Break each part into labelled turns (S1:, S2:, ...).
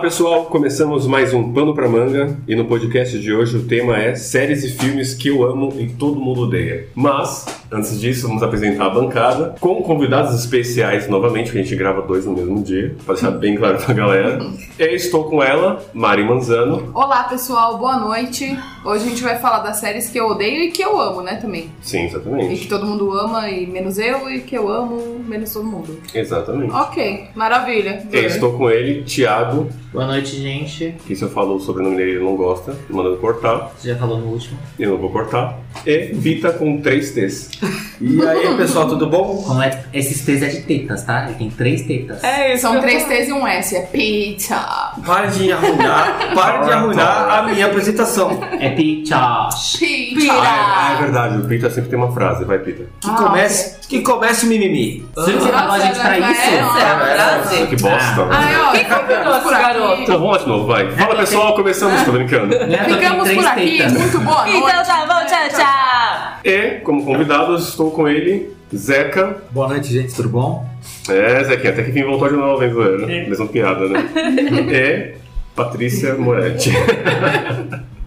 S1: pessoal, começamos mais um Pano pra Manga e no podcast de hoje o tema é séries e filmes que eu amo e todo mundo odeia. Mas, antes disso, vamos apresentar a bancada com convidados especiais novamente, que a gente grava dois no mesmo dia, pra deixar bem claro pra galera. Eu estou com ela, Mari Manzano.
S2: Olá pessoal, boa noite. Hoje a gente vai falar das séries que eu odeio e que eu amo, né, também.
S1: Sim,
S2: E
S1: exatamente.
S2: que todo mundo ama, e menos eu, e que eu amo, menos todo mundo.
S1: Exatamente.
S2: Ok, maravilha.
S1: Eu estou com ele, Thiago,
S3: Boa noite, gente.
S1: que se eu falo o sobrenome dele ele não gosta, mandando cortar,
S3: Você já falou no último.
S1: eu não vou cortar. E Vita com três T's.
S4: E aí, pessoal, tudo bom?
S3: Como é? Esses três é de tetas, tá? Ele tem três tetas.
S2: É, São três T's e um S, é pizza.
S4: Para de arruinar, para de arruinar a minha apresentação.
S3: É pichas.
S1: Ah, é, é
S2: Pira.
S1: verdade, o Pita sempre tem uma frase, vai Pita.
S4: Que
S2: Ah,
S4: comece, que comece o mimimi.
S3: Você não pagou a gente pra
S2: Nossa,
S3: isso?
S2: ela é uma
S5: frase.
S1: Nossa, que bosta.
S2: Ah, é, ó,
S5: Quem combinou
S2: ficamos por
S5: esse
S2: aqui.
S5: garoto?
S1: Então vamos lá de novo, vai. Fala pessoal, começamos, tô brincando.
S3: Não é?
S2: Ficamos
S3: tem
S2: por
S3: três
S2: aqui,
S3: tetas.
S2: muito boa noite.
S5: Então tá bom, tchau, tchau.
S1: E, como convidado, estou com ele, Zeca.
S4: Boa noite, gente, tudo bom?
S1: É, Zequinha, até que fim voltou de novo, hein, Zoeira? Mesma piada, né? e, Patrícia Moretti,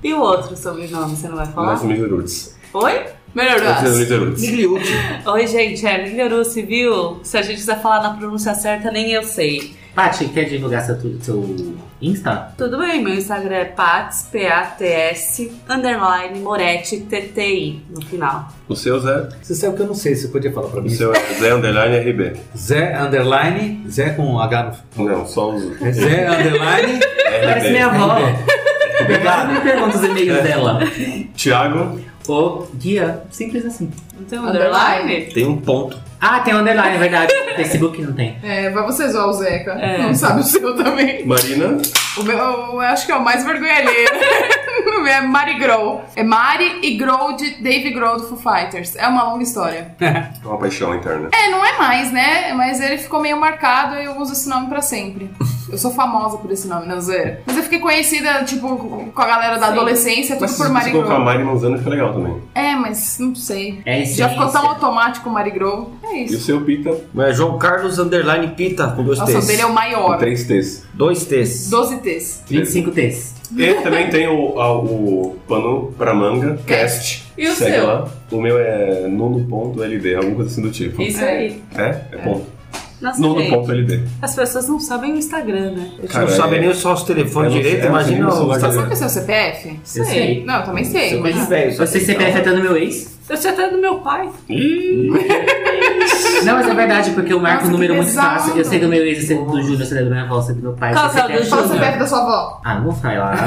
S5: E o um outro sobrenome, você não vai falar?
S1: mais um Miserutz.
S5: Oi?
S2: Melhorou.
S1: Miserutz.
S4: Migliute.
S5: Oi, gente, é Migliorussi, viu? Se a gente quiser falar na pronúncia certa, nem eu sei.
S3: Paty, quer divulgar seu, tu- seu Insta?
S5: Tudo bem, meu Instagram é Pats, P-A-T-S, underline, Moretti, T-T-I, no final.
S1: O seu, Zé?
S6: Você sabe que eu não sei, você podia falar pra
S1: O
S6: mim.
S1: seu é Zé Underline RB.
S6: Zé underline, Zé com H
S1: Não, só os
S6: no. É Zé underline.
S3: Parece minha
S1: RB.
S3: avó.
S6: Obrigado.
S3: Obrigado. Me pergunta os e-mails dela.
S1: Tiago,
S3: Ô, guia. Simples assim.
S5: Não tem
S2: Underline?
S5: underline?
S4: Tem um ponto.
S3: Ah, tem underline, é verdade. Facebook não tem.
S2: É, vai você zoar o Zeca. Não sabe o seu também.
S1: Marina,
S2: O meu, eu acho que é o mais vergonha alheia. É Mari Grow. É Mari e Grow de Dave Grohl do Foo Fighters. É uma longa história.
S1: é uma paixão interna.
S2: É, não é mais, né? Mas ele ficou meio marcado e eu uso esse nome pra sempre. Eu sou famosa por esse nome, não zoeira. Mas eu fiquei conhecida, tipo, com a galera da
S5: Sim.
S2: adolescência, tudo
S1: Mas se
S2: por
S1: você
S2: Mari
S1: colocar
S2: Grow.
S1: Mari Manzano, fica legal também.
S2: É, mas não sei.
S3: É isso.
S2: Já ficou tão automático o Mari Grow. É
S1: E o
S2: isso.
S1: seu, Pita,
S4: É João Carlos Underline Pita, com dois
S2: Nossa, o
S4: T's.
S2: dele é o
S1: com
S2: maior.
S1: três T's.
S4: Dois T's.
S2: 12 T's.
S3: 25 T's.
S1: E também tem o, a- o pano pra manga, cast.
S5: E o
S1: Segue
S5: seu?
S1: lá. O meu é nono.ld, alguma coisa assim do tipo.
S5: Isso aí.
S1: É? É ponto.
S5: Nossa, gente,
S1: Nono.ld.
S5: as pessoas não sabem o Instagram, né?
S4: Eles
S1: Cara,
S4: não sabem
S1: é-
S4: nem só os telefones
S1: eu não-
S4: direito,
S1: eu não sei nem
S4: imagina
S1: o celular
S4: o
S2: Você
S1: dele.
S4: Instagram.
S2: sabe o seu CPF?
S3: Eu sei.
S2: Não, eu também sei.
S4: Isso é coisa de
S2: mas-
S4: velho, isso
S3: Eu sei
S4: aqui,
S3: CPF
S4: então.
S3: até do meu ex.
S5: Eu tinha até do meu pai.
S3: Não, mas é verdade, porque eu marco
S2: Nossa,
S3: um número
S2: que
S3: muito
S2: pesado.
S3: fácil. Eu sei do meu ex, eu sei do Júnior, eu sei da minha avó, eu sei do meu pai. eu
S5: Qual
S3: sei
S5: que é o
S3: até-
S5: do
S2: Fala o
S5: Júnior?
S1: né?
S2: CPF da sua avó.
S3: Ah, não vou falar.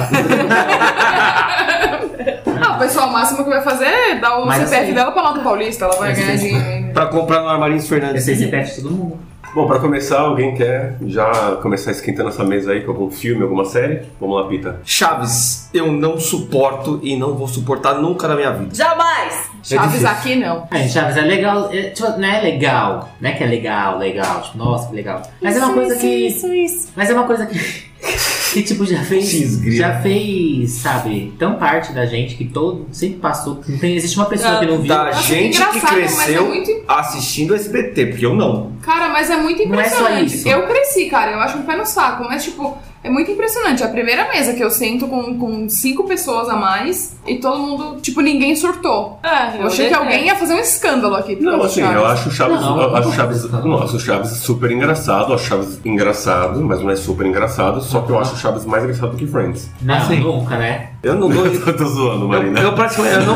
S2: Ah, o pessoal, o máximo que vai fazer é dar o
S3: Mas
S2: CPF
S3: assim-
S2: dela pra Nota Paulista. Ela vai
S3: Mas
S2: ganhar
S3: assim-
S2: dinheiro.
S4: Pra comprar no Armarinhos
S3: Eu
S4: Fernandes.
S3: sei CPF de todo mundo.
S1: Bom, pra começar, alguém quer já começar esquentando essa mesa aí com algum filme, alguma série? Vamos lá, Pita.
S4: Chaves, eu não suporto e não vou suportar nunca na minha vida.
S5: Jamais!
S2: Chaves
S4: É difícil.
S2: aqui não.
S3: É, Chaves é legal. é, tipo, não é legal. Não é que é legal, legal. Tipo, nossa, que legal. Mas é uma coisa que. Mas é uma coisa que. Que tipo, já fez.
S4: X-grilo.
S3: Já fez, sabe, tão parte da gente que todo. Sempre passou. que Não tem, existe uma pessoa que não viu.
S4: Da
S2: Nossa, que
S4: Tá, gente que
S2: Assim, engraçado, mas é
S4: cresceu
S2: muito-
S4: assistindo SBT, porque eu não.
S2: Cara, mas é muito
S3: Não é só
S2: impressionante.
S3: isso.
S2: Eu cresci, cara. Eu acho um pé no saco. Mas, tipo, é muito impressionante. É a primeira mesa que eu sento com, com cinco pessoas a mais e todo mundo... Tipo, ninguém surtou.
S5: Ah,
S2: Eu achei que alguém ia fazer um escândalo aqui. por
S1: Não,
S2: causa
S1: assim,
S2: de Chaves.
S1: eu acho o Chaves.
S3: Não,
S1: eu
S3: não
S1: acho o
S3: vou
S1: Chaves.
S3: fazer isso,
S1: Não, eu acho o Chaves super engraçado. Eu acho o Chaves engraçado, mas não é super engraçado. Só que eu acho o Chaves mais engraçado do que Friends.
S3: Não,
S4: Assim.
S3: nunca, né?
S4: Eu não dou. eu,
S1: Eu tô zoando, Marina.
S4: eu praticamente eu não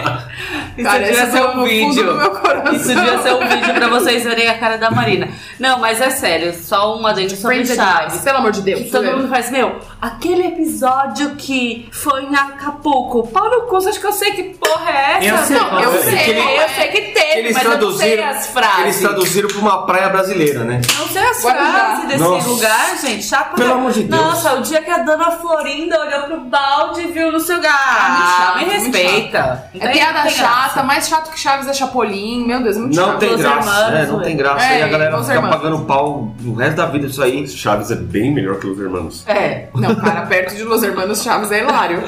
S2: Cara,
S5: isso devia
S2: esse
S5: ser
S2: é o
S5: um
S2: fundo do
S5: vídeo.
S2: meu coração.
S5: Isso devia ser um vídeo pra vocês verem a cara da Marina. Não, mas é sério, só um adendo sobre
S2: Friends é demais,
S5: Chaves.
S2: Pelo amor de
S5: E
S2: Deus.
S5: todo mundo faz, meu, aquele episódio que foi em Acapulco. Pau no cu, você acha que eu sei que porra é
S3: Eu
S5: essa?
S3: sei
S5: Não,
S3: qual
S5: eu
S3: é.
S5: sei,
S2: Que ele-
S5: eu sei que
S4: que
S5: teve,
S4: eles
S5: mas eu não
S4: traduziram.
S5: sei as
S2: Ah,
S5: frases.
S4: Eles traduziram pra uma praia brasileira, né?
S5: Não sei as
S2: Guarujá.
S5: frases desse
S4: Nossa.
S5: lugar, gente. Chapa
S4: Pelo
S5: da-
S4: amor de Deus.
S5: Nossa, o dia que a dona Florinda olhou pro balde e viu no seu lugar.
S2: Ah,
S5: me
S2: muito chato, muito
S5: respeita. Não
S2: É
S5: tem-
S2: piada
S5: não tem graça.
S2: chata, mais chato que Chaves é Chapolin. Meu Deus, é muito
S4: Não
S2: chato.
S4: tem
S5: Los
S4: graça.
S5: Hermanos,
S4: É, não
S5: ué.
S4: tem graça.
S2: É,
S4: e a galera
S2: Los
S4: fica
S2: Hermanos.
S4: pagando pau o resto da vida isso aí.
S1: Chaves é bem melhor que os irmãos.
S2: É, não, cara, perto de Los Hermanos Chaves é hilário.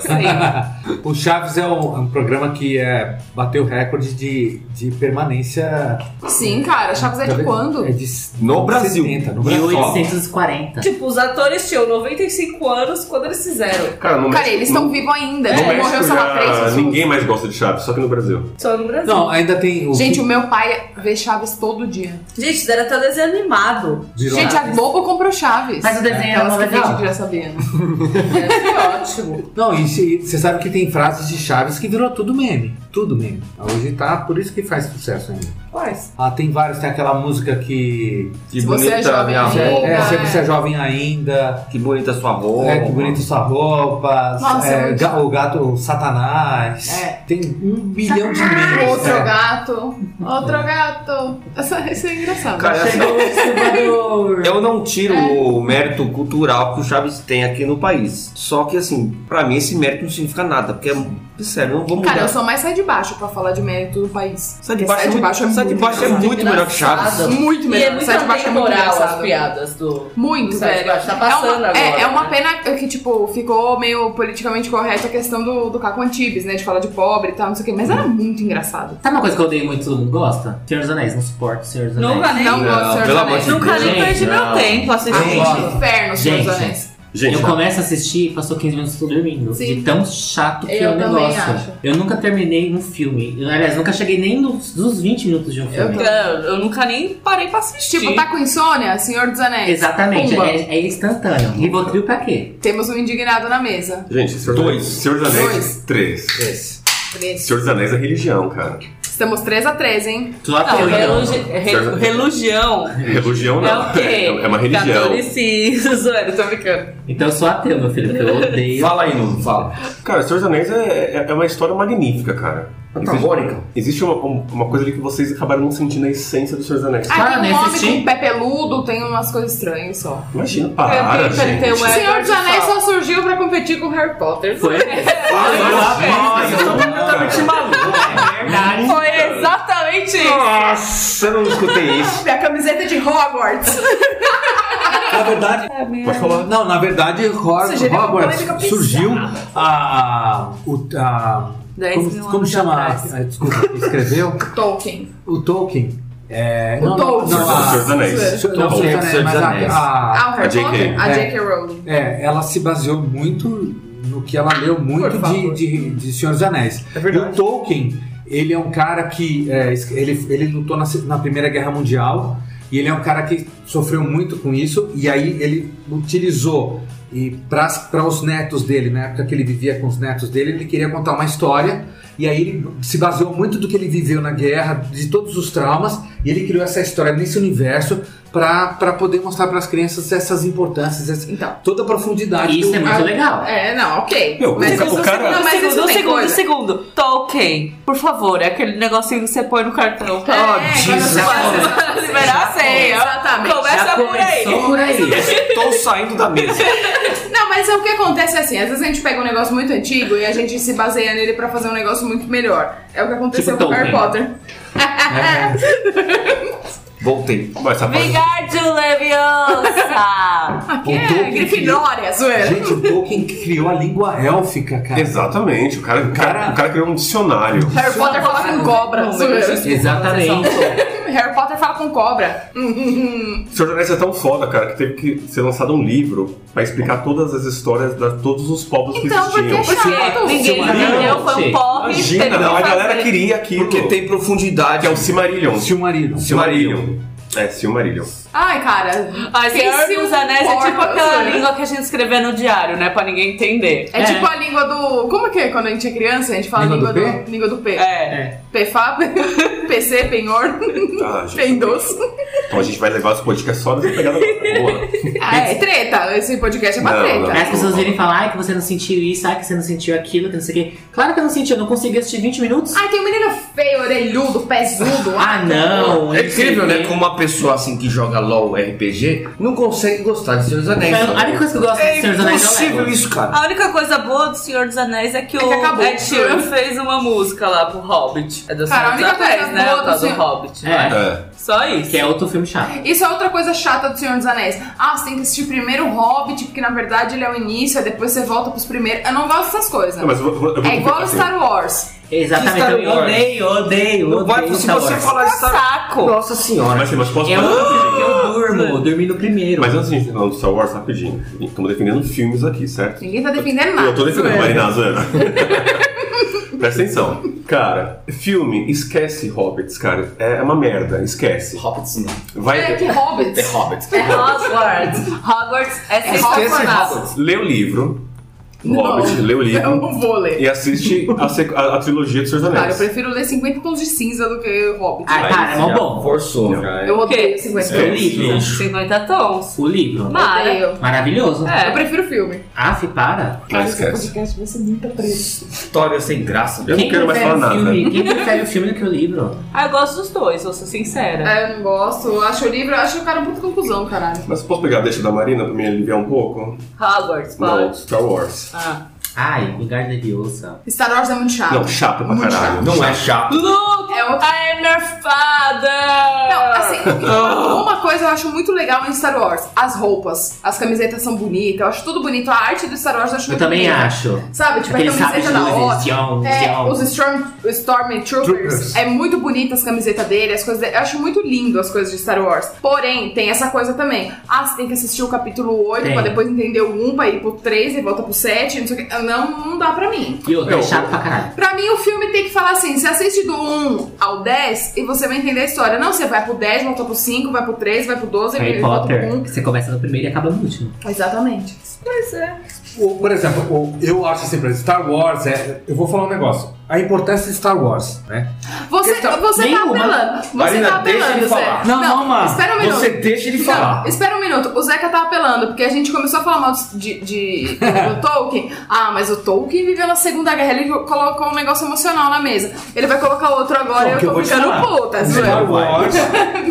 S5: Sim.
S6: O Chaves é um, é um programa que é, bateu o recorde de, de permanência.
S2: Sim, cara, Chaves é de
S6: Talvez-
S2: quando?
S6: É de
S4: No Brasil.
S6: 70, no Brasil.
S3: 1840.
S5: Tipo, os atores tinham 95 anos quando eles fizeram.
S1: Cara, no
S2: Cara,
S1: México-
S2: eles estão
S1: no-
S2: vivos ainda.
S1: no
S2: tipo,
S1: México
S2: morreu, sei
S1: já
S2: lá, três pessoas.
S1: Ninguém mais gosta de Chaves, só que no Brasil.
S5: Só no Brasil.
S6: Não, ainda tem o.
S2: Gente, o meu pai vê Chaves todo dia.
S5: Gente, isso era até desenho animado.
S6: de
S2: Gente, a
S6: Chaves.
S2: Globo comprou Chaves.
S3: Mas o desenho era
S5: Tá,
S2: Aquelas que a
S3: legal.
S2: gente já sabia. né?
S5: Que ótimo.
S6: Não, e você sabe que tem frases de Chaves que virou tudo meme. Tudo meme. Hoje tá, por isso que faz sucesso ainda.
S5: Quais?
S6: Ah, tem várias, tem aquela música que.
S4: Que
S2: Se você é
S4: bonita
S2: jovem,
S4: minha
S2: gente.
S4: roupa.
S6: é,
S2: é.
S6: se você é jovem ainda.
S4: Que bonita sua roupa.
S6: É, que bonito sua roupa.
S2: Nossa,
S6: é,
S2: muito.
S6: ga- o gato Satanás.
S2: É.
S6: Tem um bilhão de memes.
S2: Ah, Outro
S6: é.
S2: gato. Outro gato. Essa, isso é engraçado.
S4: Cara, essa-
S3: Chegou o Silvador.
S4: Eu não tiro
S2: É.
S4: o mérito cultural que o Chaves tem aqui no país. Só que, assim, pra mim esse mérito não significa nada. Porque, é- sério, não vou mudar.
S2: Cara, eu sou mais sai de baixo pra falar de mérito do país.
S4: Sai de
S2: Porque
S4: baixo,
S2: sai de baixo é
S4: sai de
S2: muito
S4: baixo é
S2: engraçado.
S4: muito melhor que Chaves.
S5: Engraçado.
S2: Muito
S5: E é
S2: melhor.
S5: muito
S2: Sai de baixo é muito
S5: atemporal as
S2: engraçado.
S5: piadas do...
S2: Muito,
S5: Sai de
S2: velho.
S5: baixo, tá passando
S2: é uma, é-
S5: agora,
S2: É, uma
S5: né?
S2: pena que, tipo, ficou meio politicamente correto a questão do, do Caco Antibes, né? De falar de pobre e tal, não sei o quê. Mas era muito engraçado.
S3: Sabe uma coisa que eu odeio muito e todo mundo gosta? Senhor dos Anéis, não suporto Senhor dos Anéis.
S5: Nunca nem...
S2: Não, gosto, Senhor dos
S4: É, pelo
S2: Anéis.
S4: amor de
S5: Nunca
S4: Deus.
S5: nem
S3: Gente,
S5: perdi meu
S4: não.
S5: tempo assistindo.
S3: Gente.
S5: isso.
S2: um Inferno, Senhor dos
S3: Gente.
S2: Anéis.
S1: Gente,
S3: eu começo a assistir e passou 15 minutos tô dormindo.
S2: Sim.
S3: De tão chato que é
S2: Eu
S3: o
S2: também
S3: negócio.
S2: acho.
S3: Eu nunca terminei um filme. Eu, aliás, nunca cheguei nem nos, dos 20 minutos de um filme.
S2: tô-
S5: Eu, eu nunca nem parei pra assistir.
S2: Tipo, tá com insônia? Senhor dos Anéis.
S3: Exatamente,
S2: Pumba.
S3: é, é instantâneo. Rivotril pra quê?
S2: Temos um indignado na mesa.
S1: gente, Senhor dos Anéis-
S4: Dois.
S1: Senhor dos Anéis,
S2: Dois.
S1: três.
S6: Esse.
S2: Três.
S1: Senhor dos Anéis é religião, cara.
S2: Estamos 3 a 3 hein?
S3: Tu lá
S5: Não,
S3: tem o
S5: relugi- re- religião
S1: Religião
S5: é
S1: não.
S5: o quê?
S1: É uma religião.
S5: Catolicismo, zoeira, tô brincando.
S3: Então eu sou ateu, meu filho, porque eu odeio.
S4: Fala aí, Nuno, fala.
S1: Cara, Senhor dos Anéis é, é- é uma história magnífica, cara.
S4: Tá Antagônica.
S1: Existe uma, um- uma coisa ali que vocês acabaram não sentindo a essência do Senhor dos Anéis.
S3: Para,
S2: Ah, tem
S3: né,
S2: um homem
S3: assistir?
S2: com pé peludo, tem umas coisas estranhas só.
S1: Imagina, para, gente.
S5: tem uma-
S2: Senhor dos Anéis
S5: fala.
S2: só surgiu pra competir com Harry Potter.
S3: Foi?
S1: Nossa, eu tô completamente
S3: Verdade.
S5: Foi exatamente isso.
S4: Nossa, eu não escutei isso.
S2: Minha camiseta de Hogwarts.
S6: Na verdade.
S1: Pode falar.
S6: Não, na verdade, Hor-
S2: Seja, ele é uma polêmica
S6: Hogwarts
S2: pesada.
S6: surgiu a. a, o- a-
S5: Dez mil
S6: como como
S5: anos
S6: chama?
S5: atrás.
S6: a- Desculpa, que escreveu?
S2: Tolkien.
S6: O Tolkien. É,
S2: O Tolkien.
S6: Não,
S1: Senhor
S6: a,
S1: dos Anéis.
S6: Senhor- não,
S4: Tolkien,
S6: Senhor dos
S4: Senhor dos
S6: Anéis, mas
S4: Anéis.
S6: a- a-
S2: Ah, o Harry
S1: A J.K..
S2: Potter? A
S6: É.
S2: J.K. Rowling.
S6: É, ela se baseou muito no que ela leu muito
S2: Por favor.
S6: de, de, de Senhor dos Anéis.
S4: É
S6: E o Tolkien, ele é um cara que é, es- ele, ele lutou na, se- na Primeira Guerra Mundial e ele é um cara que sofreu muito com isso e aí ele utilizou e para os netos dele, na época que ele vivia com os netos dele, ele queria contar uma história e aí ele se baseou muito do que ele viveu na guerra, de todos os traumas, e ele criou essa história nesse universo para poder mostrar para as crianças essas importâncias, essa-
S2: Então.
S6: toda a profundidade.
S3: Isso
S6: do-
S3: é muito legal.
S2: É, não, ok.
S1: Meu,
S2: mas
S1: o
S2: isso-
S1: cara-
S2: Não,
S5: Não,
S2: mas
S5: mas
S2: isso
S5: segundo,
S2: tem
S5: segundo,
S2: coisa.
S5: segundo. Tolkien, por favor, é aquele negocinho que você põe no cartão.
S2: É,
S5: Ó,
S2: quando
S3: Jesus.
S2: você
S5: pra
S2: faz-
S5: liberar a ceia.
S2: Exatamente.
S5: Começa
S3: Já
S5: por aí.
S3: começou por aí.
S4: Estou saindo da mesa.
S2: Não, mas é o que acontece é assim, às vezes a gente pega um negócio muito antigo e a gente se baseia nele pra fazer um negócio muito melhor. É o que aconteceu
S3: Tipo
S2: com Harry Potter.
S3: Tolkien.
S4: Voltei.
S1: Mas essa parte-
S5: Vingardium Leviosa.
S2: Aqui
S6: O
S2: é
S6: Tolkien
S2: Grifinória, zoeira.
S6: Gente, o Tolkien criou a língua élfica, cara.
S1: Exatamente, o cara, o, cara,
S6: Cara-
S1: o cara criou um dicionário.
S2: Harry Potter fala com cobra, zoeira.
S3: Exatamente.
S1: é
S2: Harry Potter fala com cobra. Hum, hum, hum.
S1: O Senhor dos Anéis é tão foda, cara, que teve que ser lançado um livro pra explicar todas as histórias de todos os povos
S2: Então,
S1: que
S2: porque é
S1: existiam.
S2: chato.
S5: Ninguém
S3: Não,
S5: entendeu, foi um
S3: gente.
S5: pobre. teve
S1: Imagina,
S5: que
S1: não, a
S5: fazer.
S1: galera queria aquilo.
S4: Porque tem
S1: Que
S4: profundidade.
S1: é o Silmarillion.
S6: Silmarillion.
S1: Silmarillion. É, Silmarillion.
S2: Ai, cara.
S5: Ai,
S2: Pense
S5: Senhor dos
S2: um
S5: Anéis é tipo
S2: porco,
S5: aquela
S2: zoeira.
S5: língua que a gente escrevia no diário, né? Pra ninguém entender.
S2: É, tipo a língua do. Como que é quando a gente é criança? A gente fala língua,
S6: Língua do
S2: do, língua do P.
S5: É.
S2: PFAP, PC, penhor,
S1: Ah, gente.
S2: pendoço.
S1: Então a gente vai levar os podcasts só nessa pegada boa.
S2: Ah, é treta. Esse podcast é pra
S1: Não,
S2: treta.
S3: Aí as pessoas virem falar, ai, que você não sentiu isso, ai, que você não sentiu aquilo, que não sei o quê. Claro que eu não senti, eu não consegui assistir 20 minutos.
S2: Ai, tem um menino feio, orelhudo, pesudo.
S3: Ah, não.
S4: É
S3: não
S4: incrível,
S3: sei o
S4: né?
S3: quê.
S4: Como uma pessoa assim que joga LOL RPG não consegue gostar de Senhor dos Anéis.
S3: É, A única coisa que eu gosto de
S4: É
S3: Senhor dos Anéis é o
S4: impossível
S3: Legolas.
S4: isso, cara.
S5: A única coisa boa do Senhor dos Anéis é que
S2: que
S5: o
S2: acabou.
S5: Ed Sheeran fez uma música lá pro Hobbit. É do
S2: Cara, a
S5: Senhor dos
S2: única coisa
S5: Anéis, né?
S2: boa
S5: Por causa
S2: do
S5: do Hobbit.
S3: É.
S1: É.
S5: Só isso.
S3: Que é outro filme filme chato.
S2: Isso é outra coisa chata do Senhor dos Anéis. Ah, você tem que assistir primeiro o Hobbit, porque na verdade ele é o início, aí depois você volta pros primeiros. Eu não gosto dessas coisas.
S1: Não, mas eu vou- eu vou- eu vou-
S2: É igual
S1: assim,
S2: Star Wars.
S3: Exatamente. é
S4: Star
S3: eu
S4: Wars.
S3: odeio, odeio,
S4: Não
S3: odeio
S4: vai, se
S3: Star
S4: você
S3: Wars.
S4: falar de Star
S5: Saco!
S4: Nossa senhora.
S1: Mas, sim, mas posso
S3: É o
S2: um-
S1: falar-
S3: único que
S4: Ah!
S3: eu durmo, eu dormi no primeiro.
S1: Mas antes de a gente falar do Star Wars, rapidinho. Estamos defendendo filmes aqui, certo?
S2: Ninguém tá defendendo nada.
S1: Eu tô defendendo,
S2: Zoeira.
S1: Marina, zoeira. Presta atenção. Cara, filme, esquece Hobbits, cara. É uma merda, esquece.
S4: Hobbits não.
S2: É
S1: Vai.
S2: que Hobbit.
S4: Hobbits.
S5: É Hogwarts. Hogwarts é sem
S2: Hogwarts.
S5: Hogwarts.
S1: Lê o livro.
S2: Não. É um
S1: Hobbit, lê o
S2: Eu
S1: livro.
S2: não vou ler.
S1: E assiste a, sequ- a- a trilogia do Senhor dos
S2: Cara, eu
S1: Anéis.
S2: prefiro ler 50 tons de cinza do que Hobbit.
S3: Ah, cara, é mó bom.
S4: Forçou.
S1: Não.
S4: já é.
S2: Eu
S5: O quê?
S2: odeio 50
S3: É.
S2: tons.
S3: O livro.
S5: 50 tons.
S3: O livro.
S5: Para.
S2: Odeio.
S3: Maravilhoso.
S5: É.
S2: Eu prefiro filme.
S3: Aff, para.
S1: Não
S2: tipo
S1: esquece.
S2: podcast vai ser muito preto.
S4: História sem graça.
S1: Eu não quero mais
S3: prefere
S1: falar
S3: o
S1: nada.
S3: filme? Quem prefere o filme do que o livro?
S5: Ah, eu gosto dos dois, vou ser sincera.
S2: É, eu não gosto. Eu acho o livro, eu acho o cara muito conclusão, caralho.
S1: Mas posso pegar a deixa da Marina pra me aliviar um pouco?
S5: Hogwarts,
S1: Não,
S5: pode.
S1: Star Wars.
S5: Ah.
S3: Ai, Vingar Leviosa.
S2: Star Wars é muito chato.
S1: Não, chato pra
S2: Muito
S1: caralho.
S4: Não é chato.
S5: Luke,
S2: É o-
S5: I am your father!
S2: Não, assim, uma- uma coisa eu acho muito legal em Star Wars: as roupas. As camisetas são bonitas, eu acho tudo bonito. A arte do Star Wars eu acho
S3: Eu
S2: muito
S3: também
S2: bonita.
S3: acho.
S2: Sabe, tipo,
S3: Aqueles
S2: a
S3: sapos
S2: camiseta
S3: de
S2: da
S3: luzes,
S2: ótima.
S3: Zion,
S2: É,
S3: Zion.
S2: os Storm, Stormtroopers
S6: Troopers.
S2: é muito bonita as camisetas dele, as coisas dele. Eu acho muito lindo as coisas de Star Wars. Porém, tem essa coisa também. Ah, você tem que assistir o capítulo 8
S3: Tem.
S2: pra depois entender o 1, pra ir pro 3 e volta pro 7, não sei o que. Não, não dá pra mim.
S3: E outro,
S1: Eu-
S3: é chato pra caralho.
S2: Pra mim, o filme tem que falar assim: você assiste do 1 ao 10 e você vai entender a história. Não, você vai pro 10, volta pro 5, vai pro 3, vai pro 12,
S3: Harry
S2: e volta
S3: Potter,
S2: pro 1.
S3: você começa no primeiro e acaba no último.
S2: Exatamente.
S5: Pois é.
S6: O- por exemplo, o- eu acho assim, por exemplo, Star Wars é. Eu vou falar um negócio. A importância de Star Wars, né?
S2: Você,
S6: Questão-
S2: você tá
S3: nenhuma.
S2: apelando. Você
S4: Marina,
S2: tá
S4: deixa
S2: apelando,
S4: ele
S2: Zé.
S4: falar.
S3: Não, calma.
S2: Espera um minuto.
S4: Você deixa ele
S2: Não,
S4: falar.
S2: espera um minuto. O Zeca tá apelando, porque a gente começou a falar mal de, de- do Tolkien. Ah, mas o Tolkien viveu na Segunda Guerra, ele colocou um negócio emocional na mesa. Ele vai colocar outro agora
S6: Não,
S2: e
S6: que
S2: eu
S6: eu
S2: tô
S6: vou te
S2: ficando
S6: falar.
S2: puta, zoeira.
S6: Star Wars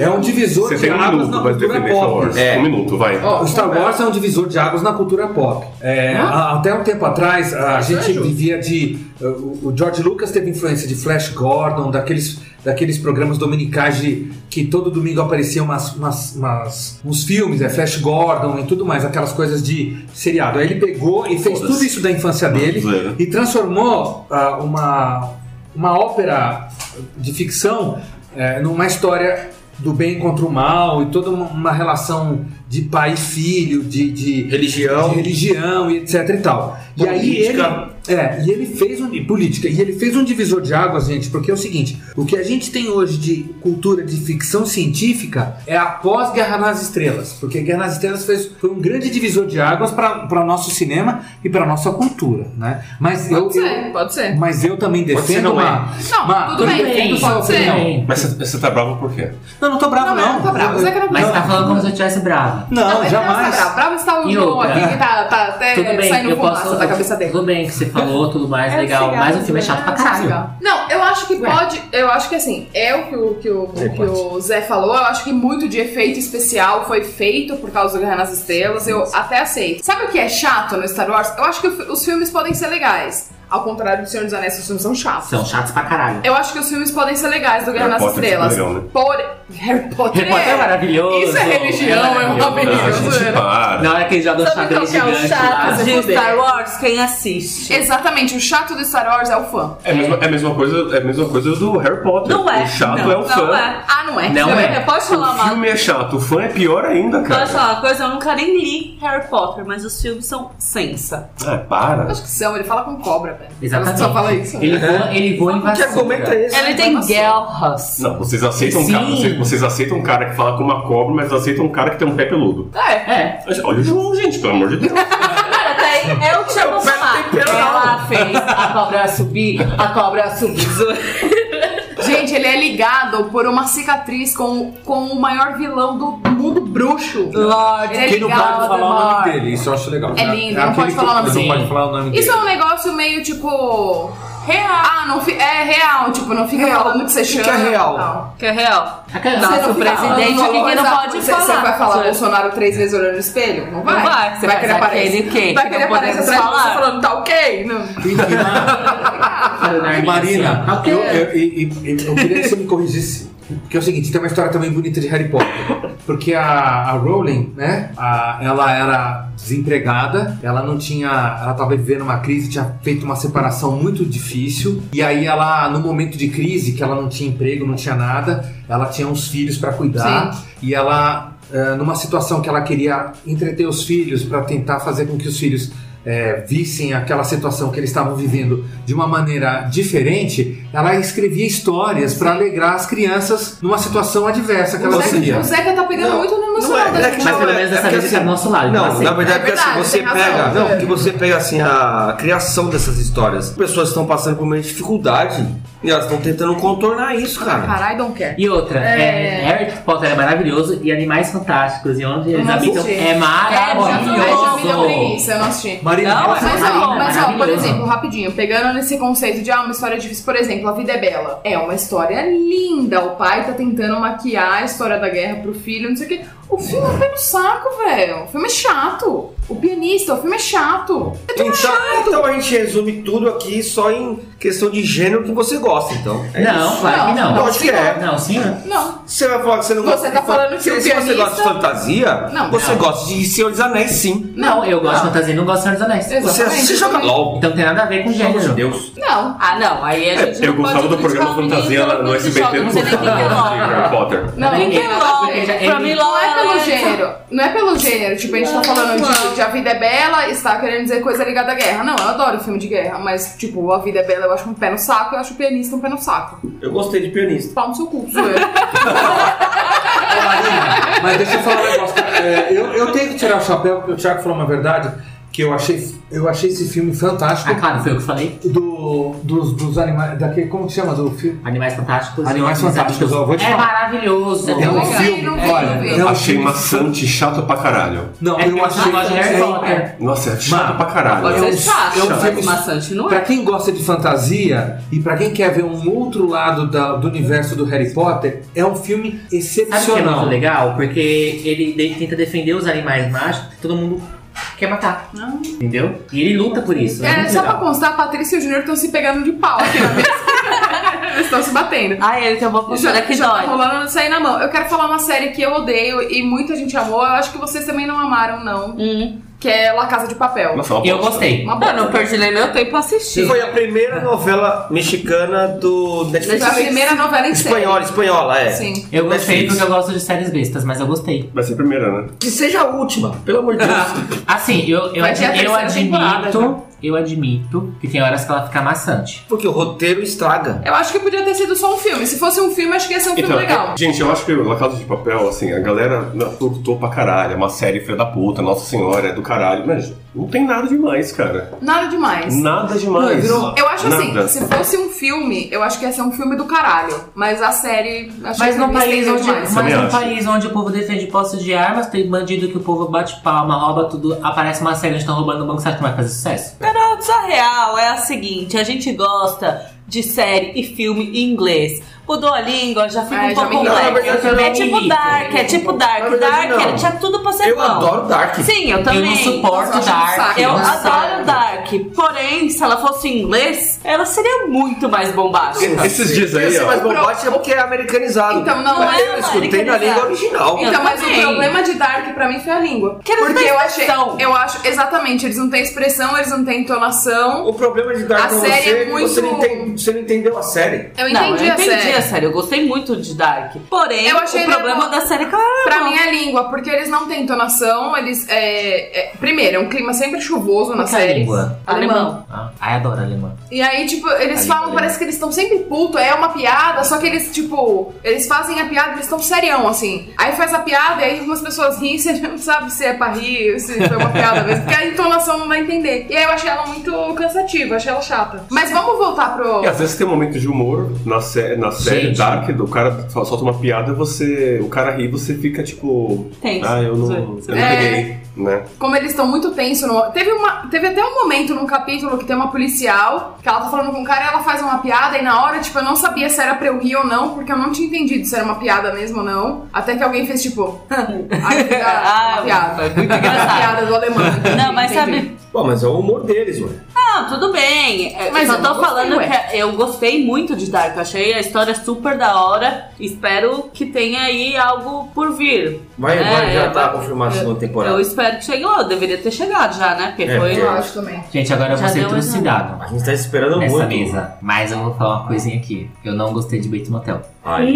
S6: é um divisor
S1: Você
S6: de
S1: tem um
S6: águas
S1: minuto
S6: na
S1: pra
S6: cultura
S2: é
S1: defender Star Wars.
S6: pop. É,
S1: Um minuto, vai.
S2: Ó,
S6: O Star Wars é um divisor de águas na cultura pop. É, a- até um tempo atrás, a gente vivia de. uh, O o George Lucas teve influência de Flash Gordon, daqueles, daqueles programas dominicais de, que todo domingo apareciam umas, umas- umas- uns filmes, é Flash Gordon e tudo mais, aquelas coisas de seriado. Aí ele pegou e fez
S4: Foda-se.
S6: tudo isso da infância dele
S1: Zoeira.
S6: e transformou ah, uma, uma ópera de ficção eh, numa história do bem contra o mal e toda uma, uma relação de pai e filho, de, de-
S4: Religião.
S6: de religião e etc e tal. E aí ele,
S4: Então, Política.
S6: é, e ele fez um e política e ele fez um divisor de águas, gente, porque é o seguinte: o que a gente tem hoje de cultura de ficção científica é a pós-Guerra nas Estrelas, porque Guerra nas Estrelas fez, foi um grande divisor de águas para o nosso cinema e para nossa cultura, né? Mas eu,
S2: Pode ser,
S6: eu
S2: pode ser.
S6: mas eu também
S4: Pode ser,
S6: defendo
S4: não é.
S6: uma,
S2: Não,
S6: uma-
S2: tudo bem,
S6: eu defendo sua
S2: pode ser.
S6: opinião.
S1: Mas você- você tá bravo por quê?
S6: Não, não tô bravo
S2: Não,
S6: não.
S2: não, não tô bravo. O Zeca não tá
S3: Mas você
S2: bravo.
S3: tá falando como se eu estivesse bravo.
S6: Não,
S2: ele
S6: jamais.
S2: Tá bravo. bravo está o
S3: E
S2: João
S3: outra?
S2: aqui que tá, tá até
S3: tudo bem,
S2: saindo
S3: eu
S2: fumaça
S3: posso.
S2: da cabeça dele. né?
S3: Tudo bem que você falou, tudo mais,
S5: É
S3: legal.
S5: legal,
S3: Mas o filme é chato pra caralho.
S2: Não, eu acho que
S3: Ué.
S2: pode. Eu acho que assim, é o que o, que o,
S6: É,
S2: que o Zé falou. Eu acho que muito de efeito especial foi feito por causa do Guerra nas Estrelas. Eu até aceito. Sabe o que é chato no Star Wars? Eu acho que o- os filmes podem ser legais. Ao contrário do Senhor dos Anéis, os filmes são chatos.
S3: São chatos pra caralho.
S2: Eu acho que os filmes podem ser legais do Guerra
S1: Harry
S2: nas
S1: Potter é
S2: Estrelas.
S1: legal, né?
S2: Por... Harry Potter,
S3: Harry Potter é maravilhoso.
S2: Isso é religião, é uma
S3: maravilhoso.
S1: Ah,
S2: beleza.
S1: gente, para.
S3: Na hora que eles jogam o
S2: Sabe
S3: xadrez
S2: qual que é o
S3: gigante
S2: chato
S3: lá.
S2: se
S5: De
S2: fuder.
S5: Star Wars, quem assiste?
S2: Exatamente, o chato do Star Wars é o fã.
S1: É a mesma, é a mesma coisa, é a mesma coisa do Harry Potter.
S5: Não é.
S1: O chato
S5: Não,
S1: é o
S5: não
S1: fã.
S5: é.
S2: Ah, não é?
S3: Não é.
S5: Eu posso falar
S1: O
S5: uma
S1: filme é chato, o fã é pior ainda, cara.
S5: Posso falar uma coisa? Eu nunca nem li Harry Potter, mas os filmes são sensa.
S1: Ah, para.
S2: Acho que são, ele fala com cobra, velho.
S3: Exatamente.
S2: Só fala isso.
S3: Ele voa, ele voa em
S4: Que
S3: vassoura.
S4: argumento é esse?
S5: Ele tem guelras.
S1: Não, vocês aceitam, um
S3: Sim.
S1: cara, vocês, vocês aceitam um cara que fala com uma cobra, mas aceitam um cara que tem um pé peludo.
S3: É.
S1: Olha o João, gente, pelo amor de Deus.
S5: Cara, tem. Eu te amo falar. Ela fez a cobra subir, a cobra subir.
S2: Gente, ele é ligado por uma cicatriz com, com o maior vilão do mundo bruxo.
S5: Lorde,
S2: Ele é
S6: Quem não pode
S2: ligado,
S6: falar o nome
S2: Lorde.
S6: dele, isso eu acho legal. né?
S2: É lindo, não
S6: aquele
S2: pode falar o nome
S6: que
S3: dele.
S6: Não pode falar o nome
S2: Isso
S6: dele.
S2: é um negócio meio tipo. Real. Ah, não fi- é real, tipo, não fica falando que você chama.
S4: que é real?
S2: tal.
S5: Que é real.
S3: Aquela-
S2: Você
S5: é Nosso
S2: não fica
S5: presidente
S2: falando
S5: aqui que não
S2: coisa-
S5: pode
S2: você,
S5: falar.
S2: Você vai falar
S5: Você-
S2: Bolsonaro três vezes olhando no espelho? Não vai.
S5: Não vai, você faz
S2: querer aparecer.
S5: aquele que-
S2: Vai
S5: que
S2: querer
S5: não
S2: aparecer
S5: podemos
S2: atrás de você
S5: falar.
S2: falando, tá ok? Não.
S6: E- e na-
S3: Aquela da Arminha,
S6: Marina,
S3: assim, ó.
S2: É.
S6: eu, eu- e- e- e- eu queria que você me corrigisse Que é o seguinte, tem uma história também bonita de Harry Potter. Porque a, a Rowling, né? a- ela era desempregada, ela não tinha. Ela tava vivendo uma crise, tinha feito uma separação muito difícil. E aí ela, no momento de crise, que ela não tinha emprego, não tinha nada, ela tinha uns filhos para cuidar. E ela, eh, numa situação que ela queria entreter os filhos para tentar fazer com que os filhos. eh, vissem aquela situação que eles estavam vivendo de uma maneira diferente, ela escrevia histórias para alegrar as crianças numa situação adversa que
S2: O
S6: ela
S2: Zeca,
S6: vivia.
S2: o Zeca tá pegando
S4: Não,
S2: muito no
S4: não é,
S2: emocional da
S4: é que-
S2: gente.
S3: Mas pelo
S4: é-
S3: menos
S4: é
S3: dessa
S4: porque
S3: vez ele tá
S4: assim-
S3: do nosso lado. então
S4: Não,
S3: aceita.
S4: na verdade,
S2: É
S4: porque assim,
S2: verdade,
S4: você
S2: tem razão.
S4: pega.
S2: É.
S4: Não, que você pega assim a criação dessas histórias. Pessoas estão passando por uma dificuldade e elas estão tentando contornar isso, cara.
S2: Caralho, don't care.
S3: E outra, é, Harry Potter é maravilhoso e Animais Fantásticos e onde eles
S2: Não
S3: habitam
S2: assisti.
S3: é
S2: Já tô- mas já me deu
S3: maravilhoso.
S2: preguiça, eu não assisti.
S6: Marina,
S3: Não,
S2: Mas,
S6: essa-
S2: ó,
S3: Maravilhoso,
S2: mas ó, por
S3: tá maravilhoso.
S2: exemplo, rapidinho, pegando nesse conceito de ah, uma história difícil, por exemplo, A Vida é Bela. É uma história linda. O pai tá tentando maquiar a história da guerra pro filho, não sei o quê. O filme é pelo saco, velho. O filme é chato. O pianista, o filme é chato.
S4: Então, então a gente resume tudo aqui só em questão de gênero que você gosta, então. É
S3: Não,
S4: isso.
S3: claro que
S2: Não,
S4: Eu
S3: não.
S4: acho que é.
S3: Não, sim.
S2: Não.
S4: Você vai falar que você não
S2: Você
S4: gosta
S2: tá
S4: de-
S2: falando que
S4: se,
S2: o
S4: se você
S2: pianista-
S4: gosta de fantasia,
S2: Não,
S4: você
S2: não.
S4: gosta de Senhor dos Anéis, sim.
S3: Não, eu gosto de
S2: Não.
S3: fantasia e não gosto de Senhor dos Anéis.
S4: Você,
S2: Exatamente. É
S4: você joga LOL.
S3: Então tem nada a ver com
S4: Pelo amor de
S3: gênero.
S4: Deus.
S2: Não.
S5: Ah, não, aí a gente
S1: É, Eu
S5: não
S1: gostava
S5: pode
S1: do programa
S5: criticar o
S1: Fantasia
S5: menino
S1: lá no
S5: pelo que
S1: SBT,
S5: joga,
S1: eu não
S5: não sei nem
S1: gostava
S5: o que é
S1: de
S5: LOL.
S1: Harry Potter.
S2: Não, não
S3: Ninguém.
S2: tem nada a ver.
S3: Ele-
S5: Pra mim, LOL
S2: Não é pelo
S5: ela-
S2: gênero. Não é pelo gênero. Tipo, a gente tá falando de, de A Vida é Bela e está querendo dizer coisa ligada à guerra. Não, eu adoro filme de guerra, mas, tipo, A Vida é Bela eu acho um pé no saco, eu acho o pianista um pé no saco.
S4: Eu gostei de pianista.
S2: Pau no seu cu, sou eu.
S6: Mas deixa eu falar um negócio. É, eu, eu tenho que tirar o chapéu, porque o Thiago falou uma verdade, que eu achei, eu achei esse filme fantástico.
S3: Ah, claro, foi eu que falei.
S6: Do, dos, dos animais. Daquele, como que chama do filme?
S3: Animais Fantásticos. e
S6: Animais
S3: Homens
S6: Fantásticos, ó, vou te
S3: É
S6: falar.
S3: maravilhoso.
S6: É um
S2: Não,
S6: filme,
S2: não vi,
S6: olha,
S2: não vi.
S6: é um
S1: Achei
S6: filme-
S1: maçante e chato pra caralho.
S6: Não,
S3: É que
S6: eu
S3: eu
S6: achei.
S3: gosto de Harry Potter.
S1: Nossa, é chato
S6: Mano,
S1: pra caralho.
S5: Pode
S6: Eu-
S5: ser chato,
S6: eu-
S5: mas maçante não
S6: Pra
S5: é.
S6: quem gosta de fantasia e pra quem quer ver um outro lado da- do universo do Harry Potter, é um filme
S3: Sabe o que é
S6: excepcional.
S3: muito legal? Porque ele de- tenta defender os animais mágicos que todo mundo quer matar. Entendeu? E ele luta por isso. É,
S2: É,
S3: muito
S2: só pra
S3: legal.
S2: constar, a Patrícia e o Júnior estão se pegando de pau aqui na mesa. Eles estão se batendo.
S5: Ai, ele tem uma postura que
S2: já tá
S5: dói.
S2: rolando sair na mão. Eu quero falar uma série que eu odeio e muita gente amou. Eu acho que vocês também não amaram, não.
S5: Hum.
S2: Que é La Casa de Papel.
S1: Nossa, uma
S3: Eu
S1: bosta.
S3: gostei.
S2: Uma
S5: Eu
S2: bosta.
S5: não perdi nem meu tempo pra assistir.
S4: Foi a primeira novela mexicana do Netflix.
S2: Foi a primeira novela em série.
S4: Espanhola, espanhola, é.
S2: Sim.
S3: Eu gostei
S4: Netflix.
S3: porque eu gosto de séries bestas, mas eu gostei.
S1: Vai ser a primeira, né?
S4: Que seja a última, pelo amor de
S2: Ah.
S4: Deus.
S3: Assim, eu, eu,
S2: Vai ter a
S3: ad- eu
S2: terceira temporada né?
S3: admito. Eu admito que tem horas que ela fica maçante.
S4: Porque o roteiro estraga.
S2: Eu acho que podia ter sido só um filme. Se fosse um filme, acho que ia
S3: Tá
S2: ser um filme legal.
S1: é- gente, eu acho que La Casa de Papel, assim, a galera não, surtou pra caralho. É uma série filha da puta, Nossa Senhora, é do caralho. Mas não tem nada demais, cara.
S2: Nada demais.
S1: Nada demais.
S6: virou-
S2: Eu acho
S1: Nada.
S2: assim, se fosse um filme, eu acho que ia ser um filme do caralho. Mas é um a série. Acho
S3: Mas
S2: que
S3: num
S2: me
S3: país
S2: estendeu
S3: onde,
S2: demais.
S3: mas
S1: Também
S3: num
S1: acho.
S3: país onde o povo defende posse de armas, tem bandido que o povo bate palma, rouba tudo, aparece uma série onde estão roubando o banco, sabe que vai fazer sucesso?
S5: Mas a real é a seguinte, a gente gosta de série e filme em inglês. Mudou a língua, já fica
S2: É,
S5: um
S2: já
S5: pouco
S2: me irrita.
S4: Não, na verdade,
S5: complexo.
S3: eu não
S5: É
S3: me
S5: tipo
S3: irrito.
S5: Dark, é tipo
S4: Na
S5: Dark.
S4: verdade,
S5: Dark,
S4: não.
S5: ele tinha tudo pra
S2: é
S5: ser
S4: Eu
S5: bom.
S4: adoro Dark.
S5: Sim, eu
S3: Eu
S5: também.
S3: não suporto
S2: Nossa, eu acho um
S3: Dark.
S2: saco.
S5: Eu
S3: Nossa.
S5: adoro Dark, porém, se ela fosse em inglês, ela seria muito mais bombástica.
S1: Esses dias aí,
S4: Esse mais
S1: ó.
S4: bombástico é porque é americanizado.
S2: Então, não,
S4: Mas
S5: é
S4: eu escutei na
S5: americanizado.
S4: língua original.
S2: Então,
S5: Eu
S2: mas
S5: também.
S2: o problema de Dark pra mim foi a língua.
S5: Que eles não
S2: Porque
S5: têm
S2: eu achei.
S5: expressão.
S2: Eu acho, exatamente, eles não têm expressão, eles não têm entonação.
S4: O problema de Dark
S2: A
S4: pra você
S2: série é
S4: que você, não
S2: muito-
S4: entende- você não entendeu a série.
S2: Eu
S5: Não,
S2: entendi
S5: eu
S2: a
S5: entendi
S2: série.
S5: a série, eu gostei muito de Dark. Porém,
S2: Eu achei
S5: o problema
S2: legal.
S5: da série é que ela era
S2: Pra
S5: boa.
S2: mim é língua, porque eles não têm entonação, eles. é, é, primeiro, é um clima sempre chuvoso na
S3: Qual que é a
S2: série.
S3: língua?
S2: Alemão.
S3: Ah, ai, adoro alemã.
S2: E aí, tipo, eles
S3: Ali,
S2: falam,
S3: ali.
S2: parece que eles estão sempre puto, é uma piada, só que eles, tipo, eles fazem a piada, eles estão serião, assim. Aí faz a piada, e aí algumas pessoas riem, você não sabe se é pra rir, se foi uma piada mesmo, porque a entonação não dá a entender. E aí eu achei ela muito cansativa, achei ela chata. Mas vamos voltar pro.
S1: E às vezes tem um momento de humor na, sé na série
S3: Gente.
S1: Dark, do cara só solta uma piada e você. O cara ri e você fica tipo.
S5: Tem.
S1: Ah, eu não, eu não
S2: É.
S1: peguei, né?
S2: Como eles estão muito tensos. No... Teve, uma... Teve até um momento num capítulo que tem uma policial que ela tá falando com um cara e ela faz uma piada. E na hora, tipo, eu não sabia se era pra eu rir ou não, porque eu não tinha entendido se era uma piada mesmo ou não. Até que alguém fez tipo. Ai, que da-
S5: Ah,
S2: uma piada.
S5: foi muito
S2: Aquela
S5: engraçado.
S2: piada do alemão.
S5: Não, mas
S2: Entendi.
S5: sabe,
S4: Pô, mas é o humor deles, ué.
S5: Não, tudo bem. É,
S2: Mas
S5: só
S2: eu
S5: tô
S2: não gostei,
S5: falando
S2: ué.
S5: que eu gostei muito de Dark. Eu achei a história super da hora. Espero que tenha aí algo por vir.
S4: Vai,
S5: É,
S4: vai, já
S5: é,
S4: tá a confirmação da
S5: Eu
S4: temporada.
S5: espero que chegue lá. Eu deveria ter chegado já, né? Porque
S4: É,
S5: foi.
S4: porque-
S2: Eu acho também.
S3: Gente, agora eu
S5: Já
S3: vou ser
S5: deu, mas não.
S3: trucidado.
S4: A gente tá esperando
S3: Nessa
S4: muito.
S3: mesa. Mas eu vou falar uma coisinha aqui. Eu não gostei de Bates Motel.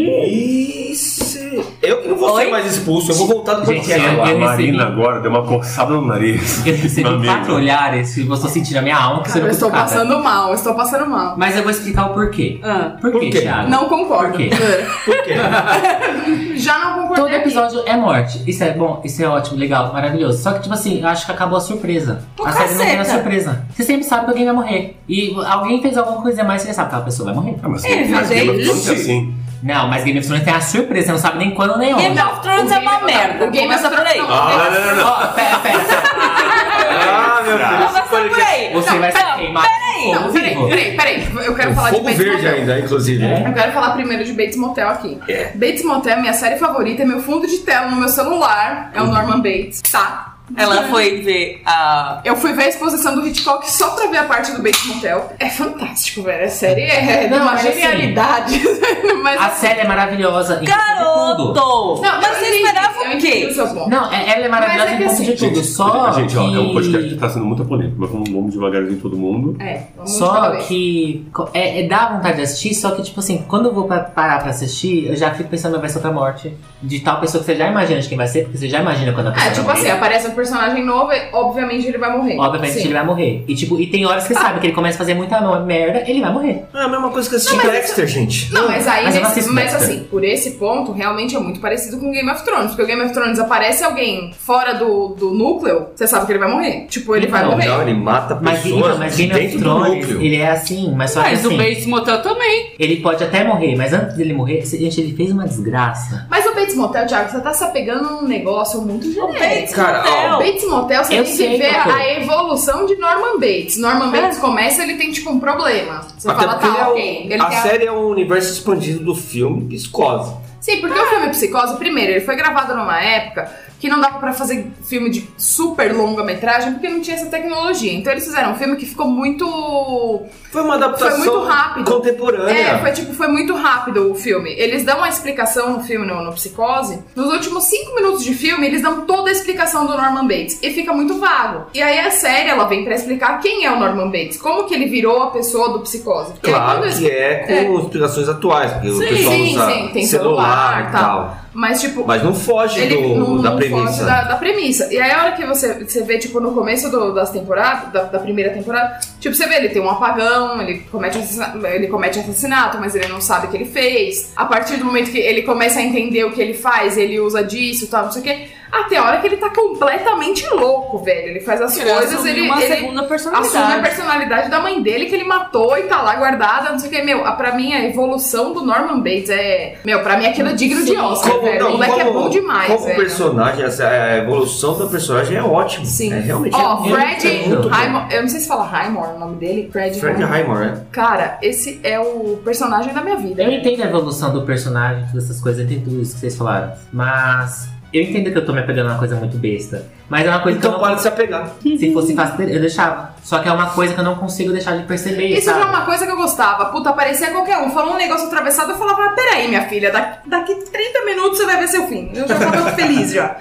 S4: Aí. cê- Eu que não vou ser
S5: Oi?
S4: mais expulso, eu vou voltar do
S3: Gente,
S4: podcast
S3: eu-
S4: agora.
S1: a
S3: recebi-
S1: Marina agora deu uma coçada no nariz.
S3: Eu recebi
S1: Meu amigo.
S3: quatro olhares e vou só sentir na minha alma que
S2: Cara,
S3: será
S2: eu estou
S3: cutucada.
S2: passando mal, eu estou passando mal.
S3: Mas eu vou explicar o porquê.
S5: Ah,
S3: Por,
S4: Por
S3: quê,
S4: quê?
S3: Thiago?
S2: Não concordo. É.
S3: Por quê?
S4: Por quê?
S2: Já não concordei.
S3: Todo episódio é morte. Isso é bom, isso é ótimo, legal, maravilhoso. Só que, tipo assim, eu acho que acabou a surpresa.
S5: Pô,
S3: a série não tem a
S5: caceta.
S3: surpresa. Você sempre sabe que alguém vai morrer. E alguém fez alguma coisa a mais, você já sabe que aquela pessoa vai morrer.
S1: Ah, mas
S5: Evidente.
S1: mas Game of Thrones é assim.
S3: Não, mas Game of Thrones tem a surpresa, você não sabe nem quando nem onde.
S5: Game of Thrones é uma merda.
S2: O Game of
S5: Começa por
S2: Thrones
S5: aí.
S2: não.
S1: Ah, não, não, não.
S3: Ó, pera, pera.
S4: Ah, meu filho, esse
S5: Começa por
S4: podcast-
S5: aí.
S3: Você vai ser
S5: pera-
S3: queimado.
S5: peraí.
S3: ao
S2: Não, peraí,
S3: vivo.
S2: peraí, peraí. Eu quero
S4: O
S2: falar de
S4: É um Fogo
S2: Bates
S4: verde
S2: Motel.
S4: ainda, inclusive. né?
S2: Eu quero falar primeiro de Bates Motel aqui.
S4: É.
S2: Bates Motel é minha série favorita, é meu fundo de tela no meu celular. É o Norman Bates, tá?
S5: Ela foi ver a.
S2: Eu fui ver a exposição do Hitchcock só pra ver a parte do Bates Motel. É fantástico, velho. A série é de
S3: Não,
S2: uma
S3: mas assim-
S2: genialidade. mas assim,
S3: A série é maravilhosa. em questão de tudo.
S5: Garoto!
S2: Não,
S5: mas você
S2: entendi,
S5: esperava
S2: eu
S5: o
S2: entendi o
S5: quê?
S2: seu ponto.
S3: Não, é- ela é maravilhosa
S2: Mas é que
S3: em ponto
S2: assim-
S3: de tudo.
S1: Gente,
S3: só
S1: gente, ó,
S3: que...
S1: é um podcast que tá sendo muito polêmico, mas vamos, vamos devagarzinho todo mundo.
S2: É, vamos falar
S3: Só
S2: dele.
S3: que co- é, é- dá vontade de assistir, só que, tipo assim, quando eu vou pra- parar pra assistir, eu já fico pensando, vai ser outra morte de tal pessoa que você já imagina de quem vai ser, porque você já imagina quando a pessoa
S2: Ah, tipo
S3: vai
S2: assim,
S3: morrer.
S2: aparece um personagem novo e obviamente ele vai morrer.
S3: Obviamente
S2: Sim.
S3: ele vai morrer. E tipo, e tem horas que você sabe que ele começa a fazer muita merda, ele vai morrer.
S4: É a mesma coisa que assistir Dexter, gente.
S2: Não, mas aí,
S4: é
S3: Mas eu não
S2: nesse-
S3: assisto
S2: mas
S3: Dexter.
S2: assim, por esse ponto, realmente é muito parecido com Game of Thrones. Porque o Game of Thrones aparece alguém fora do, do núcleo, você sabe que ele vai morrer. Tipo, ele vai
S3: Não,
S2: morrer.
S4: Não, ele mata
S3: Mas,
S4: pessoas
S3: então, mas
S4: de
S3: Game of
S4: dentro do
S3: Thrones,
S4: núcleo.
S3: ele é assim, mas só que
S5: Mas o
S3: assim,
S5: Bates Motel também.
S3: ele pode até morrer, mas antes dele morrer, gente, ele fez uma desgraça.
S2: Mas o Bates Motel, Thiago, você tá se apegando num negócio muito genérico.
S5: Bates
S4: Cara,
S2: O
S5: Motel.
S2: Bates Motel, você tem
S3: Eu
S2: que
S3: sei,
S2: ver
S3: doutor.
S2: a evolução de Norman Bates. Norman Bates começa, ele tem tipo um problema. Você
S4: Até
S2: fala,
S4: porque ele
S2: tá,
S4: é o-
S2: ok. Ele
S4: a
S2: tem a-
S4: série é o universo expandido do filme Psicose.
S2: Sim, porque o filme Psicose, primeiro, ele foi gravado numa época que não dava pra fazer filme de super longa-metragem porque não tinha essa tecnologia. Então eles fizeram um filme que ficou muito.
S4: Foi uma
S2: Foi
S4: adaptação
S2: muito rápido. É,
S4: contemporânea.
S2: foi tipo, foi muito rápido o filme. Eles dão a explicação no filme, no, no Psicose. Nos últimos cinco minutos de filme, eles dão toda a explicação do Norman Bates. E fica muito vago. E aí a série, ela vem pra explicar quem é o Norman Bates. Como que ele virou a pessoa do Psicose. Porque aí
S4: Claro
S2: quando eles-
S4: que é com explicações atuais, porque
S5: Sim,
S4: o pessoal
S2: sim,
S4: usa
S2: sim, tem
S4: celular
S2: celular,
S4: e tal.
S2: Mas tipo,
S4: Mas não foge
S2: Ele
S4: do-
S2: não,
S4: da
S2: não foge
S4: premissa.
S2: da, da premissa. E aí a hora que você, você vê, tipo, no começo do- das temporadas, da, da primeira temporada, tipo, você vê, ele tem um apagão, ele comete, um assassina- ele comete assassinato, mas ele não sabe o que ele fez. A partir do momento que ele começa a entender o que ele faz, ele usa disso e tal, não sei o quê. Até a hora que ele tá completamente louco, velho. Ele faz as coisas, ele,
S5: é uma
S2: ele
S5: segunda
S2: assume a
S5: personalidade.
S2: personalidade da mãe dele que ele matou e tá lá guardada, não sei o que. Meu, a, pra mim a evolução do Norman Bates é. Meu, pra mim aquilo é digno de Oscar,
S4: Como-
S2: velho.
S4: não,
S2: o moleque é
S4: como-
S2: bom demais,
S4: Como
S2: velho.
S4: personagem, essa- a evolução da personagem é ótima.
S2: Sim.
S4: É realmente.
S2: Ó,
S4: é muito-
S2: Fred
S4: é muito bom.
S2: Highmore, eu não sei se fala Highmore o nome dele, Fred,
S4: Fred
S2: Highmore.
S4: Highmore, né?
S2: Cara, esse é o personagem da minha vida.
S3: Eu entendo a evolução do personagem, todas essas coisas, eu entendo tudo isso que vocês falaram. Mas eu entendo que eu tô me apegando a uma coisa muito besta. Mas é uma coisa que
S4: Então
S3: eu não
S4: para de se apegar.
S3: Se fosse fácil, eu deixava. Só que é uma coisa que eu não consigo deixar de perceber,
S2: Isso já
S3: sabe?
S2: é uma coisa que eu gostava. Puta, aparecia qualquer um, falou um negócio atravessado, eu falava, "Ah, peraí, minha filha, daqui, daqui 30 minutos você vai ver seu fim. Eu já tava feliz já.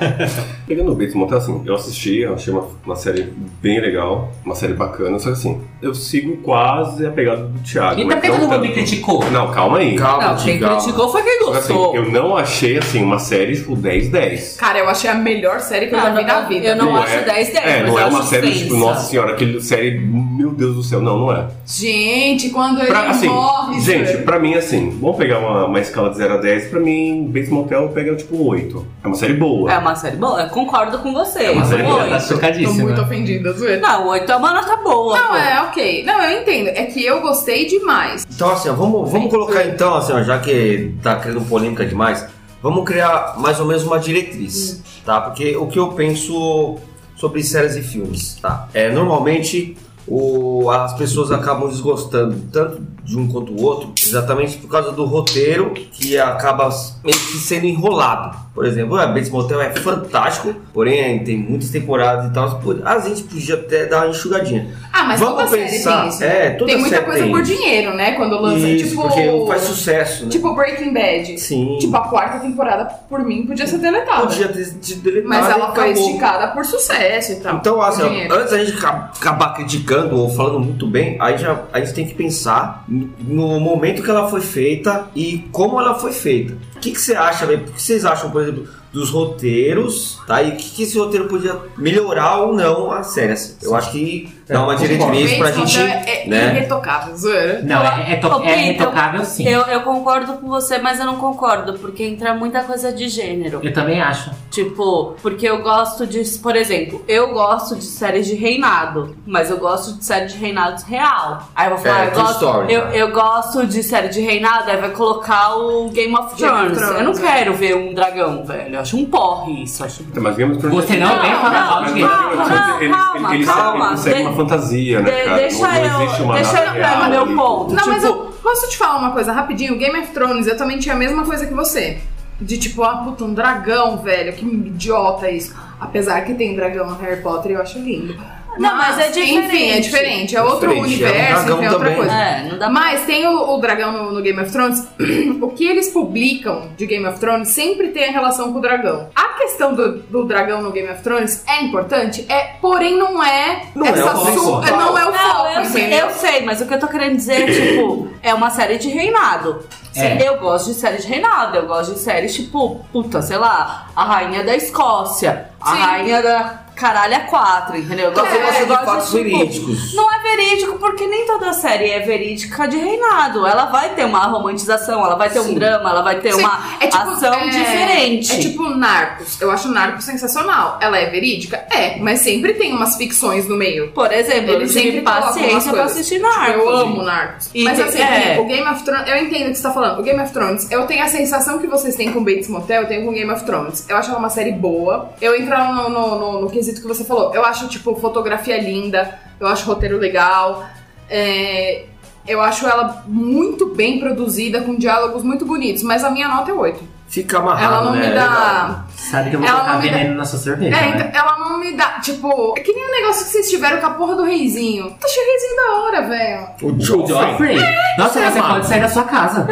S1: Pegando o Bates Motel, assim, eu assisti, eu achei uma, uma série bem legal, uma série bacana, só que assim, eu sigo quase a pegada do Thiago.
S3: E
S1: mas
S3: Então por que
S1: não
S3: todo mundo me
S1: tanto.
S3: criticou?
S1: Não, calma aí.
S4: Calma,
S5: Não, quem
S4: calma.
S5: criticou foi quem
S1: Só que, assim,
S5: gostou.
S1: eu não achei, assim, uma série, tipo, 10-10.
S2: Cara, eu achei a melhor série que eu já vi na vida.
S5: Eu não
S1: Não
S5: acho
S1: é-
S5: 10 10,
S1: É,
S5: mas
S1: não
S5: eu
S1: é uma
S5: acho
S1: série,
S5: suspensa.
S1: tipo, nossa senhora, aquele série, meu Deus do céu, não, não é.
S2: Gente, quando ele
S1: Pra- assim,
S2: morre.
S1: gente,
S2: velho.
S1: pra mim, assim, vamos pegar uma, uma escala de 0 a 10, pra mim, Bates Motel pega, tipo, 8. É uma série boa.
S5: É uma série boa, eu concordo com você.
S1: É uma série
S5: Oito.
S1: boa,
S3: tá
S2: tô
S3: chocadíssima.
S4: né?
S2: muito ofendida, zoeira.
S5: Não, oito é uma nota boa.
S2: Não,
S5: pô.
S2: é, ok. Não, eu entendo. É que eu gostei demais.
S4: Então, assim, ó, vamos, vamos colocar então, assim, ó, já que tá criando polêmica demais, vamos criar mais ou menos uma diretriz,
S2: Hum.
S4: tá? Porque o que eu penso sobre séries e filmes, tá? É, normalmente, o- as pessoas acabam desgostando tanto de um quanto o outro, exatamente por causa do roteiro que acaba meio que sendo enrolado. Por exemplo, a Bates Motel é fantástico, porém é, tem muitas temporadas e tal. pô, A gente podia até dar uma enxugadinha.
S2: Ah, mas
S4: Vamos
S2: toda série
S4: pensar.
S2: tem isso. né?
S4: é, toda
S2: tem muita
S4: série
S2: coisa
S4: tem
S2: por
S4: isso.
S2: dinheiro, né? Quando lança.
S4: Isso,
S2: tipo.
S4: porque faz sucesso, né?
S2: Tipo Breaking Bad.
S4: Sim.
S2: Tipo, a quarta temporada, por mim, podia ser deletada.
S4: podia ter sido deletado
S2: Mas
S4: e
S2: ela foi
S4: tá acabou.
S2: esticada por sucesso e tal.
S4: Então,
S2: por
S4: assim, ó,
S2: dinheiro.
S4: antes da gente ca- acabar criticando ou falando muito bem, aí já, a gente tem que pensar no- no momento que ela foi feita e como ela foi feita. O que, que você acha, velho? O que vocês acham, por exemplo, dos roteiros, tá? E o que, que esse roteiro podia melhorar ou não a série? assim? Eu acho que dá uma
S6: É,
S4: diretriz pra
S2: Bates
S4: gente.
S2: Motel é, é
S4: né?
S2: irretocável, zoeira.
S3: Não, é, é, to-
S5: Ô,
S3: é
S5: Peter,
S3: retocável sim. Eu,
S5: Eu, eu concordo com você, mas eu não concordo, porque entra muita coisa de gênero.
S3: também acho.
S5: Tipo, porque eu gosto de. Por exemplo, eu gosto de séries de reinado, mas eu gosto de série de reinados real. Aí eu vou falar,
S4: É,
S5: eu,
S4: True
S5: gosto,
S4: Story,
S5: eu,
S4: né?
S5: eu gosto de série de reinado, aí vai colocar o Game
S2: Game
S5: of
S2: of
S5: Thrones.
S2: Thrones,
S5: eu não
S2: é.
S5: quero ver um dragão, velho. Eu acho um porre isso. eu Acho...
S1: Mas Game of Thrones-
S3: Você não,
S5: Não,
S3: vem falar
S5: não,
S3: mal de
S1: Mas
S3: Game of
S5: não.
S1: Game of Thrones, eles-
S5: Calma,
S1: eles-
S5: calma,
S1: eles seguem
S5: de-
S1: uma fantasia, né,
S5: de-
S1: cara?
S5: deixa
S1: não, não
S5: eu-
S1: existe uma
S5: deixa
S1: nada
S5: eu pra-
S1: real
S5: meu
S1: ali.
S5: ponto.
S2: Não, mas
S5: Tipo-
S2: eu posso te falar uma coisa rapidinho? Game of Thrones, eu também tinha a mesma coisa que você. De tipo, ah, puta, um dragão, velho. Que idiota isso. Apesar que tem um dragão no Harry Potter, eu acho lindo.
S5: Não, mas é
S2: Enfim, é
S5: diferente.
S2: diferente. É outro
S4: Diferente, é um
S2: universo,
S4: dragão
S2: enfim, é outra
S4: também.
S2: coisa.
S5: É, não dá pra.
S2: Mas tem o, o dragão no, no Game of Thrones. o que eles publicam de Game of Thrones sempre tem a relação com o dragão. A questão do, do dragão no Game of Thrones é importante, é, porém não é
S4: Não é
S2: essa
S4: o
S2: su-
S4: principal.
S2: não é o
S5: Não,
S2: foco,
S5: eu sei,
S2: entendeu?
S5: eu sei, mas o que eu tô querendo dizer é, tipo, é uma série de reinado.
S3: É.
S5: Eu gosto de série de reinado, eu gosto de séries, tipo, puta, sei lá, a Rainha da Escócia, a
S2: Sim. É,
S5: Rainha da Caralha 4, entendeu? Eu
S4: Então
S5: gosto-
S4: você gosta
S5: eu
S4: de
S5: gosto
S4: fatos
S5: tipo,
S4: verídicos.
S5: Não é verídico porque nem toda série é verídica de reinado. Ela vai ter uma romantização, ela vai ter um drama, ela vai ter
S2: Sim,
S5: uma
S2: é tipo-
S5: ação
S2: é-
S5: diferente.
S2: É tipo Narcos. Eu acho Narcos sensacional. Ela é verídica? É, mas sempre tem umas ficções no meio.
S5: Por exemplo, eu
S2: Eles
S5: não tive
S2: sempre colocam umas
S5: paciência pra
S2: coisas.
S5: assistir
S2: Tipo,
S5: Narcos.
S2: Eu amo Narcos.
S5: E
S2: mas
S5: tem-
S2: assim,
S5: é.
S2: o Game of Thrones, eu entendo o que você tá falando. O Game of Thrones, eu tenho a sensação que vocês têm com Bates Motel, eu tenho com Game of Thrones. Eu acho ela uma série boa. Eu entro no, no, no- no quesito que você falou. Eu acho, tipo, fotografia linda, eu acho roteiro legal. é, Eu acho ela muito bem produzida, com diálogos muito bonitos, mas a minha nota é 8.
S4: Fica
S5: Ah,
S4: amarrado,
S2: Ela não
S4: né?
S2: me
S4: Legal.
S2: dá.
S3: Sabe que eu vou
S2: Ela
S3: colocar
S2: não me dá-
S3: veneno na sua cerveja,
S2: É,
S3: né?
S2: então, ela não me dá. Tipo, é que nem o negócio que vocês tiveram com a porra do reizinho. Eu achei o reizinho da hora, velho.
S4: O
S3: O
S4: Joffrey.
S3: Joffrey. Nossa,
S4: Sei
S3: você
S4: lá.
S3: pode sair da sua casa.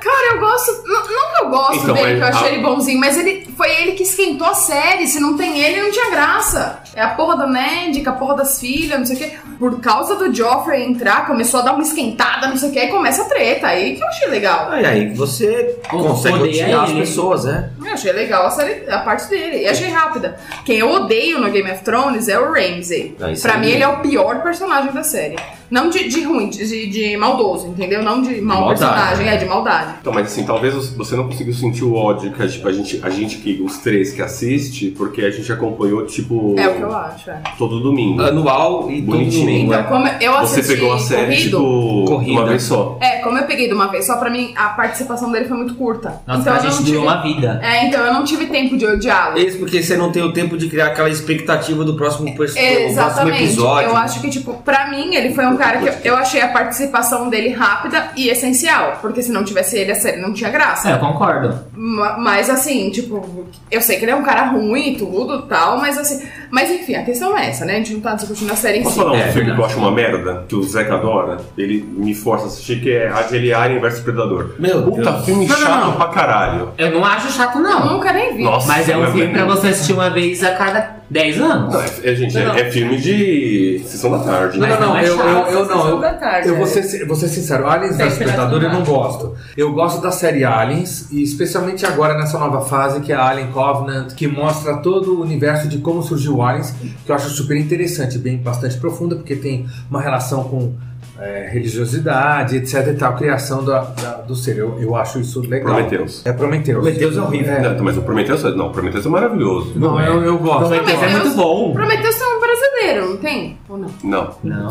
S2: Cara, eu gosto. Não, não que eu gosto
S1: Então,
S2: dele,
S1: mas
S2: que eu
S1: a-
S2: achei ele bonzinho, mas ele foi ele que esquentou a série. Se não tem ele, não tinha graça. É a porra da Mandy, com a porra das filhas, não sei o quê. Por causa do Joffrey entrar, começou a dar uma esquentada, não sei o quê, aí começa a treta. Aí que eu achei legal.
S4: Aí, Ah, aí você
S3: Ou
S4: consegue
S3: odeia
S2: é
S4: odiar as
S3: ele.
S4: pessoas, né?
S2: Eu achei legal a, série- a parte dele. E achei rápida. Quem eu odeio no Game of Thrones é o Ramsay.
S4: Ah, isso
S2: Pra
S4: aí.
S2: mim, ele é o pior personagem da série. Não de, de ruim, de, de maldoso, entendeu? Não de mau
S4: maldade.
S2: personagem, é de maldade.
S1: Então, mas assim, talvez você não conseguiu sentir o ódio que tipo, a gente, a gente que, os três que assiste, porque a gente acompanhou, tipo,
S2: É o que eu acho, é.
S1: todo domingo.
S4: anual e todo
S1: Bonitinho.
S4: domingo.
S2: Então,
S4: é.
S2: como eu
S1: Você
S2: assisti
S1: pegou a série,
S2: corrido,
S1: tipo,
S4: Corrida.
S1: uma vez só.
S2: É, como eu peguei de uma vez, só pra mim a participação dele foi muito curta.
S3: Nossa,
S2: então
S3: a
S2: eu não
S3: gente
S2: tive...
S3: durou uma vida.
S2: É, então eu não tive tempo de odiá-lo.
S4: É Isso porque você não tem o tempo de criar aquela expectativa do próximo, pers- do próximo
S2: É, Exatamente.
S4: episódio.
S2: Eu acho que, tipo, pra mim, ele foi um cara que eu, eu achei a participação dele rápida e essencial. Porque se não tivesse ele, a série não tinha graça.
S3: É, eu concordo.
S2: Ma- Mas assim, tipo, eu sei que ele é um cara ruim e tudo tal, mas assim. Mas enfim, a questão é essa, né? A gente não tá discutindo a série em
S1: Posso
S2: si.
S1: falar um
S4: É,
S1: filme que
S4: verdade.
S1: eu acho uma merda? Que o Zeca adora, ele me força a assistir, que é Aquele Alien vs Predador.
S4: Meu
S1: Puta
S4: Deus.
S1: filme
S3: Não, não,
S1: chato
S3: não.
S1: pra caralho.
S3: Eu não acho chato,
S2: Eu
S3: não.
S2: nunca nem vi.
S1: Nossa,
S3: Mas é um
S1: mas-
S3: filme pra você assistir uma vez a cada 10 anos.
S1: Não, é, é, gente, é-
S5: Não, não.
S1: é filme de sessão da tarde.
S6: Não,
S1: né?
S6: não, não,
S3: Mas
S6: eu,
S3: não é
S6: eu,
S3: chato,
S6: eu não.
S5: sessão da
S6: Eu,
S5: tarde,
S6: eu vou,
S5: é.
S3: né?
S6: ser, si- vou ser sincero, Aliens
S5: Tem
S6: vs
S5: pedaço
S6: Predador
S5: do
S6: eu não
S5: nada.
S6: gosto. Eu gosto da série Aliens, e especialmente agora nessa nova fase que é a Alien Covenant, que mostra todo o universo de como surgiu o Aliens, que eu acho super interessante, bem bastante profunda, porque tem uma relação com é, religiosidade, etc e tal, criação da, da- do ser. Eu, eu acho isso legal.
S1: Prometheus.
S6: É Prometheus.
S4: Prometheus é horrível.
S6: É.
S1: Não, mas o Prometheus, é- não, o Prometheus é maravilhoso.
S6: Não, eu, eu gosto.
S3: Também, mas é muito bom.
S2: Prometeu ser um brasileiro, não tem? Ou não?
S1: Não.
S3: Não.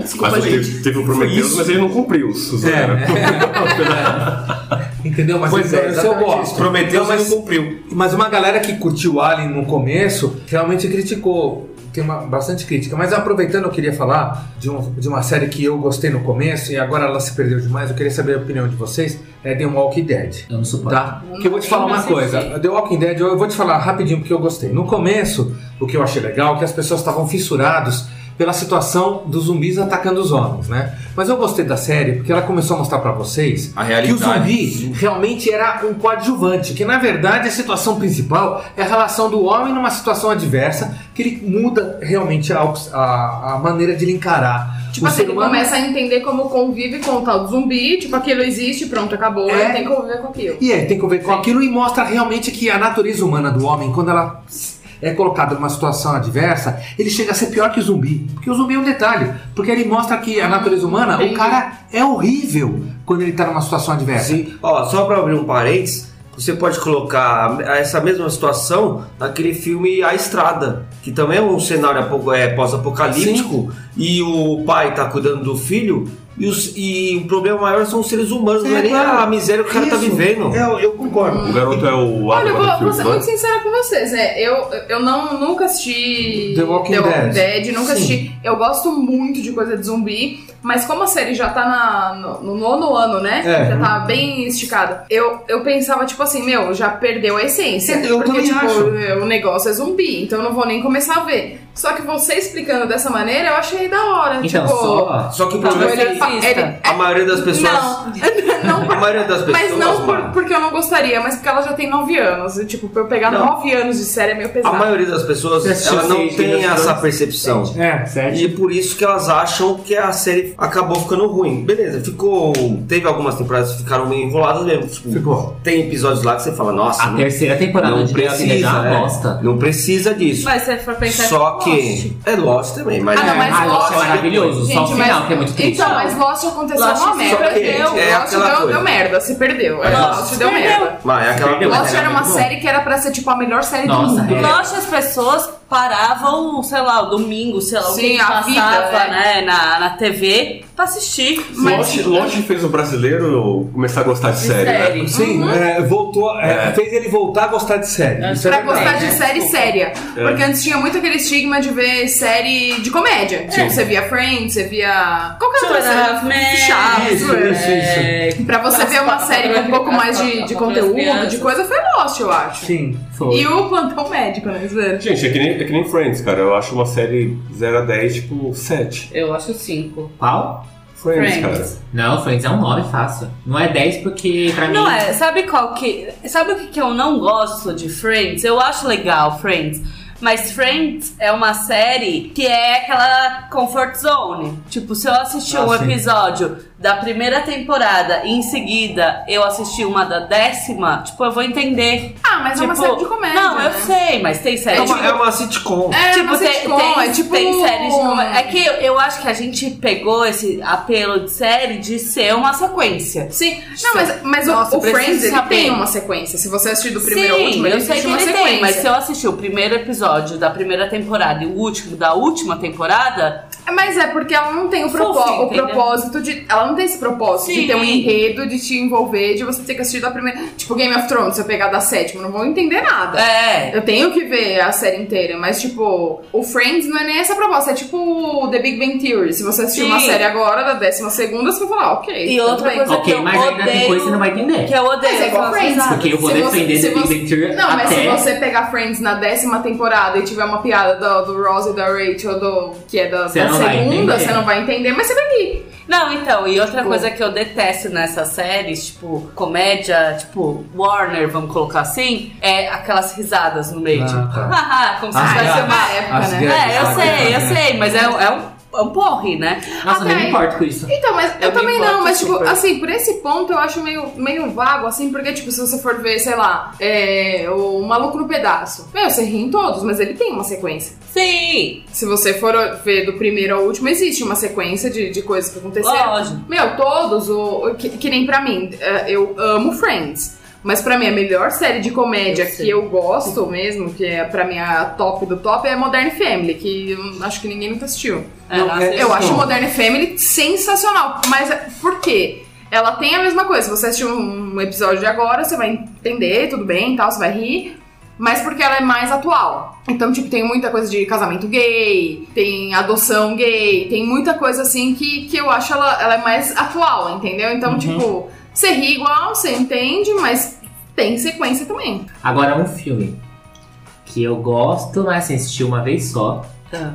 S2: Desculpa,
S1: Mas
S2: gente.
S1: teve, teve o Prometheus,
S4: Isso.
S1: mas ele não cumpriu os os-
S6: É. Entendeu? Mas
S4: Pois
S6: então,
S4: é,
S6: isso eu
S4: exatamente
S6: gosto.
S4: isso. Prometeu,
S6: Então,
S4: mas não cumpriu.
S6: Mas uma galera que curtiu Alien no começo realmente criticou. tem uma, bastante crítica. Mas aproveitando, eu queria falar de, um- de uma série que eu gostei no começo e agora ela se perdeu demais. Eu queria saber a opinião de vocês. É The Walking Dead.
S3: Eu não suporto.
S6: Tá? Porque eu vou te falar uma
S2: assisti.
S6: coisa. The Walking Dead, eu vou te falar rapidinho porque eu gostei. No começo, o que eu achei legal é que as pessoas estavam fissuradas pela situação dos zumbis atacando os homens, né? Mas eu gostei da série porque ela começou a mostrar pra vocês
S4: A
S6: que o
S4: realidade.
S6: zumbi realmente era um coadjuvante, que na verdade a situação principal é a relação do homem numa situação adversa, que ele muda realmente a, ops- a- a maneira de ele encarar.
S2: Tipo
S6: o
S2: assim,
S6: ser
S2: ele
S6: humano
S2: começa a entender como convive com o tal do zumbi, tipo, aquilo existe, pronto, acabou,
S6: É.
S2: ele tem que conviver com aquilo.
S6: E aí tem que ver com aquilo e mostra realmente que a natureza humana do homem, quando ela é colocada numa situação adversa, ele chega a ser pior que o zumbi. Porque o zumbi é um detalhe. Porque ele mostra que a natureza humana, o
S2: entendi.
S6: cara é horrível quando ele tá numa situação adversa.
S4: Sim. Ó, só pra abrir um parênteses, você pode colocar essa mesma situação naquele filme A Estrada, que também é um cenário apo- é, pós-apocalíptico, e o pai tá cuidando do filho, e, os- e o problema maior são os seres humanos, não é
S6: É,
S4: nem
S6: claro.
S4: a miséria que o cara tá
S6: Isso. É.
S4: vivendo.
S6: Eu, eu concordo.
S1: O garoto é o
S2: Olha,
S1: Adam
S2: eu vou, vou
S1: Butterfield,
S2: ser
S1: não é?
S2: muito sincera com vocês. É, eu, eu não, nunca assisti
S6: The Walking Dead.
S2: nunca
S6: Sim.
S2: assisti. Eu gosto muito de coisa de zumbi, mas como a série já tá na- no, no nono ano, né?
S6: É.
S2: Já tá bem esticada. Eu, eu pensava, tipo assim, meu, já perdeu a essência.
S6: Eu
S2: porque,
S6: também
S2: tipo,
S6: acho.
S2: o negócio é zumbi, então eu não vou nem começar a ver. Só que você explicando dessa maneira, eu achei da hora.
S3: Então,
S2: tipo,
S3: só.
S4: Só que o
S5: Tá,
S4: problema
S5: mas
S4: é que
S5: ele- Fascista.
S4: a maioria das pessoas.
S5: Não.
S2: não
S4: A maioria das pessoas.
S2: Mas não por- porque eu não gostaria, mas porque ela já tem 9 anos. E, tipo, pra eu pegar
S4: Não.
S2: 9 anos de série é meio
S4: A
S2: pesado.
S4: maioria das
S3: Você
S4: pessoas,
S3: assistiu
S4: ela não
S3: seis
S4: tem
S3: Game of
S4: essa
S3: Thrones?
S4: percepção.
S2: Hum.
S6: É, sete.
S4: E por isso que elas acham que a série acabou ficando ruim. Beleza, ficou. Teve algumas temporadas que ficaram meio enroladas mesmo. Tipo,
S6: Ficou.
S4: Tem episódios lá que você fala, nossa,
S3: A terceira temporada
S4: né? não
S3: de The Walking Dead é
S4: precisa.
S3: uma
S4: é.
S3: bosta.
S4: Não precisa disso.
S5: Mas se for pensar
S4: Só
S5: é
S4: que. É Lost também, mas.
S2: Ah, não, mas
S3: Ah, Lost
S2: Lost-
S3: é maravilhoso, só o final que é muito triste.
S2: Então, mas Lost aconteceu
S5: Lost
S2: uma
S5: se
S2: merda.
S5: perdeu.
S4: É
S2: Lost
S4: aquela
S2: deu,
S4: coisa.
S2: deu merda, se perdeu. É,
S5: Lost
S2: Lost,
S5: se
S2: deu
S5: perdeu.
S2: merda.
S4: Mas é aquela
S3: Perdeu,
S4: coisa.
S2: Lost era uma
S3: muito bom.
S2: série que era pra ser, tipo, a melhor série
S3: Nossa,
S2: do mundo.
S3: é.
S5: Lógico, as pessoas paravam, sei lá, o domingo, sei lá, o
S2: Sim,
S5: que que
S2: a
S5: passava
S2: vida, é.
S5: né, na, na TV pra assistir.
S1: Lost, Lost fez o brasileiro começar a gostar de
S5: De
S1: série, né?
S5: série.
S6: Sim,
S2: Uhum.
S6: é, voltou, é,
S1: É.
S6: fez ele voltar a gostar de série. Isso é
S2: Pra gostar
S6: verdade.
S2: de série séria.
S1: É.
S2: Porque antes tinha muito aquele estigma de ver série de comédia. Tipo, você via Friends, você via. Qualquer
S5: Two
S2: outra
S5: and a Half Men,
S2: série. Chaves. né?
S6: Isso, isso, isso.
S5: é,
S2: Pra você ver uma série com um pouco mais de, de conteúdo, de coisa, foi Lost, eu acho.
S6: Sim, foi.
S2: E o plantão médico, né? Zero.
S1: Gente, é que, nem, é que nem Friends, cara. Eu acho uma série 0 a 10, tipo 7.
S5: Eu acho cinco.
S3: Qual?
S1: Friends,
S5: Friends.
S1: cara.
S3: Não, Friends é um 9 fácil. Não é 10 porque pra
S5: Não
S3: mim.
S5: é, sabe qual que. Sabe o que, que eu não gosto de Friends? Eu acho legal Friends. Mas Friends é uma série que é aquela comfort zone. Tipo, se eu assistir
S6: Ah,
S5: um
S6: sim.
S5: episódio da primeira temporada e em seguida eu assistir uma da décima, tipo, eu vou entender.
S2: Ah, mas é uma
S5: Tipo,
S2: série de comédia.
S5: Não, eu
S2: né?
S5: sei, mas tem série
S4: É
S5: de
S4: uma, é uma sitcom.
S2: tipo, É,
S5: tipo,
S2: mas
S5: tem,
S2: sitcom,
S5: tem,
S2: é tipo-
S5: tem séries de comédia. É que eu, eu acho que a gente pegou esse apelo de série de ser uma sequência.
S2: Sim, não, mas, mas o-
S5: Nossa,
S2: o,
S5: preciso
S2: Friends ele
S5: saber.
S2: tem uma sequência. Se você assistir do primeiro ao último, ele
S5: eu sei
S2: existe
S5: que
S2: uma
S5: ele
S2: sequência.
S5: tem, mas se eu assistir o primeiro episódio da primeira temporada e o último da última temporada,
S2: Mas é porque ela não tem o,
S5: Fofinho,
S2: propó- o
S5: entendeu?
S2: propósito de. Ela não tem esse propósito
S5: Sim.
S2: de ter um enredo, de te envolver, de você ter que assistir da primeira. Tipo, Game of Thrones, se eu pegar da sétima, eu não vou entender nada.
S5: é.
S2: Eu tenho que ver a série inteira, mas tipo, o Friends não é nem essa proposta, é tipo o The Big Bang Theory. Se você assistir
S5: Sim.
S2: uma série agora, da décima segunda, você vai falar, ok.
S5: E
S2: tudo
S5: outra
S2: bem.
S5: coisa
S3: Ok,
S5: que eu
S3: mas ainda tem
S5: odeio-
S3: coisa que você não vai entender.
S5: Que eu odeio.
S2: Mas é igual
S5: aquelas
S2: Friends.
S5: risadas.
S3: Porque eu vou
S2: Se você-
S3: defender
S2: se
S3: The Big
S2: você-
S3: Bang Theory
S2: Não, mas se
S3: até-
S2: você pegar Friends na décima temporada e tiver uma piada do, do Ross e da Rachel, do, que é da, da
S3: Você não vai
S2: segunda,
S3: entender.
S2: você não vai entender, mas você vai rir.
S5: Não, então, e outra
S2: Tipo-
S5: coisa que eu detesto nessas séries, tipo, comédia, tipo, Warner, vamos colocar assim, é aquelas risadas no meio,
S6: Ah,
S5: tipo,
S6: tá.
S5: haha, como se
S6: Ah,
S5: tivesse
S6: é.
S5: uma época,
S6: As
S5: né?
S6: gags,
S5: é, eu
S6: as
S5: sei, eu
S6: gags, né?
S5: sei, mas é, um- é um, é um porre, né?
S3: Nossa, eu nem
S2: Até-
S3: me importo com isso.
S2: Então, mas eu,
S5: Eu me
S2: também não,
S5: boto
S2: mas tipo,
S5: super.
S2: assim, por esse ponto eu acho meio, meio vago, assim, porque tipo, se você for ver, sei lá, é, o Maluco no Pedaço, meu, você ri em todos, mas ele tem uma sequência.
S5: Sim,
S2: Se você for ver do primeiro ao último, existe uma sequência de, de coisas que aconteceram.
S5: lógico.
S2: Meu, todos, o, o que, que nem pra mim, é, eu amo Friends. Mas pra mim, a melhor série de comédia
S5: Eu sei.
S2: que eu gosto mesmo, que é pra mim a top do top, é Modern Family, que hum, acho que ninguém nunca assistiu.
S5: É,
S6: Não,
S5: não
S6: é-
S5: sei.
S2: Eu
S6: Sim.
S2: acho Modern Family sensacional. Mas é- por quê? Ela um tem a mesma coisa. Se você assistir um episódio de agora, você vai entender, tudo bem e tal, você vai rir. mas porque ela é mais atual. Então, tipo, tem muita coisa de casamento gay, tem adoção gay, tem muita coisa assim que, que eu acho ela, ela é mais atual, entendeu? Então,
S3: Uhum.
S2: tipo, você ri igual, você entende, mas tem sequência também.
S3: Agora, um filme que eu gosto, mas assim, assisti uma vez só.
S5: Ah.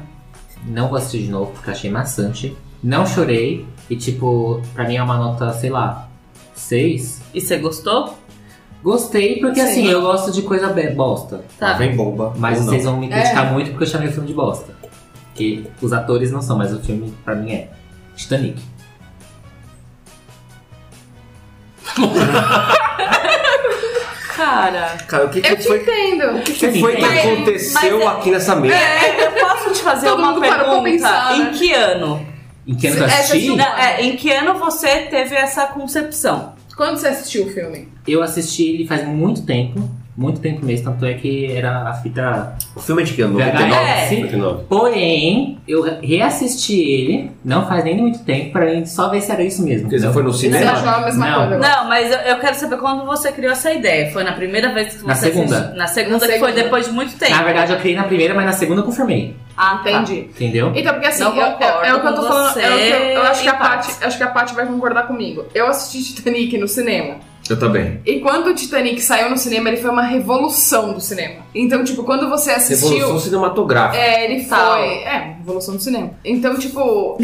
S3: Não vou assistir de novo porque achei maçante. Não chorei. E, tipo, pra mim é uma nota, sei lá, 6.
S5: E você gostou?
S3: Gostei porque,
S2: Sim.
S3: assim, eu gosto de coisa be- bosta.
S5: Tá.
S4: Lá vem bomba.
S3: Mas
S4: ou não.
S3: vocês vão me
S2: É.
S3: criticar muito porque eu chamei o filme de bosta. Que os atores não são, mas o filme, pra mim, é Titanic.
S5: Cara.
S4: Cara, o que,
S2: Eu
S4: que
S2: te
S4: foi,
S2: entendo.
S4: o que, que, foi que
S5: Mas-
S4: aconteceu
S5: mas é-
S4: aqui nessa mesa?
S5: É, eu posso te fazer
S2: Todo
S5: uma
S2: mundo parou pra
S5: pergunta.
S2: pensar, né?
S5: Em que ano?
S3: Em que ano que eu
S2: É, vocês
S3: assisti?
S2: julgam.
S5: Na- é, em que ano você teve essa concepção?
S2: Quando você assistiu o filme?
S3: Eu assisti ele faz muito tempo. Muito tempo mesmo, tanto é que era a fita
S4: O filme é de que ano?
S5: É.
S3: 99.
S1: 59.
S3: Porém, eu reassisti ele, não faz nem muito tempo, pra mim só ver se era isso mesmo.
S4: Quer dizer,
S3: Não.
S4: foi no
S2: Você
S4: cinema?
S3: Não.
S2: achou a mesma
S3: Não.
S2: coisa?
S5: Não, mas eu, eu quero saber quando você criou essa ideia. Foi na primeira vez que você
S3: Na segunda.
S5: assistiu- Na segunda,
S2: Na
S5: que foi
S2: segunda.
S5: depois de muito tempo.
S3: Na verdade, eu criei na primeira, mas na segunda eu confirmei.
S5: ah, tá.
S2: Entendi.
S3: Entendeu?
S2: Então, porque assim,
S5: Não
S2: eu- eu- é o que eu tô
S5: concordo com
S2: falando. é o que eu, eu acho,
S5: você,
S2: que a
S5: e
S2: Paty,
S5: Paty.
S2: acho que a Paty vai concordar comigo. Eu assisti Titanic no cinema.
S4: Eu também.
S2: E quando o Titanic saiu no cinema, ele foi uma revolução do cinema. Então, tipo, quando você
S4: Revolução
S2: assistiu.
S4: cinematográfica.
S2: É, ele
S5: Tal.
S2: foi. É, revolução do cinema. Então, tipo.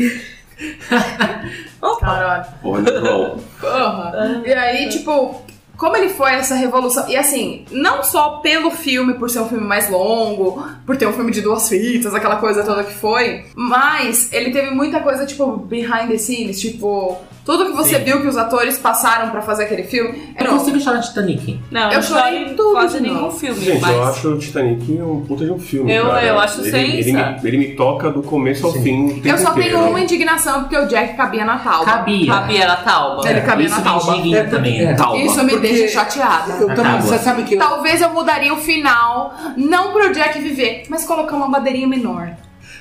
S2: Caralho.
S1: Olha, bom.
S2: Porra. E aí, tipo, como ele foi essa revolução? E assim, não só pelo filme, por ser um filme mais longo, por ter um filme de duas fitas, aquela coisa toda que foi, mas ele teve muita coisa, tipo, behind the scenes, tipo. Tudo que você
S3: Sim.
S2: viu que os atores passaram pra fazer aquele filme. é
S3: Eu não consigo chorar Titanic.
S5: Não, eu,
S2: Eu
S5: não
S2: chorei
S5: chorei em
S2: tudo
S5: quase
S2: de
S5: nenhum
S2: novo.
S5: filme.
S1: Gente,
S5: mas...
S1: eu acho o Titanic um puta de um filme.
S5: Eu-
S1: cara.
S5: eu acho
S1: ele,
S5: sem
S1: ele,
S5: saco.
S1: me, ele me toca do começo ao
S3: Sim.
S1: fim. o tempo
S2: Eu só
S1: inteiro.
S2: tenho
S6: né?
S2: uma indignação, porque o Jack cabia na palma.
S3: Cabia.
S5: Fabiana Talba.
S2: Ele cabia na
S3: isso me
S2: palma.
S3: indigna também. né?
S6: É.
S4: Talma.
S2: Isso me
S6: Porque-
S2: deixa chateada.
S6: Eu também,
S3: Acabou.
S6: você sabe que eu,
S2: Talvez eu mudaria o final, não pro Jack viver, mas colocar uma bandeirinha menor.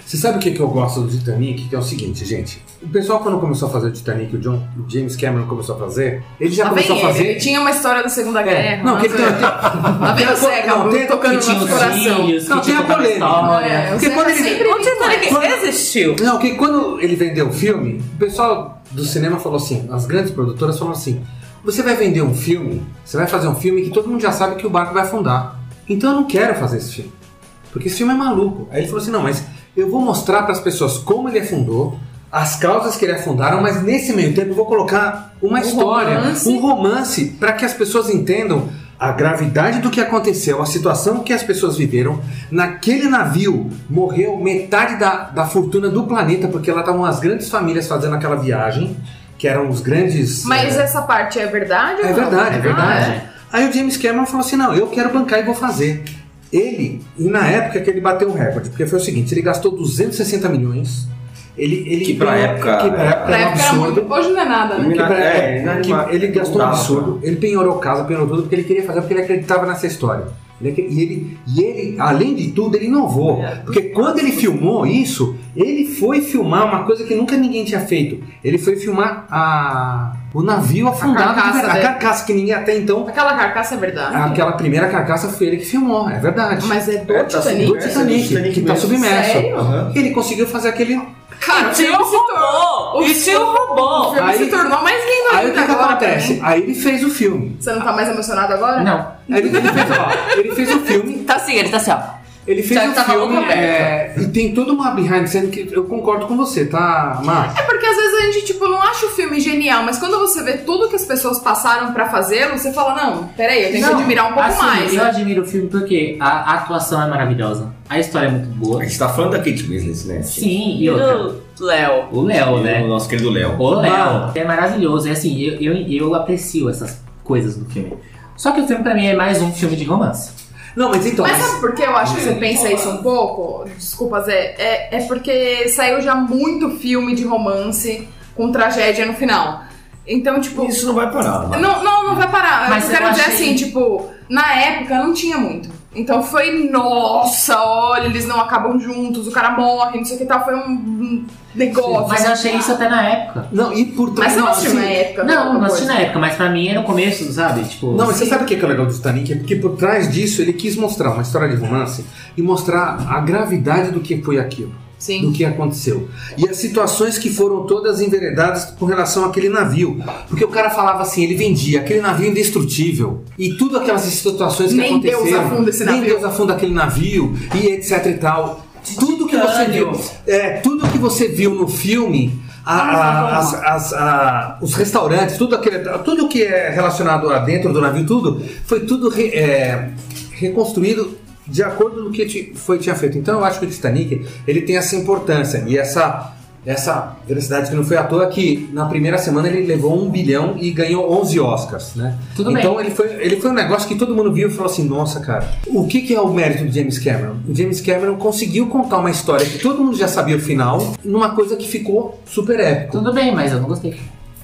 S6: Você sabe o que, que eu gosto do Titanic? Que é o seguinte, gente. O pessoal, quando começou a fazer o Titanic, o, John, o James Cameron começou a fazer, ele já
S2: Lá vem
S6: começou
S2: ele.
S6: a fazer.
S2: Tá
S6: É.
S2: ele é tinha uma história da Segunda Guerra.
S6: Não,
S2: lá
S6: que ele
S2: vem-
S6: tem,
S2: Lá vem o Zeca,
S6: não, tem-
S2: tocando
S3: Que tinha
S2: no
S3: os
S2: coração.
S3: filhos,
S6: Não,
S3: que tinha
S6: tem a
S3: toda a
S6: polêmica.
S2: É,
S3: história.
S2: o
S6: Porque
S2: Zeca
S6: quando ele-
S2: sempre
S5: Onde tá?
S2: vinha-
S5: será que existiu?
S6: Não, que quando ele vendeu o filme, o pessoal do cinema falou assim, as grandes produtoras falaram assim: você vai vender um filme, você vai fazer um filme que todo mundo já sabe que o barco vai afundar. Então eu não quero fazer esse filme. Porque esse filme é maluco. Aí ele falou assim: não, mas eu vou mostrar para as pessoas como ele afundou, as causas que ele afundaram, mas nesse meio tempo eu vou colocar uma história,
S2: romance.
S6: um romance, para que as pessoas entendam a gravidade do que aconteceu, a situação que as pessoas viveram. Naquele navio morreu metade da, da fortuna do planeta, porque lá estavam as grandes famílias fazendo aquela viagem, que eram os grandes.
S2: Mas
S6: eh,
S2: essa parte é verdade ou
S6: é
S2: não?
S6: verdade, é
S2: Ah,
S6: verdade. Aí o James Cameron falou assim: não, eu quero bancar e vou fazer. Ele, e na época que ele bateu o recorde, porque foi o seguinte: ele gastou 260 milhões. Ele, ele
S4: Que pra época-
S6: que pra época
S2: Ah, Na época
S6: era um
S2: era
S6: absurdo.
S2: muito... Hoje não é nada, né?
S6: Que pra-
S4: É,
S6: que
S4: animal-
S6: ele gastou um
S4: não dava.
S6: absurdo, ele penhorou casa, penhorou tudo, porque ele queria fazer, porque ele acreditava nessa história. Ele acre- E ele, e ele, além de tudo, ele inovou.
S2: É,
S6: Porque quando ele filmou isso, ele foi filmar uma coisa que nunca ninguém tinha feito. Ele foi filmar a, o navio afundado, de
S2: carcaça
S6: verdade, a
S2: dele.
S6: carcaça que ninguém até então.
S2: Aquela carcaça é verdade.
S6: Ah, Aquela primeira carcaça foi ele que filmou, é verdade.
S2: Mas é do
S4: É, tá
S2: Titanic.
S6: do Titanic,
S4: Titanic
S6: que tá
S4: mesmo.
S6: submerso.
S2: Sério?
S4: Aham.
S6: Ele conseguiu fazer aquele
S2: Cara,
S5: E tinha um robô! E tinha um
S2: O
S5: robô!
S2: filme
S6: Aí-
S2: se tornou mais lindo
S6: Aí o
S2: ainda
S6: que, que
S2: agora
S6: acontece? Aí ele fez o filme.
S2: também. Você não tá mais emocionado agora?
S3: Não.
S6: Aí ele, ele fez, ó, ele fez o filme.
S3: Tá assim, ele tá assim, ó.
S6: Ele fez
S2: Já
S6: o
S2: tá
S6: filme.
S2: maluco,
S6: é, e tem toda uma behind the scene que eu concordo com você, tá, Mar?
S2: É porque às vezes a gente, tipo, não acha o filme genial, mas quando você vê tudo que as pessoas passaram pra fazê-lo, você fala, não, peraí, eu tenho
S3: Não,
S2: que admirar um pouco
S3: assim,
S2: mais.
S3: Eu admiro o filme porque a atuação é maravilhosa, a história é muito boa.
S4: A gente tá falando da Kate Winslet, né?
S3: Sim, e
S5: E
S3: outra.
S5: o Léo.
S3: O Léo, né?
S4: O nosso querido Léo.
S3: O Léo é maravilhoso. É assim, eu, eu, eu aprecio essas coisas no filme. Só que o filme pra mim é mais um filme de romance.
S6: Não, mas então.
S2: Mas sabe por que eu acho que você pensa isso um pouco? Desculpa, Zé. É, é porque saiu já muito filme de romance com tragédia no final. Então, tipo.
S4: Isso não vai parar. mano.
S2: Não, não, não vai parar.
S3: Mas
S2: eu quero
S3: eu
S2: dizer
S3: achei-
S2: assim, tipo, na época não tinha muito. Então foi, nossa, olha, eles não acabam juntos, o cara morre, não sei o que tal, foi um, um negócio.
S3: Mas eu achei isso até na época.
S6: Não, e por
S2: Mas você não
S6: assim,
S2: assistiu na época?
S3: Não, não
S2: Alguma Tá
S3: assisti
S2: coisa?
S3: na época, mas pra mim era o começo, sabe? Tipo.
S6: Não, mas você sabe o que é que é legal do Titanic? É porque por trás disso ele quis mostrar uma história de romance e mostrar a gravidade do que foi aquilo, do
S2: Sim.
S6: que aconteceu. E as situações que foram todas enveredadas com relação àquele navio. Porque o cara falava assim, ele vendia aquele navio indestrutível. E tudo aquelas situações que
S2: Nem Deus
S6: aconteceram.
S2: afunda esse
S6: Nem
S2: navio.
S6: Deus afunda aquele navio e etc e tal. Tudo que você viu, é, tudo que você viu no filme, a-
S3: Ah,
S6: a-
S3: é
S6: as- as- a- os restaurantes, tudo aquele, tudo que é relacionado a dentro do navio, tudo foi tudo re- é, reconstruído de acordo com o que ti- foi tinha feito. Então eu acho que o Titanic ele tem essa importância e essa essa velocidade que não foi à toa que na primeira semana ele levou um bilhão e ganhou 11 Oscars, né?
S3: Tudo bem.
S6: então ele foi, ele foi um negócio que todo mundo viu e falou assim: nossa, cara, o que, que é o mérito do James Cameron? O James Cameron conseguiu contar uma história que todo mundo já sabia o final, numa coisa que ficou super épica.
S3: Tudo bem, mas eu não gostei.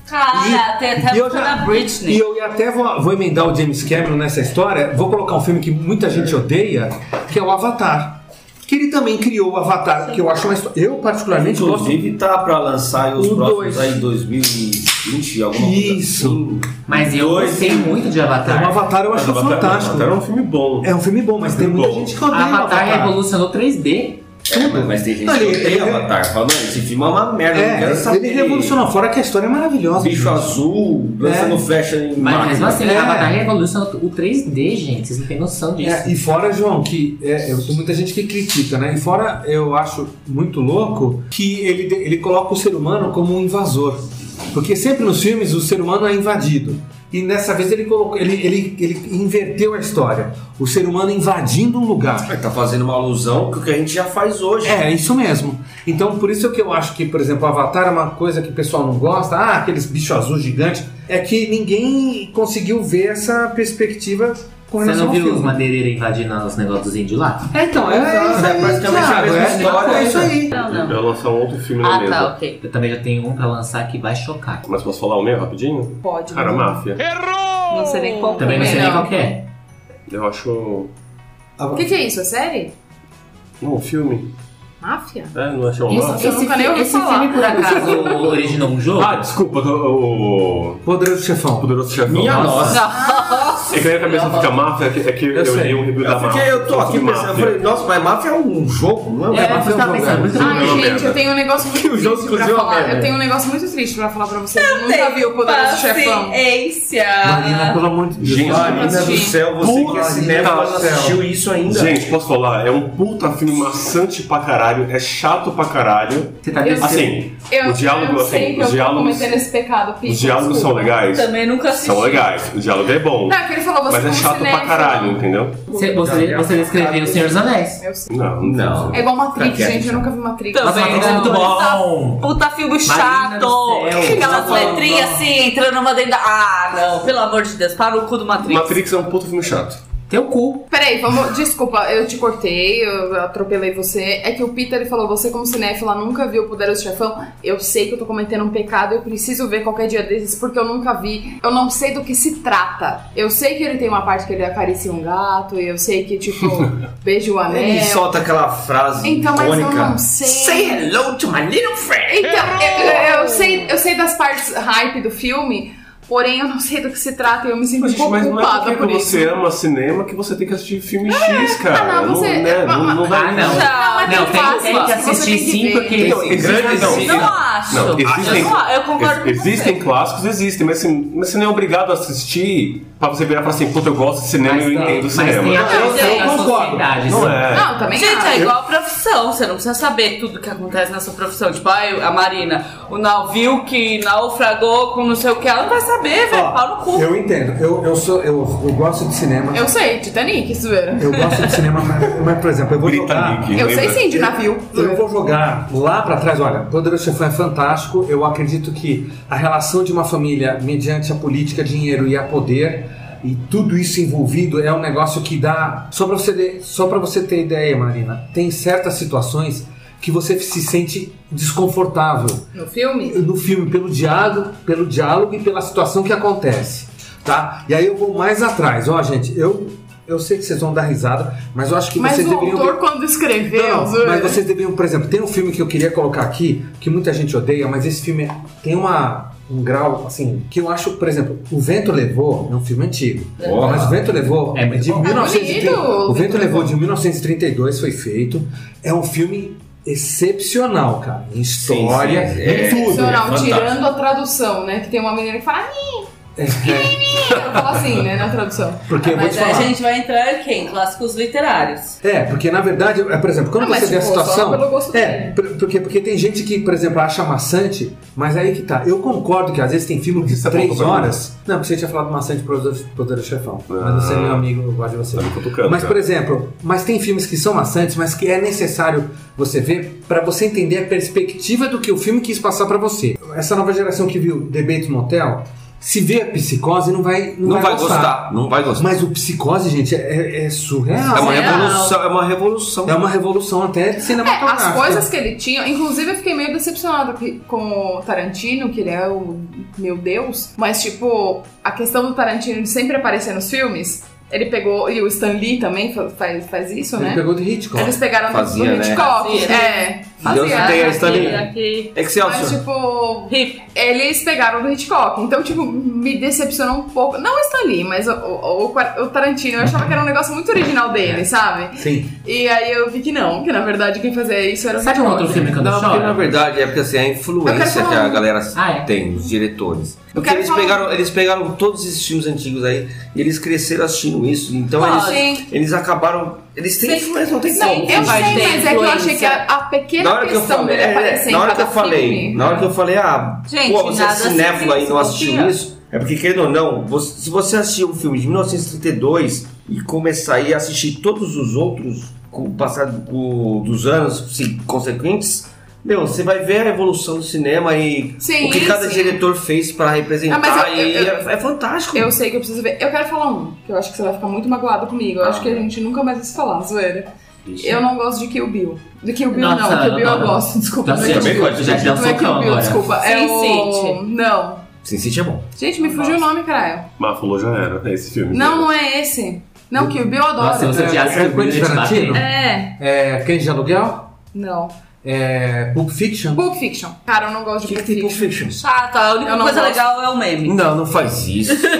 S5: Cara, tem Ah, até
S6: e eu
S5: a
S6: já-
S5: da um Britney.
S6: E eu até vou, vou emendar o James Cameron nessa história, vou colocar um filme que muita gente odeia, que é o Avatar. Que ele também criou o Avatar, que eu acho uma história. Eu, particularmente, gosto
S4: Inclusive tá pra lançar aí os
S6: O
S4: próximos
S6: dois.
S4: aí em 2020, alguma
S6: Isso.
S4: coisa assim.
S3: Mas eu
S4: Dois.
S3: gostei muito de
S6: O
S3: Avatar.
S6: Avatar eu acho
S1: Avatar-
S6: fantástico.
S1: Avatar é um filme bom.
S6: É um filme bom, mas tem
S1: Filme
S6: muita
S1: bom.
S6: gente que odeia o
S3: Avatar
S5: é
S6: Avatar.
S3: revolucionou 3D.
S4: É, mas- mas tem gente
S6: Não,
S4: que
S6: ele-
S4: odeia
S6: ele-
S4: Avatar. Fala, não, esse filme é uma merda, não quero
S6: É,
S4: saber.
S6: ele revolucionou, fora que a história é maravilhosa.
S4: Bicho azul, lançando
S6: É.
S4: flecha em
S3: Mas mesmo
S4: máquina.
S3: assim,
S6: É.
S3: Avatar revolucionou o 3D, gente. Vocês não têm noção disso.
S6: É, e fora, João, que é, eu tenho muita gente que critica, né? E fora, eu acho muito louco que ele, de- ele coloca o ser humano como um invasor. Porque sempre nos filmes o ser humano é invadido. E dessa vez ele, colocou, ele, ele, ele inverteu a história. O ser humano invadindo um lugar.
S4: Ele tá fazendo uma alusão que o que a gente já faz hoje.
S6: É, isso mesmo. Então, por isso que eu acho que, por exemplo, Avatar é uma coisa que o pessoal não gosta. Ah, aqueles bichos azuis gigantes. É que ninguém conseguiu ver essa perspectiva com
S3: Você
S6: relação
S3: não
S6: ao
S3: viu
S6: filme.
S3: os madeireiros invadindo os negócios dos índios lá?
S6: É, então, é,
S4: Exato,
S6: isso
S4: né? é
S6: aí,
S4: praticamente a
S6: Thiago,
S4: mesma
S6: é,
S4: história,
S6: É isso
S4: né?
S6: aí.
S5: Ah, Não,
S1: Eu
S5: não.
S1: vou lançar um outro filme na
S5: Ah,
S1: mesa.
S5: tá, ok.
S3: Eu também já tenho um pra lançar que vai chocar.
S1: Mas posso falar o meu rapidinho?
S2: Pode. né?
S1: Cara, máfia.
S5: Não sei nem qual
S3: Também não sei nem
S2: Não.
S3: qual que é.
S1: Eu acho.
S2: O que, que é isso? É série?
S1: Não, um filme.
S2: Máfia?
S1: É, não achei uma
S2: Isso.
S1: máfia.
S2: Eu nunca nem
S3: fi-
S2: ouvi
S3: esse
S2: falar.
S3: filme, por acaso, originou um jogo?
S1: Ah, desculpa, o. o-
S6: Poderoso
S1: o
S6: Chefão.
S1: Poderoso Chefão.
S4: Minha
S1: Nossa.
S4: nossa.
S1: É que na minha cabeça fica máfia, é que, é que eu,
S6: sei.
S1: li um review da
S4: Eu,
S1: máfia.
S4: fiquei, eu tô aqui
S1: sobre
S4: pensando, eu
S1: máfia.
S4: falei, nossa, mas Máfia é um jogo, não é?
S3: É,
S6: mas
S3: você
S6: eu
S3: tá
S6: vou
S3: pensando, por isso que eu
S1: jogar.
S2: Ai,
S1: uma
S2: gente,
S1: merda.
S2: eu tenho um negócio muito
S4: O jogo
S2: triste pra
S4: inclusive é uma
S2: falar.
S4: merda.
S2: Eu tenho um negócio muito triste pra falar pra vocês. Eu nunca vi o Poderoso Chefão.
S6: Marina,
S5: Paciência.
S6: pelo amor de Deus.
S1: Gente,
S6: Ah,
S4: Marina do
S2: assisti.
S4: céu, você que
S1: Puta
S4: é cinéfilo não
S1: céu.
S4: assistiu isso ainda.
S1: Gente, posso falar? É um puta filme maçante pra caralho, é chato pra caralho.
S3: Você tá
S2: Eu-
S3: pensando.
S1: Assim,
S2: Eu,
S1: O diálogo,
S2: eu sei
S1: assim,
S2: que
S1: os
S2: eu
S1: diálogos-
S2: tô cometendo esse pecado, Pico.
S1: os diálogos são
S2: desculpa.
S1: legais.
S5: Também nunca assisti.
S1: São legais, o diálogo é bom.
S2: Não, é que ele falou você
S1: Mas é
S2: como
S1: chato pra
S2: cinéfilo.
S1: caralho, entendeu?
S3: Você, você, você descreveu O Senhor dos Anéis.
S2: Eu sei.
S1: Não,
S4: Não.
S2: É igual Matrix,
S4: Tá quieto,
S2: gente. Eu
S4: já.
S2: nunca vi Matrix.
S5: Também
S3: Nossa,
S5: Bem,
S3: mas é
S5: não,
S3: muito
S5: essa-
S3: bom!
S5: Puta filme
S3: Marina
S5: chato.
S3: do céu.
S5: Aquelas
S3: Não, não,
S5: letrinhas
S3: não.
S5: assim, entrando uma dentro da. Ah, não. Pelo amor de Deus, para o cu do Matrix.
S1: Matrix é um puta filme chato.
S3: Teu cu.
S2: Peraí, vamos. Desculpa, eu te cortei, eu atropelei você. É que o Peter ele falou: você, como cinéfila, nunca viu o Poderoso Chefão. Eu sei que eu tô cometendo um pecado, eu preciso ver qualquer dia desses, porque eu nunca vi. Eu não sei do que se trata. Eu sei que ele tem uma parte que ele acaricia um gato, e eu sei que, tipo, beijo o
S6: É.
S4: Ele
S2: anel.
S4: solta aquela frase
S2: Então, mas eu
S4: icônica.
S2: não sei.
S3: hello to my little friend!
S2: Então, eu, eu- eu sei, eu sei das partes hype do filme, porém eu não sei do que se trata e eu me sinto um
S1: Mas, gente,
S2: pouco
S1: mas não é
S2: culpada
S1: porque
S2: por isso.
S1: você ama cinema que você tem que assistir filme X, cara.
S2: ah, não, você-
S1: né, não, não vai.
S3: Ah, não.
S5: Não,
S2: mas
S3: Não,
S2: tem
S3: tem,
S2: É fácil,
S3: tem que
S2: você tem
S3: assistir
S2: que ver.
S3: sim, porque.
S1: Então,
S4: Grandes
S1: não,
S3: assim, né?
S4: filmes.
S5: Não acho.
S1: Não, existem-
S5: Eu, não- eu concordo
S1: Ex- existem
S5: com você.
S1: clássicos, existem, mas, assim, mas você não é obrigado a assistir pra você virar e falar assim, puta, eu gosto de cinema e eu entendo
S3: mas tem
S1: cinema.
S3: a
S5: Eu- eu
S3: tem a
S6: concordo.
S3: sociedade. né?
S1: Não
S3: sabe?
S1: é.
S2: Não, também
S5: Gente,
S2: acho.
S5: é igual a profissão, você não precisa saber tudo que acontece na sua profissão. Tipo, ai, a Marina, o navio que naufragou com não sei o que, ela não vai saber, velho,
S6: Ó,
S5: É, pau no cu.
S6: Eu entendo. Eu, eu, sou, eu, eu gosto de cinema.
S2: Eu sei, Titanic, zoeira.
S6: Eu gosto de cinema, mas, mas, por exemplo, eu vou jogar...
S1: Titanic,
S2: Eu
S1: lembra?
S2: sei sim de navio.
S6: Eu vou jogar lá pra trás. Olha, Poderoso Chefão é fantástico. Eu acredito que a relação de uma família mediante a política, dinheiro e a poder e tudo isso envolvido é um negócio que dá. Só pra você, de- só pra você ter ideia, Marina, tem certas situações que você se sente desconfortável
S2: No filme?
S6: no filme pelo diálogo, pelo diálogo e pela situação que acontece, tá? E aí eu vou mais atrás, ó, gente, eu eu eu sei que vocês vão dar risada, mas eu acho que
S2: Mas
S6: vocês
S2: o
S6: deveriam.
S2: autor, quando escreveu. é
S6: Não, não,
S2: zoeira.
S6: mas vocês deveriam, por exemplo, tem um filme que eu queria colocar aqui, que muita gente odeia, mas esse filme tem uma, um grau, assim, que eu acho, por exemplo, O Vento Levou é um filme antigo. Mas O Vento Levou
S3: É muito
S6: de
S3: bom.
S2: É
S6: 1930.
S2: bonito,
S6: o Vento, Levou de 1932 foi feito. É um filme excepcional, cara. Em história,
S4: sim,
S6: em
S4: é
S6: tudo.
S2: Sensacional,
S4: fantástico.
S2: tirando a tradução, né? Que tem uma menina que fala, "Ah,
S6: É, é,
S2: eu falo assim, né? Na tradução.
S6: porque eu vou te
S5: Mas aí a
S6: falar.
S5: gente vai entrar em quem? Clássicos literários.
S6: É, porque na verdade, é, por exemplo, quando
S2: Não, Ah, mas,
S6: você vê a
S2: pô, só
S6: situação.
S2: pelo gosto
S6: É,
S2: dele.
S6: por- porque, porque tem gente que, por exemplo, acha maçante, mas aí que tá. Eu concordo que às vezes tem filme de
S1: Isso é
S6: três
S1: pouco pra mim.
S6: horas. Não, porque você tinha falado maçante pro Poder- Poder Chefão. Mas você é
S1: Ah.
S6: meu amigo, eu gosto de você.
S1: Tá me cutucando.
S6: Mas, por
S1: cara.
S6: exemplo, mas tem filmes que são maçantes, mas que é necessário você ver pra você entender a perspectiva do que o filme quis passar pra você. Essa nova geração que viu The Bates Motel, se vê a psicose, não vai, não
S4: Não
S6: vai, gostar.
S4: Não vai gostar.
S6: Mas o psicose, gente, é, é- é surreal.
S4: É uma
S5: Real.
S4: revolução. É uma revolução.
S6: É uma revolução até
S2: É,
S6: cinematográfica.
S2: as coisas que ele tinha, inclusive eu fiquei meio decepcionada que- com o Tarantino, que ele é o meu Deus, mas tipo, a questão do Tarantino de sempre aparecer nos filmes, ele pegou, e o Stan Lee também fa- faz, faz isso,
S6: Ele
S2: né?
S6: pegou de Hitchcock.
S2: Eles pegaram
S4: Fazia,
S2: do
S4: né?
S2: Hitchcock,
S5: Fazia.
S2: é. assim,
S4: Deus
S2: fazia.
S4: tem a É
S5: aqui,
S4: Stanley.
S5: aqui.
S2: Mas
S4: Excelsior.
S2: tipo,
S5: Hip.
S2: eles pegaram do Hitchcock. Então, tipo, me decepcionou um pouco. Não o Stan Lee, mas o, o- o- o Tarantino. Eu achava que era um negócio muito original
S4: É.
S2: dele, sabe?
S6: Sim.
S2: E aí eu vi que não, que na verdade quem fazia isso era o
S3: Sabe um
S2: Hitchcock.
S3: outro filme que eu
S4: Não,
S3: não
S4: porque na
S3: choro?
S4: verdade é porque assim, a
S2: Eu quero
S4: influência que
S2: falar
S4: a
S2: um-
S4: galera
S3: Ah, é.
S4: tem, os diretores. Porque
S2: quero
S4: eles
S2: falar um-
S4: pegaram, eles pegaram todos esses filmes antigos aí e eles cresceram assistindo isso. Então
S5: Olha,
S4: eles, eles acabaram. Eles têm
S5: Sim.
S4: influência, não tem
S5: Sim,
S4: como.
S2: Eu sei,
S5: Vai ter
S2: mas é que eu
S5: influência.
S2: achei que a, a pequena
S4: na hora que eu
S2: questão
S4: falei,
S2: dele
S4: é,
S2: aparecer
S4: na
S2: em
S4: hora que
S2: cada
S4: eu falei,
S2: filme.
S4: na hora que eu falei, ah,
S5: Gente,
S4: pô, você é
S5: nada
S2: assim
S4: cinéfilo aí e não
S5: se
S4: assistiu
S5: copia.
S4: isso. É porque, querendo ou não, você- se você assistir um filme de 1932 e começar aí a assistir todos os outros com o passar do- com- dos anos se- consequentes, meu, você vai ver a evolução do cinema e
S2: Sim,
S4: o que cada
S2: sim.
S4: diretor fez para representar.
S2: Ah, mas eu-
S4: e
S2: eu-
S4: é, é fantástico.
S2: Eu sei que eu preciso ver. Eu quero falar um, que eu acho que você vai ficar muito magoado comigo. Eu acho
S4: Ah.
S2: que a gente nunca mais vai se falar, zoeira. Eu não gosto de Kill Bill. De Kill Bill
S3: Nossa,
S2: não, Kill Bill eu
S3: não.
S2: gosto, desculpa.
S3: Nossa,
S2: não é
S4: Tá também
S2: Kill Bill.
S4: gosto,
S3: já te dá um
S2: Não é Kill
S3: socão
S4: né?
S2: Bill,
S3: agora.
S2: desculpa. É
S5: Sin
S2: o... Não.
S4: Sin City é bom.
S2: Gente, me fugiu o nome, caralho.
S1: Mas falou já era, é esse filme.
S2: Não, não é esse. Não, Kill Bill eu adoro.
S3: Nossa, você
S6: É,
S3: odiasse
S6: é
S3: o Bill, eu ia te
S6: Tarantino?
S3: bater. né?
S5: É.
S6: É, Cães de Aluguel,
S2: Não.
S6: é, Pulp Fiction.
S2: Pulp Fiction. Cara, eu não gosto de Pulp Fiction.
S5: Chato, a única
S2: Eu não
S5: coisa
S2: gosto.
S5: legal é o meme.
S4: Não, não faz isso. gente.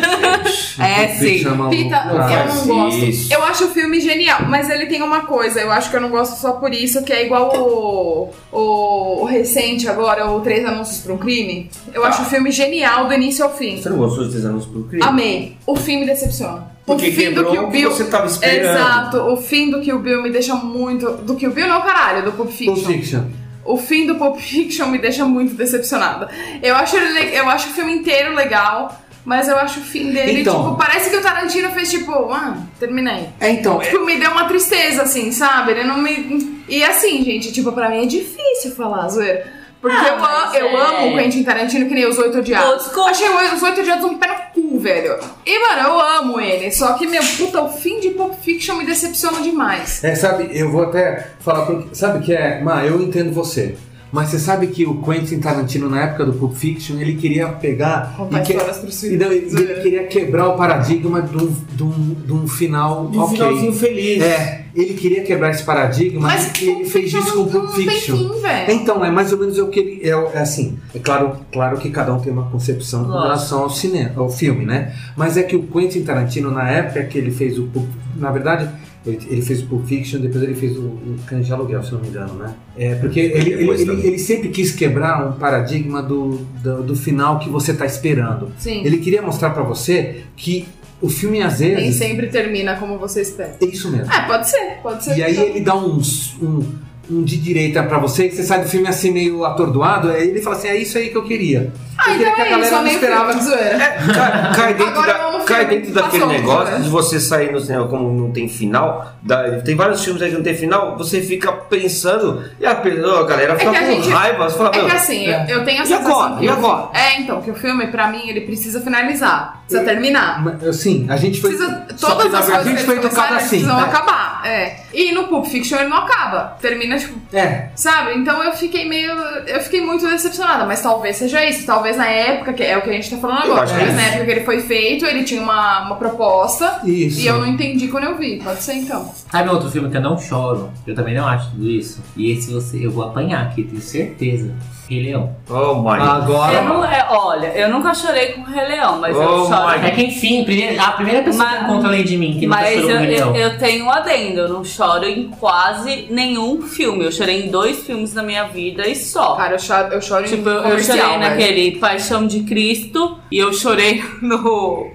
S5: É, sim.
S6: Pulp Fiction é uma
S2: Pita,
S6: loucura.
S2: eu não gosto.
S4: Isso.
S2: Eu acho o filme genial, mas ele tem uma coisa, eu acho que eu não gosto só por isso, que é igual o, o, o recente agora, o Três Anúncios para um Crime.
S4: Tá.
S2: Eu acho o filme genial do início ao fim.
S4: Você não gostou de três anos pro crime?
S2: Amei. O fim me decepciona. O
S4: Porque
S2: fim do
S4: quebrou
S2: Kill
S4: o que
S2: Bill.
S4: você tava esperando.
S2: Exato, o fim do Kill Bill me deixa muito. Do Kill Bill não, caralho, do Pulp Fiction.
S6: Pulp Fiction.
S2: O fim do Pulp Fiction me deixa muito decepcionada. Eu acho, ele le- eu acho o filme inteiro legal, mas eu acho o fim dele,
S6: Então.
S2: tipo, parece que o Tarantino fez tipo, ah, terminei.
S6: É, então, é-
S2: Tipo, me deu uma tristeza, assim, sabe? Ele não me. E assim, gente, tipo, pra mim é difícil falar, zoeira. Porque
S5: Ah,
S2: eu, am-
S5: mas
S2: eu
S5: é.
S2: amo o Quentin Tarantino, que nem os oito odiados.
S5: Todos com-
S2: Achei o- os oito odiados um pé no cu, velho. E, mano, eu amo ele. Só que, meu, puta, o fim de Pulp Fiction me decepciona demais.
S6: é, sabe, eu vou até falar porque, sabe que é, Ma, eu entendo você. Mas você sabe que o Quentin Tarantino na época do Pulp Fiction, ele queria pegar
S2: Contar
S6: e que-
S2: histórias pros
S6: e não, ele- ele
S2: filhos.
S6: queria quebrar o paradigma de um, de um, de um final
S4: De um
S6: ok.
S4: finalzinho feliz.
S6: É, ele queria quebrar esse paradigma
S2: Mas
S6: e ele fez isso com o Pulp Fiction.
S2: Não tem fim, velho.
S6: Então, é mais ou menos o que ele. É, é assim, é claro, claro que cada um tem uma concepção com
S5: Lógico.
S6: relação ao cinema, ao filme, né? Mas é que o Quentin Tarantino, na época que ele fez o. Pulp- Na verdade, ele, ele fez o Pulp Fiction, depois ele fez o, o Cães de Aluguel, se não me engano, né? É, porque ele, ele,
S4: Depois
S6: ele-
S4: também.
S6: ele sempre quis quebrar um paradigma do, do, do final que você tá esperando.
S2: Sim.
S6: Ele queria mostrar pra você que o filme, às
S2: Nem
S6: vezes.
S2: sempre termina como você espera.
S6: É isso mesmo.
S2: É, pode ser, pode ser. Então,
S6: E aí ele dá uns- um, um de direita pra você, que você sai do filme assim meio atordoado, aí ele fala assim, é isso aí que eu queria.
S2: Ah,
S6: eu queria
S2: então
S6: que a
S2: é
S6: galera
S2: isso, eu
S6: não
S2: nem
S6: esperava.
S2: fui, É, zoeira.
S4: Cai, cai dentro,
S2: Agora
S4: da-
S2: eu amo
S4: cai
S2: filme.
S4: dentro daquele
S2: Passou,
S4: negócio
S2: né?
S4: de você sair no cinema como não tem final. da- tem vários filmes aí que não tem final, você fica pensando e a, pe- a galera fica
S2: É que a
S4: com
S2: gente-
S4: raiva. Você fala,
S2: É
S4: meu,
S2: que assim,
S6: é.
S2: eu eu tenho a
S4: e
S2: sensação.
S4: agora?
S2: que
S4: E
S2: o-
S4: agora?
S2: É, então, que o filme, pra mim, ele precisa finalizar. Precisa terminar.
S6: Mas, Assim, a gente foi...
S2: Precisa,
S6: só que,
S2: todas
S6: na
S2: as
S6: verdade,
S2: coisas que
S6: a gente foi
S2: eles
S6: educado
S2: começaram, eles
S6: assim.
S2: precisam
S6: né?
S2: acabar. É. E no Pulp Fiction ele não acaba. Termina, tipo,
S6: É,
S2: sabe? Então eu fiquei meio. Eu fiquei muito decepcionada, mas talvez seja isso. Talvez talvez na época, que é o que a gente tá falando
S4: Eu
S2: agora,
S4: acho que
S2: talvez
S4: é
S2: na
S4: isso.
S2: época que ele foi feito, ele tinha uma, uma proposta
S6: Isso.
S2: e eu não entendi quando eu vi. Pode ser então.
S3: Sabe outro filme que eu não choro? Eu também não acho tudo isso. E esse você, eu vou apanhar aqui, tenho certeza. Rei Leão.
S4: Oh my
S5: Eu
S6: Agora,
S5: não, é, olha, eu nunca chorei com o Rei Leão, mas eu
S4: Oh
S5: choro.
S4: my
S3: É que enfim, primeira- a primeira pessoa
S5: Mas-
S3: que encontra além de mim que nunca
S5: Mas
S3: chorou
S5: eu,
S3: com o Rei
S5: eu,
S3: Leão.
S5: eu tenho um adendo, eu não choro em quase nenhum filme. Eu chorei em dois filmes na minha vida e só.
S2: Cara, eu choro, eu choro
S5: Tipo,
S2: em
S5: eu, eu
S2: comercial,
S5: chorei
S2: velho.
S5: naquele Paixão de Cristo e eu chorei no.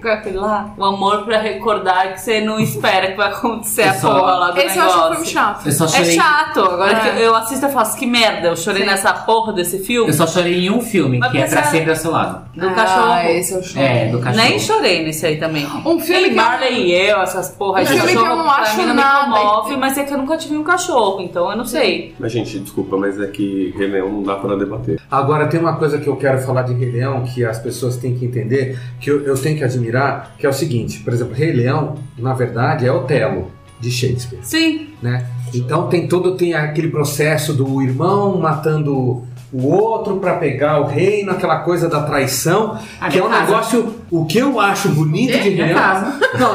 S5: qual é aquele lá? O amor pra recordar que você não espera que vai acontecer
S3: Eu
S5: a
S3: só-
S5: porra lá do
S2: Esse eu
S5: negócio.
S2: acho um filme chato.
S3: Eu só
S5: É
S3: chorei.
S5: chato. Agora
S2: É.
S5: que eu assisto, eu faço que merda. Eu chorei
S2: Sim.
S5: nessa porra desse filme.
S3: Eu só chorei em um filme,
S5: Mas
S3: que é
S5: pensa-
S3: Pra Sempre ao Seu Lado.
S5: Do
S2: ah,
S5: cachorro.
S2: esse eu choro.
S3: É, do cachorro.
S5: Nem chorei nesse aí também.
S2: Um filme
S5: Nem
S2: que
S5: Marley e eu, essas porra.
S2: Um
S5: de
S2: filme que eu
S5: cachorro,
S2: não
S5: pra
S2: acho
S5: mim,
S2: nada.
S5: Não me comove, mas é que eu nunca tive um cachorro, então eu não sei.
S1: Mas, gente, desculpa, mas é que Rei Leão não dá pra debater.
S6: agora tem uma coisa que eu quero falar de Rei Leão que as pessoas têm que entender, que eu, eu tenho que admirar, que é o seguinte, por exemplo, Rei Leão, na verdade, é Otelo de Shakespeare.
S5: Sim,
S6: Então tem todo tem aquele processo do irmão matando o outro pra pegar o reino, aquela coisa da traição,
S3: Ah,
S6: que é um
S3: minha casa.
S6: negócio o que eu acho bonito de Rei
S2: Minha
S6: Leão.
S2: É, casa.
S6: Não.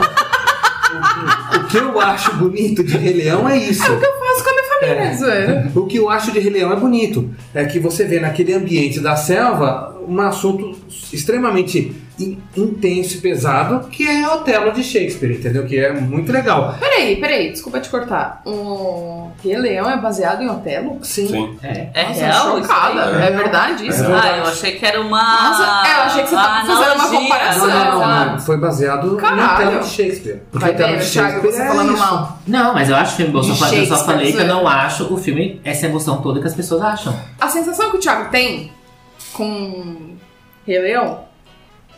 S6: O- O que eu acho bonito de Rei Leão é isso.
S2: Mas quando é família, é. zoeira.
S6: O que eu acho de Rei Leão é bonito. É que você vê naquele ambiente da selva um assunto extremamente in- intenso e pesado, que é o Otelo de Shakespeare, entendeu? Que é muito legal.
S2: Peraí, peraí, desculpa te cortar. O Rei Leão é baseado em Otelo?
S1: Sim.
S3: É.
S5: é
S2: Nossa,
S5: real isso aí?
S2: chocada. É verdade isso?
S5: Ah, eu achei que era uma.
S2: Nossa, é, eu achei que você tava fazendo uma
S5: analogia.
S2: comparação.
S6: Não, não, não,
S2: Exato.
S6: não. Foi baseado
S2: Caralho.
S6: no Otelo de Shakespeare. Porque
S2: Vai
S6: o Otelo
S2: vendo,
S6: de
S2: Thiago,
S6: Shakespeare
S2: você tá
S6: é
S2: falando
S6: isso.
S2: mal.
S3: Não, mas eu acho o filme bom.
S2: De
S3: Só falei- eu só
S2: Shakespeare,
S3: falei que eu
S2: né?
S3: não acho o filme essa emoção toda que as pessoas acham.
S2: A sensação que o Thiago tem com Rei Leão,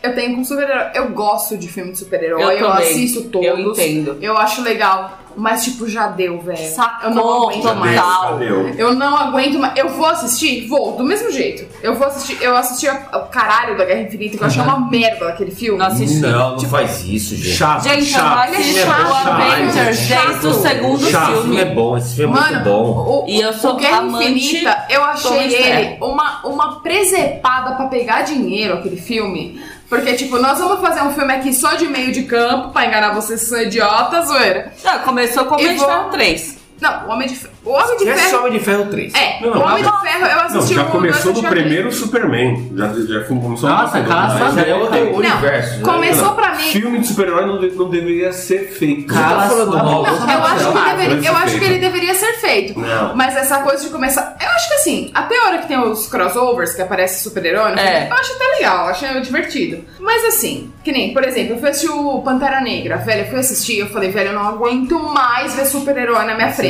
S2: eu tenho com super-herói. Eu gosto de filme de super-herói,
S5: Eu
S2: eu,
S5: também.
S2: assisto todos.
S5: Eu entendo.
S2: Eu acho legal, mas tipo, já deu, velho.
S5: Sacou
S2: eu não aguento
S5: total.
S2: mais.
S1: Cadê? Cadê?
S2: Eu não aguento mais. Eu vou assistir? Vou, do mesmo jeito. Eu vou assistir. Eu assisti a- o caralho da Guerra Infinita, que eu achei uma merda aquele filme.
S5: Nossa, isso-
S4: Não, não faz isso, gente. é
S6: Chato,
S5: Gente, eu
S6: chato.
S5: assisto
S2: Chato.
S5: o Avengers
S2: Chato.
S5: desde o segundo
S4: Chato, esse filme
S5: filme.
S4: é bom, esse filme é
S2: Mano,
S4: muito bom.
S2: O,
S5: E eu sou
S2: o Guerra
S5: amante
S2: Infinita, eu
S5: Tom
S2: achei
S5: Stern.
S2: ele uma, uma presepada pra pegar dinheiro, aquele filme. Porque, tipo, nós vamos fazer um filme aqui só de meio de campo pra enganar vocês que são idiotas, zoeira.
S5: Ah, começou com o
S2: E vou-
S5: Mediterrâneo 3.
S2: Não, o Homem de Ferro. O Homem de
S4: Esse é
S2: Ferro.
S4: Homem de Ferro 3.
S2: É,
S1: Não,
S2: o Homem
S1: já-
S2: de Ferro eu
S1: Não,
S2: assisti
S1: já
S2: um,
S1: começou
S2: dois,
S1: do
S2: eu achei-
S1: primeiro Superman. Já, já começou
S3: Nossa,
S1: do
S3: cala
S4: Mas
S3: sua
S4: já é outro
S3: boca.
S4: universo. né?
S2: Começou pra mim.
S1: Filme de super-herói não, de- não deveria ser feito.
S3: Cala
S4: Tá
S3: sua
S4: falando mal,
S3: boca.
S2: Não, eu acho, que
S1: Claro,
S2: deveria,
S1: foi
S2: eu acho
S1: feito.
S2: que ele deveria ser feito.
S4: Não.
S2: Mas essa coisa de começar. Eu acho que assim, até a hora que tem os crossovers que aparece super-herói, no
S5: É.
S2: filme, eu acho até legal, eu achei divertido. Mas assim, que nem, por exemplo, eu fui assistir o Pantera Negra, velho, eu fui assistir, eu falei, velho, eu não aguento mais ver super-herói na minha frente.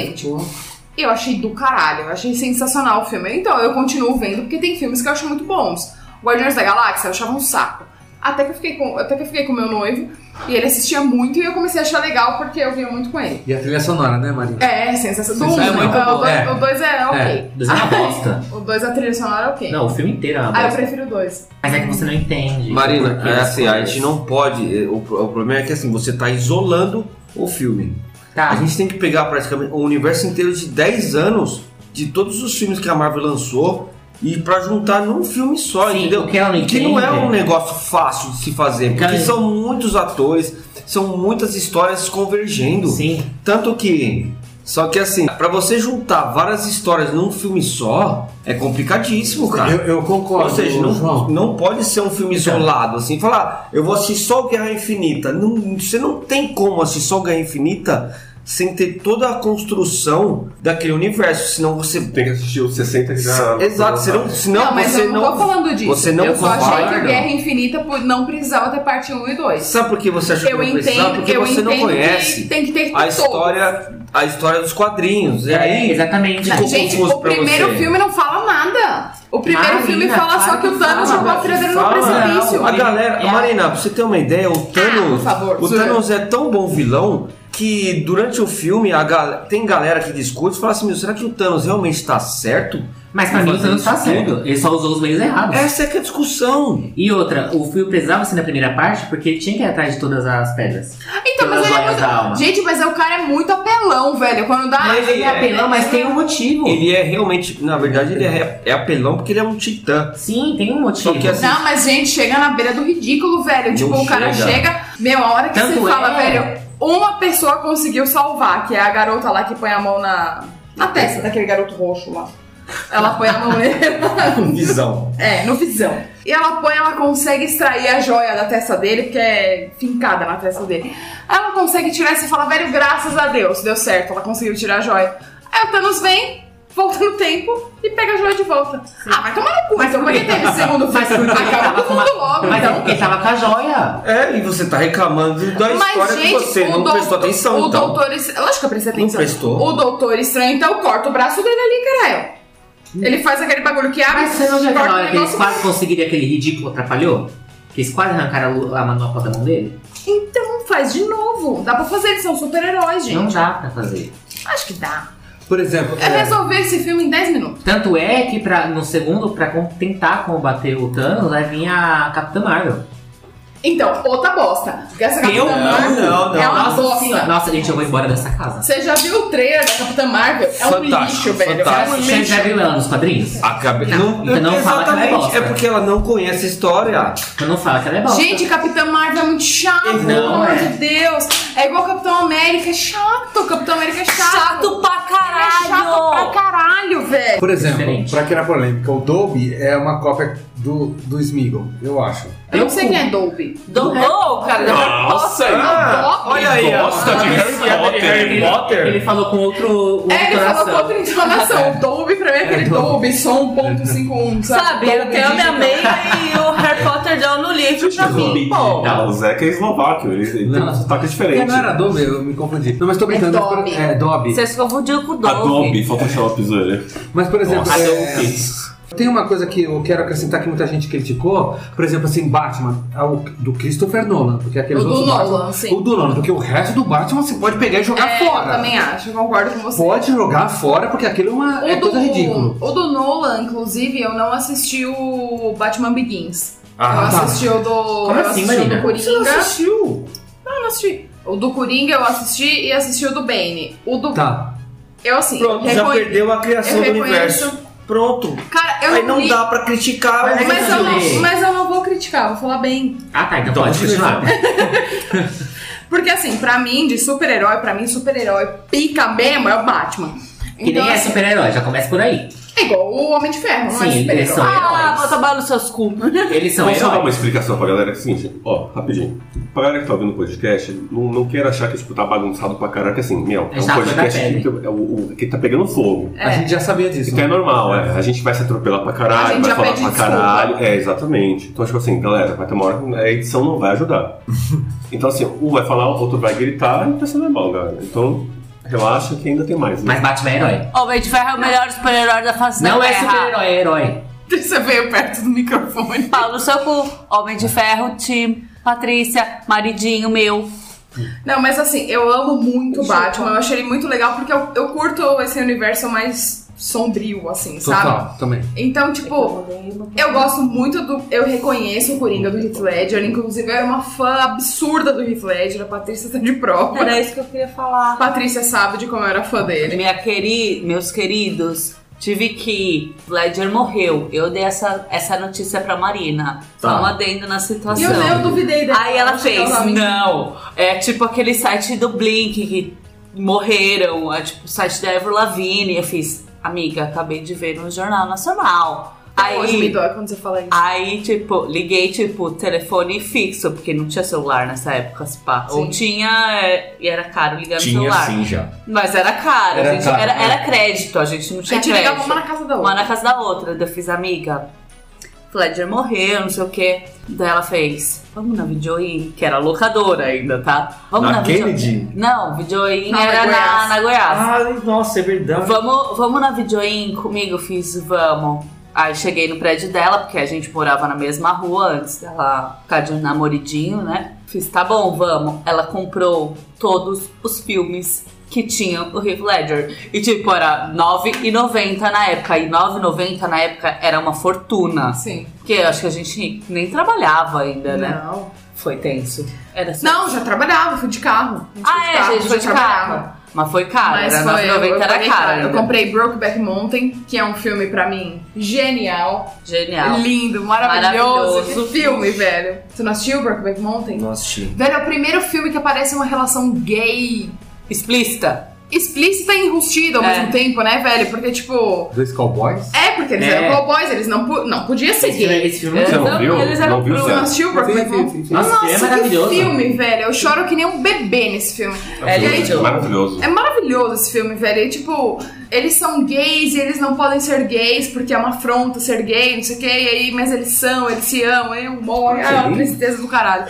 S2: Eu achei do caralho, eu achei sensacional o filme. Então, eu continuo vendo porque tem filmes que eu acho muito bons. Guardiões da Galáxia, eu achava um saco. Até que eu fiquei com, até que eu fiquei com meu noivo e ele assistia muito e eu comecei a achar legal porque eu via muito com ele.
S6: E a trilha sonora, né, Marina?
S2: É, sensacional.
S3: Sensacional.
S2: Do um,
S3: É muito
S2: é, o
S3: bom.
S2: dois-
S6: É.
S2: O 2 é, ok.
S3: dois é uma bosta.
S2: O 2 a trilha sonora é ok.
S3: Não, o filme inteiro é uma
S2: Ah, eu
S3: bosta.
S2: prefiro o 2.
S3: Mas é que você não entende.
S4: Marina,
S3: Porque
S4: é assim, a
S3: coisas-
S4: gente não pode. O, pro- o problema é que assim, você tá isolando o filme.
S3: Tá,
S4: A gente tem que pegar praticamente o universo inteiro de 10 anos de todos os filmes que a Marvel lançou e pra juntar num filme só,
S3: Sim,
S4: entendeu?
S3: o que ela não
S4: que não é
S3: entende-
S4: um negócio fácil de se fazer, porque
S3: Cara,
S4: são muitos atores, são muitas histórias convergendo.
S3: Sim.
S4: Tanto que. Só que assim, pra você juntar várias histórias num filme só, é complicadíssimo, cara.
S6: Eu, eu concordo,
S4: Ou seja,
S6: João.
S4: não, não pode ser um filme isolado, assim, falar, "Ah, eu vou assistir só o Guerra Infinita. Não- você não tem como assistir só o Guerra Infinita sem ter toda a construção daquele universo, senão você...
S1: Tem que assistir os 60 e já. já-
S4: Exato, senão, senão
S2: mas
S4: você
S2: eu não, tô falando disso.
S4: você não
S2: eu só achei que
S4: concorda.
S2: Guerra Infinita pu- não precisava ter parte 1 e 2.
S4: Sabe por que você acha
S2: Eu
S4: que não precisava?
S2: entendo,
S4: Porque
S2: eu
S4: você
S2: entendo
S4: não conhece
S2: que tem que ter
S4: a
S2: todos.
S4: história, a história dos quadrinhos. E
S3: É,
S4: aí,
S3: exatamente.
S4: ficou
S2: Gente,
S4: confuso
S2: o
S4: pra
S2: primeiro
S4: você.
S2: filme não fala nada. O primeiro
S3: Marina,
S2: filme fala só
S3: claro
S2: que o
S3: que
S2: Thanos
S3: fala,
S2: jogou a filha dele no
S4: Fala.
S2: precipício. Ah,
S4: A galera,
S3: É.
S4: Marina, pra você ter uma ideia, o
S2: por
S4: Thanos,
S2: favor,
S4: o Thanos é tão bom vilão que durante o filme a gal- tem galera que discute e fala assim: meu, será que o Thanos realmente tá certo?
S3: Mas pra mim o Thanos tá certo. Ele só usou os meios errados.
S4: Essa é que é a discussão.
S3: E outra, o Fio precisava ser na primeira parte porque ele tinha que ir atrás de todas as pedras.
S2: Então, mas ele
S3: Pelas
S2: é
S3: joias
S2: muito.
S3: da alma.
S2: Gente, mas é o cara é muito apelão, velho. Quando dá.
S4: Mas ele
S3: É apelão, mas tem um motivo.
S4: Ele é realmente, na verdade, ele é, é apelão porque ele é um titã.
S3: Sim, tem um motivo.
S4: Só que assim-
S2: Não, mas gente, chega na beira do ridículo, velho. Tipo, o cara
S4: chega.
S2: chega. Meu, a hora que
S3: Tanto
S2: você fala,
S3: é-
S2: velho, uma pessoa conseguiu salvar, que é a garota lá que põe a mão na. Na testa daquele garoto roxo lá. Ela põe a mão nele.
S4: Visão.
S2: É, no visão. E ela põe, ela consegue extrair a joia da testa dele, porque é fincada na testa dele. Aí Ela consegue tirar e você fala, velho, graças a Deus, deu certo, ela conseguiu tirar a joia. Aí o Thanos vem, volta no tempo e pega a joia de volta. Ah, vai tomar no cu, então por que teve segundo
S3: Mas por
S2: filme?
S3: que
S2: Acaba com
S3: tava com
S2: o
S3: uma-
S2: mundo logo,
S3: Mas é
S2: então.
S3: porque ele tava com a joia.
S4: É, e você tá reclamando da história que você não prestou atenção,
S2: o
S4: então.
S2: doutor... Estranho- Lógico que eu prestei
S4: Não
S2: atenção.
S4: prestou.
S2: O doutor estranho, então, corta o braço dele ali, caralho. Ele faz aquele bagulho que abre...
S3: Hum. Mas você não já viu
S2: corta
S3: na
S2: o
S3: hora que eles
S2: negócio-
S3: quase conseguiram aquele ridículo atrapalhou? Que eles quase arrancaram a lu- a manopla da mão dele?
S2: Então faz de novo. Dá pra fazer, eles são super-heróis, gente.
S3: Não dá pra fazer.
S2: Acho que dá.
S6: Por exemplo,
S2: É resolver esse filme em 10 minutos.
S3: Tanto é que pra, no segundo, pra com- tentar combater o Thanos, vai vir a Capitã Marvel.
S2: Então, outra bosta. Porque essa Capitã
S3: Eu não,
S2: Marvel
S4: não, não.
S2: é uma
S3: Nossa,
S2: bosta.
S3: senhora. Nossa, gente, eu vou embora dessa casa.
S2: Você já viu o trailer da Capitã Marvel? É um
S4: Fantástico,
S2: lixo, velho.
S4: fantástico.
S2: É um
S3: Você
S2: lixo.
S3: já viu ela nos quadrinhos?
S4: Acabei.
S3: Não, então não fala que ela é
S4: exatamente.
S3: bosta.
S4: É porque ela não conhece a história.
S3: Eu não falo que ela é bosta.
S2: Gente, Capitã Marvel é muito chato,
S4: Não,
S2: pelo amor
S3: é.
S2: de Deus. É igual Capitão América, é chato. Capitão América é chato.
S5: Chato pra
S2: É
S5: caralho!
S2: chato pra caralho,
S1: é
S2: velho.
S6: por exemplo,
S3: Diferente.
S6: pra criar polêmica, o Dolby é uma cópia do, do Smeagol, eu acho.
S2: Eu não sei quem é Dolby.
S5: Dogou, cara.
S2: é
S1: Nossa,
S4: Ah,
S2: top.
S4: olha aí. ó.
S1: Gosta de Harry Potter.
S4: é Harry
S3: Ele
S4: Potter.
S3: falou com outro, outro
S2: É, ele falou com
S3: coração.
S2: outra entonação. Dolby pra mim é aquele Dolby, um som 1.51,
S5: Sabe, eu tenho a minha meia e o Harry Potter deu no livro pra mim. Pô,
S1: Ah, o Zeca é eslováquio, ele ele tem
S6: Não.
S1: um sotaque
S6: É,
S1: diferente.
S6: não era Dolby, eu me confundi. Não, mas tô brincando. mas por-
S2: Dolby.
S6: É Dolby.
S5: você se confundiu com o Dove.
S1: Adobe, Photoshop, Zoe.
S6: Mas, por exemplo,
S1: Nossa.
S6: é, tem uma coisa que eu quero acrescentar que muita gente criticou. Por exemplo, assim, Batman, é o do Christopher Nolan. Porque aqueles
S2: O do
S6: outros Batman-
S2: Nolan, sim.
S6: O do Nolan, porque o resto do Batman você pode pegar e jogar
S2: É,
S6: fora.
S2: Eu também acho, eu concordo com você.
S6: Pode jogar fora, porque aquilo é uma é coisa ridícula.
S2: o do Nolan, inclusive, eu não assisti o Batman Begins. eu
S6: Ah, tá.
S2: assisti o do.
S3: Como
S2: eu
S3: assim,
S2: assisti o do
S3: Marina?
S2: Coringa.
S4: Você não assistiu?
S2: Não, eu não assisti. O do Coringa eu assisti e assisti o do Bane. O do.
S6: Tá.
S2: Eu assim.
S4: Pronto, já
S2: reconhe-
S4: perdeu a criação
S2: eu
S4: do
S2: reconheço.
S4: universo. Pronto.
S2: Cara, eu
S4: Aí
S2: não,
S4: não
S2: li,
S4: dá pra criticar.
S3: Mas
S4: mas-
S2: Mas eu, não,
S3: Sim.
S2: mas eu não vou criticar, vou falar bem.
S3: Ah, tá, então
S4: Então,
S3: pode continuar.
S2: Porque assim, pra mim, de super-herói, pra mim, super-herói pica mesmo é o Batman.
S3: Que
S2: Então,
S3: nem é
S2: assim,
S3: super-herói, já começa por aí.
S2: é igual o Homem de Ferro, não é
S3: Sim, eles
S2: super-herói.
S3: são
S5: Ah,
S3: heróis.
S5: vou tomar nos seus cu.
S3: Eles são
S1: Posso só dar uma
S3: heróis.
S1: explicação pra galera? É o seguinte, ó, rapidinho. Pra galera que tá ouvindo o podcast, não, não quero achar que tipo, tá bagunçado pra caraca, assim, meu, é um
S3: Exato,
S1: podcast
S3: da
S1: que,
S3: pele.
S1: é o- o- que tá pegando fogo.
S6: A gente já sabia disso.
S1: Então é normal, é. A gente vai se atropelar pra caralho,
S2: A gente
S1: vai
S2: já
S1: falar
S2: pede
S1: pra
S2: desculpa.
S1: caralho. É, exatamente. Então, tipo assim, galera, vai ter uma hora que a edição não vai ajudar. então, assim, um vai falar, o outro vai gritar, e vai ser normal, galera. Então, relaxa que ainda tem mais. né?
S3: Mas Batman é herói.
S5: Homem de Ferro é o melhor super-herói da face
S3: Não
S5: da
S3: é
S5: Terra.
S3: super-herói, é herói.
S2: Você veio perto do microfone.
S5: Pau no seu cu. Homem de Ferro, Tim, Patrícia, maridinho meu.
S2: Não, mas assim, eu amo muito o Batman. Eu achei ele muito legal porque eu, eu curto esse universo mais sombrio, assim, sabe?
S6: Total, também.
S2: Então, tipo, eu gosto muito do. Eu reconheço o Coringa do Heath Ledger. Inclusive, eu era uma fã absurda do Heath Ledger. A Patrícia tá de prova.
S5: Era isso que eu queria falar.
S2: A Patrícia sabe de como eu era fã dele.
S5: Minha queri... Meus queridos, tive que ir. Ledger morreu. Eu dei essa, essa notícia pra Marina.
S3: Tá.
S5: Só um adendo na
S2: E
S5: situação.
S2: eu, eu duvidei dela.
S5: Aí ela
S2: Acho que
S5: fez,
S2: tava mentindo.
S5: não, é tipo aquele site do Blink que morreram, é tipo o site da Ever Lavigne. Eu fiz, amiga, acabei de ver no Jornal Nacional.
S2: Até Tá Hoje me
S5: Aí,
S2: dói quando você fala isso. É
S5: aí, tipo, liguei, tipo, telefone fixo, porque não tinha celular nessa época, se pá. Ou
S2: Sim.
S5: tinha, é, e era caro ligar no celular.
S4: já.
S5: Mas era caro,
S6: Era
S5: a gente-
S6: caro,
S5: era,
S6: né?
S5: era crédito, a gente não
S2: a
S5: tinha
S2: gente
S5: crédito.
S2: ligava uma na casa da
S5: Uma
S2: outra.
S5: na casa da outra. Daí eu fiz, amiga, Fledger morreu, não sei o quê. Daí ela fez, vamos na Videoin, que era locadora ainda, tá? Vamos
S4: Na
S5: Videoin.
S4: Kennedy?
S5: Não, Videoin
S2: Não, na
S5: era na,
S2: Goiás.
S5: na Goiás.
S4: Ah, nossa, é verdade.
S5: Vamos, vamos na Videoin comigo? Eu Fiz, vamos. Aí cheguei no prédio dela, porque a gente morava na mesma rua antes dela ficar de namoridinho, né? Fiz, tá bom, vamos. Ela comprou todos os filmes que tinha o Heath Ledger. E tipo, era R$ 9,90 na época. E R$ 9,90 na época era uma fortuna.
S2: Sim.
S5: Porque eu acho que a gente nem trabalhava ainda, né?
S2: Não.
S5: Foi tenso. Era assim.
S2: Não, já trabalhava, fui de carro. A gente
S5: Ah,
S2: foi de
S5: é,
S2: carro,
S5: gente, foi de
S2: trabalhava.
S5: carro. Mas foi caro,
S2: Mas
S5: era
S2: foi,
S5: 9,90
S2: eu,
S5: era né?
S2: paguei
S5: caro.
S2: caro. Eu
S5: ainda.
S2: comprei Brokeback Mountain, que é um filme pra mim genial,
S5: Genial.
S2: lindo, maravilhoso.
S5: Maravilhoso.
S2: Que filme, velho. Você não assistiu Brokeback Mountain?
S4: Não assisti.
S2: Velho, é o primeiro filme que aparece uma relação gay
S5: Explícita.
S2: explícita e enrustida ao
S5: É.
S2: mesmo tempo, né, velho? Porque, tipo.
S6: Dois cowboys?
S2: É, porque eles
S3: É.
S2: eram cowboys, eles não, po- não podiam ser
S3: Esse filme,
S2: gays.
S3: esse filme é
S5: Eles
S1: Você não
S5: eram-
S1: viu?
S5: Eles eram
S1: Não viu,
S5: brutos.
S2: Você não assistiu Brokeback Mountain?
S3: Nossa, esse filme é maravilhoso.
S2: que filme, velho. Eu choro que nem um bebê nesse filme.
S5: É
S2: E aí,
S5: lindo.
S2: tipo,
S1: Maravilhoso.
S2: é maravilhoso esse filme, velho. E, tipo, eles são gays e eles não podem ser gays porque é uma afronta ser gay, não sei o quê. E aí, mas eles são, eles se amam, aí um morre. Ah, é uma tristeza do caralho.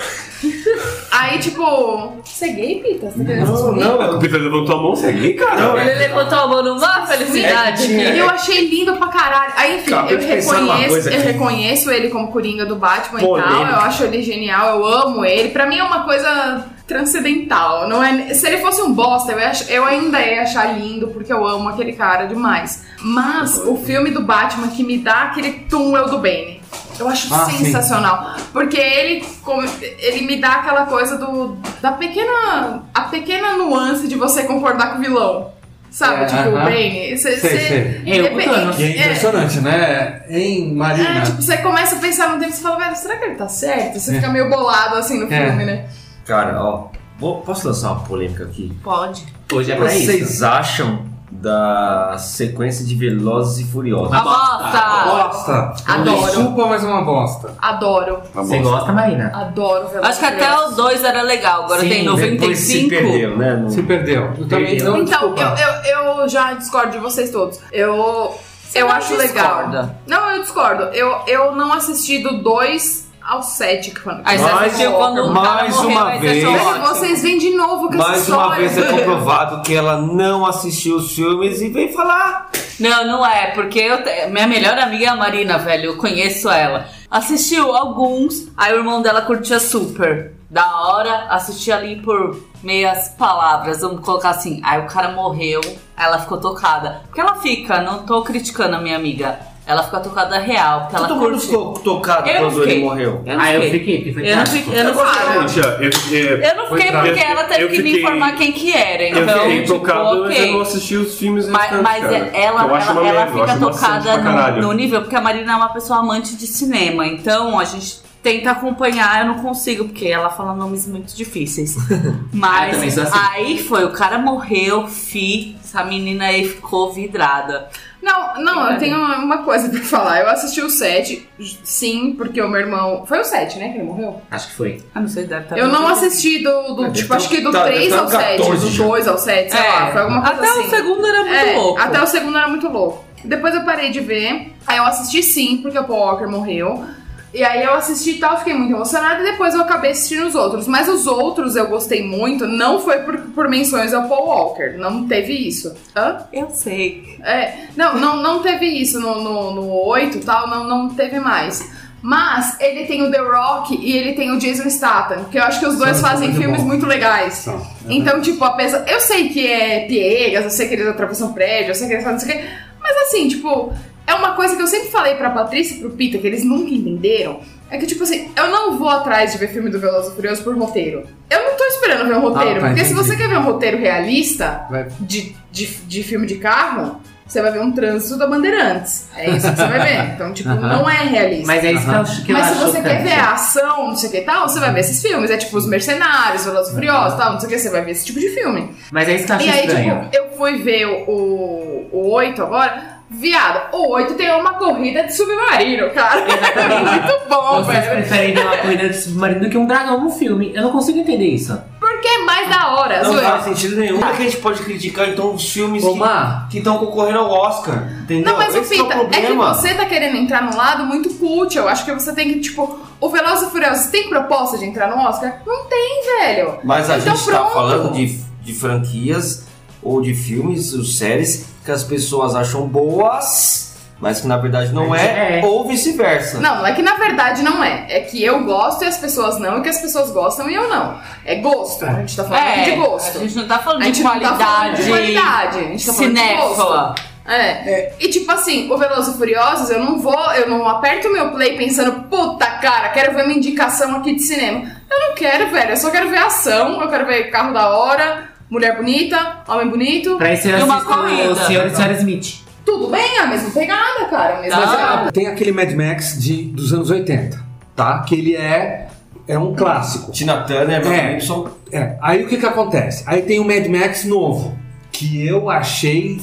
S2: aí, tipo, você é gay, Pita? Você tá querendo
S4: Não,
S2: assumir?
S4: não,
S1: O Peter levantou a mão, você é gay, cara?
S5: Ele levantou a mão numa felicidade.
S4: É que tinha-
S2: E eu achei lindo pra caralho. Aí, enfim,
S4: Acabei
S2: eu
S4: de pensar numa
S2: reconheço,
S4: coisa
S2: eu
S4: aqui.
S2: reconheço ele como Coringa do Batman e tal.
S4: Polêmica.
S2: Eu acho ele genial, eu amo ele. Pra mim é uma coisa transcendental. Não é, se ele fosse um bosta, eu, ia ach- eu ainda ia achar lindo, porque eu amo aquele cara demais. Mas o filme do Batman que me dá aquele túnel do Bane. Eu acho
S6: Ah, sim.
S2: sensacional. Porque ele, com- ele me dá aquela coisa do. da pequena. a pequena nuance de você concordar com o vilão. Sabe?
S6: É,
S2: tipo, o
S6: aham.
S2: Bane. Cê,
S6: Sei,
S2: cê-
S6: sei.
S3: É, eu
S2: Depe-
S3: contando.
S6: E é impressionante, né? Hein, Marina?
S2: é, tipo, você começa a pensar no tempo e você fala, velho, será que ele tá certo?
S4: É.
S2: Você fica meio bolado assim no
S6: É.
S2: filme, né?
S4: Cara, ó, vou- posso lançar uma polêmica aqui?
S5: Pode.
S3: Hoje é pra isso.
S4: Vocês acham da sequência de Velozes e Furiosos?
S5: A bosta!
S6: Bosta!
S2: Adoro.
S6: Desculpa, mas é uma bosta.
S2: Adoro,
S1: Tá
S3: Você
S1: bom.
S3: gosta, Marina?
S2: adoro Velozes
S5: Acho que
S2: e
S5: até
S2: Furiosos.
S5: os dois era legal, agora
S3: Sim,
S5: tem
S4: Depois se
S5: 95.
S4: perdeu, né? No-
S6: Se perdeu. Eu também
S3: Perdeu.
S6: não.
S2: Então,
S6: desculpa.
S2: eu, eu, eu já discordo de vocês todos. Eu, eu
S5: não
S2: acho legal.
S5: discorda.
S2: Não, eu discordo. Eu, eu não assisti do 2 ao 7. que quando-
S5: Aí você
S4: Mais-
S5: assistiu quando o cara
S4: mais
S5: morreu,
S4: uma
S5: aí você
S4: vez.
S5: achou
S2: Velho,
S5: ótimo.
S2: vocês vêm de novo com essa
S4: Mais
S2: história.
S4: uma vez é comprovado que ela não assistiu os filmes e vem falar.
S5: Não, não é, porque eu te- minha melhor amiga é a Marina, velho, eu conheço ela. Assistiu alguns, aí o irmão dela curtia super. Da hora, assisti ali por meias palavras, vamos colocar assim. Aí o cara morreu, aí ela ficou tocada. Porque ela fica, não tô criticando a minha amiga. Ela fica tocada real, porque ela
S4: Todo mundo
S5: curte.
S4: ficou tocado
S5: Eu não
S4: quando
S5: fiquei.
S4: ele morreu.
S5: Eu não
S3: ah, eu
S5: fiquei.
S3: fiquei, porque foi
S5: Eu não
S3: trágico.
S5: fiquei, eu não fiquei.
S1: Gente, é- é-
S5: Eu não fiquei
S6: Foi
S5: porque
S1: trágico.
S5: ela teve
S1: Eu
S5: que me
S1: fiquei-
S5: informar quem que era. Então,
S1: eu fiquei
S5: tipo,
S1: tocado, mas
S5: ok.
S1: eu não assisti os filmes
S5: Mas,
S1: restantes,
S5: mas é-
S1: cara.
S5: ela,
S1: Eu acho
S5: ela,
S1: uma
S5: ela
S1: merda, eu
S5: fica
S1: acho maçante
S5: tocada
S1: pra
S5: no,
S1: caralho.
S5: no nível, porque a Marina é uma pessoa amante de cinema, então a gente tenta acompanhar, eu não consigo, porque ela fala nomes muito difíceis.
S3: Ah, eu também
S5: Mas
S3: sou assim.
S5: aí foi, o cara morreu, fi, essa menina aí ficou vidrada.
S2: Não, não, eu tenho uma coisa pra falar. Eu assisti o 7, sim, porque o meu irmão. Foi o 7, né? Que ele morreu?
S3: Acho que foi.
S5: Ah, não sei, deve tá
S2: Eu não
S5: vendo?
S2: assisti do. do,
S4: É,
S2: tipo,
S4: tá-
S2: acho que do
S4: tá-
S2: 3
S4: tá
S2: ao 7,
S4: 14
S2: do
S4: já.
S2: 2 ao 7, sei
S5: É,
S2: lá. Foi alguma coisa
S5: Até
S2: assim.
S5: o segundo era muito
S2: É,
S5: louco.
S2: Até o segundo era muito louco. Depois eu parei de ver. Aí eu assisti sim, porque o Paul Walker morreu. E aí eu assisti e tal, fiquei muito emocionada. E depois eu acabei assistindo os outros. Mas os outros eu gostei muito. Não foi por, por menções ao Paul Walker. Não teve isso. Hã?
S5: Eu sei.
S2: É, não, não, não teve isso no, no, no 8 e tal, não, não teve mais. Mas ele tem o The Rock e ele tem o Jason Statham, que eu acho que os dois
S6: São
S2: fazem
S6: muito
S2: filmes
S6: bom.
S2: muito legais.
S6: Então, é.
S2: Então, tipo, apesar. Eu sei que é piegas, eu sei que eles atravessam prédio, eu sei que eles fazem não sei o quê. Mas assim, tipo, é uma coisa que eu sempre falei pra Patrícia e pro Pita, que eles nunca entenderam. É que, tipo assim, eu não vou atrás de ver filme do Veloz e Furioso por roteiro. Eu não tô esperando ver um roteiro,
S6: Ah, tá,
S2: porque se
S6: entendi.
S2: você quer ver um roteiro realista,
S6: Vai-
S2: de, de, de filme de carro, você vai ver um trânsito da Bandeirantes. É isso que você vai ver. Então, tipo,
S6: Aham.
S2: não é realista. Mas,
S3: Mas é isso que eu acho que eu
S2: se
S3: acho
S2: você quer
S3: chocante.
S2: ver a ação, não sei o que e tal, você vai ver esses filmes. É tipo Os Mercenários, Velozes e Furiosos, tal, não sei o que, você vai ver esse tipo de filme.
S3: Mas é isso que eu acho
S2: E aí,
S3: estranho.
S2: tipo, eu fui ver o, o, o 8 agora. Viado, o 8 tem uma corrida de submarino, cara. É muito bom,
S3: Vocês
S2: velho.
S3: preferem ver uma corrida de submarino do que um dragão no filme. Eu não consigo entender isso.
S2: Porque é mais da hora,
S4: Não
S2: zoeira.
S4: faz sentido nenhum. Como é que a gente pode criticar então os filmes
S3: Ô,
S4: que-
S3: Mar.
S4: que estão concorrendo ao Oscar? Entendeu?
S2: Não, mas o
S4: Esse que
S2: Pita,
S4: é o
S2: é que
S4: problema.
S2: você tá querendo entrar num lado muito cult. Eu acho que você tem que, tipo, o Veloz e Furioso tem proposta de entrar no Oscar? Não tem, velho.
S4: Mas a
S2: Então
S4: gente tá
S2: pronto.
S4: falando de, de franquias ou de filmes ou séries que as pessoas acham boas mas que na verdade não é,
S3: É.
S4: ou vice-versa.
S2: Não, não é que na verdade não é. É que eu gosto e as pessoas não, e que as pessoas gostam e eu não. É gosto. A gente tá falando
S5: É,
S2: aqui de gosto.
S5: A gente não tá falando
S2: A gente
S5: de
S2: não tá
S5: qualidade.
S2: falando de qualidade, a gente tá falando de
S5: cinéfila.
S2: É. E tipo assim, o Veloso e Furiosos, eu não vou, eu não aperto o meu play pensando, puta cara, quero ver uma indicação aqui de cinema. Eu não quero, velho. Eu só quero ver ação, eu quero ver carro da hora, mulher bonita, homem bonito.
S3: Pra isso eu
S5: E uma
S3: assisto
S5: corrida.
S3: o Senhor e Senhora Smith.
S2: Tudo bem, é a mesma pegada, cara. A mesma
S5: Tá.
S2: pegada.
S6: é, Tem aquele Mad Max de, dos anos 80, tá? Que ele é, é um clássico.
S4: Tina Turner, Mel
S6: É.
S4: Gibson.
S6: É, aí o que que acontece? Aí tem o Mad Max novo, que eu achei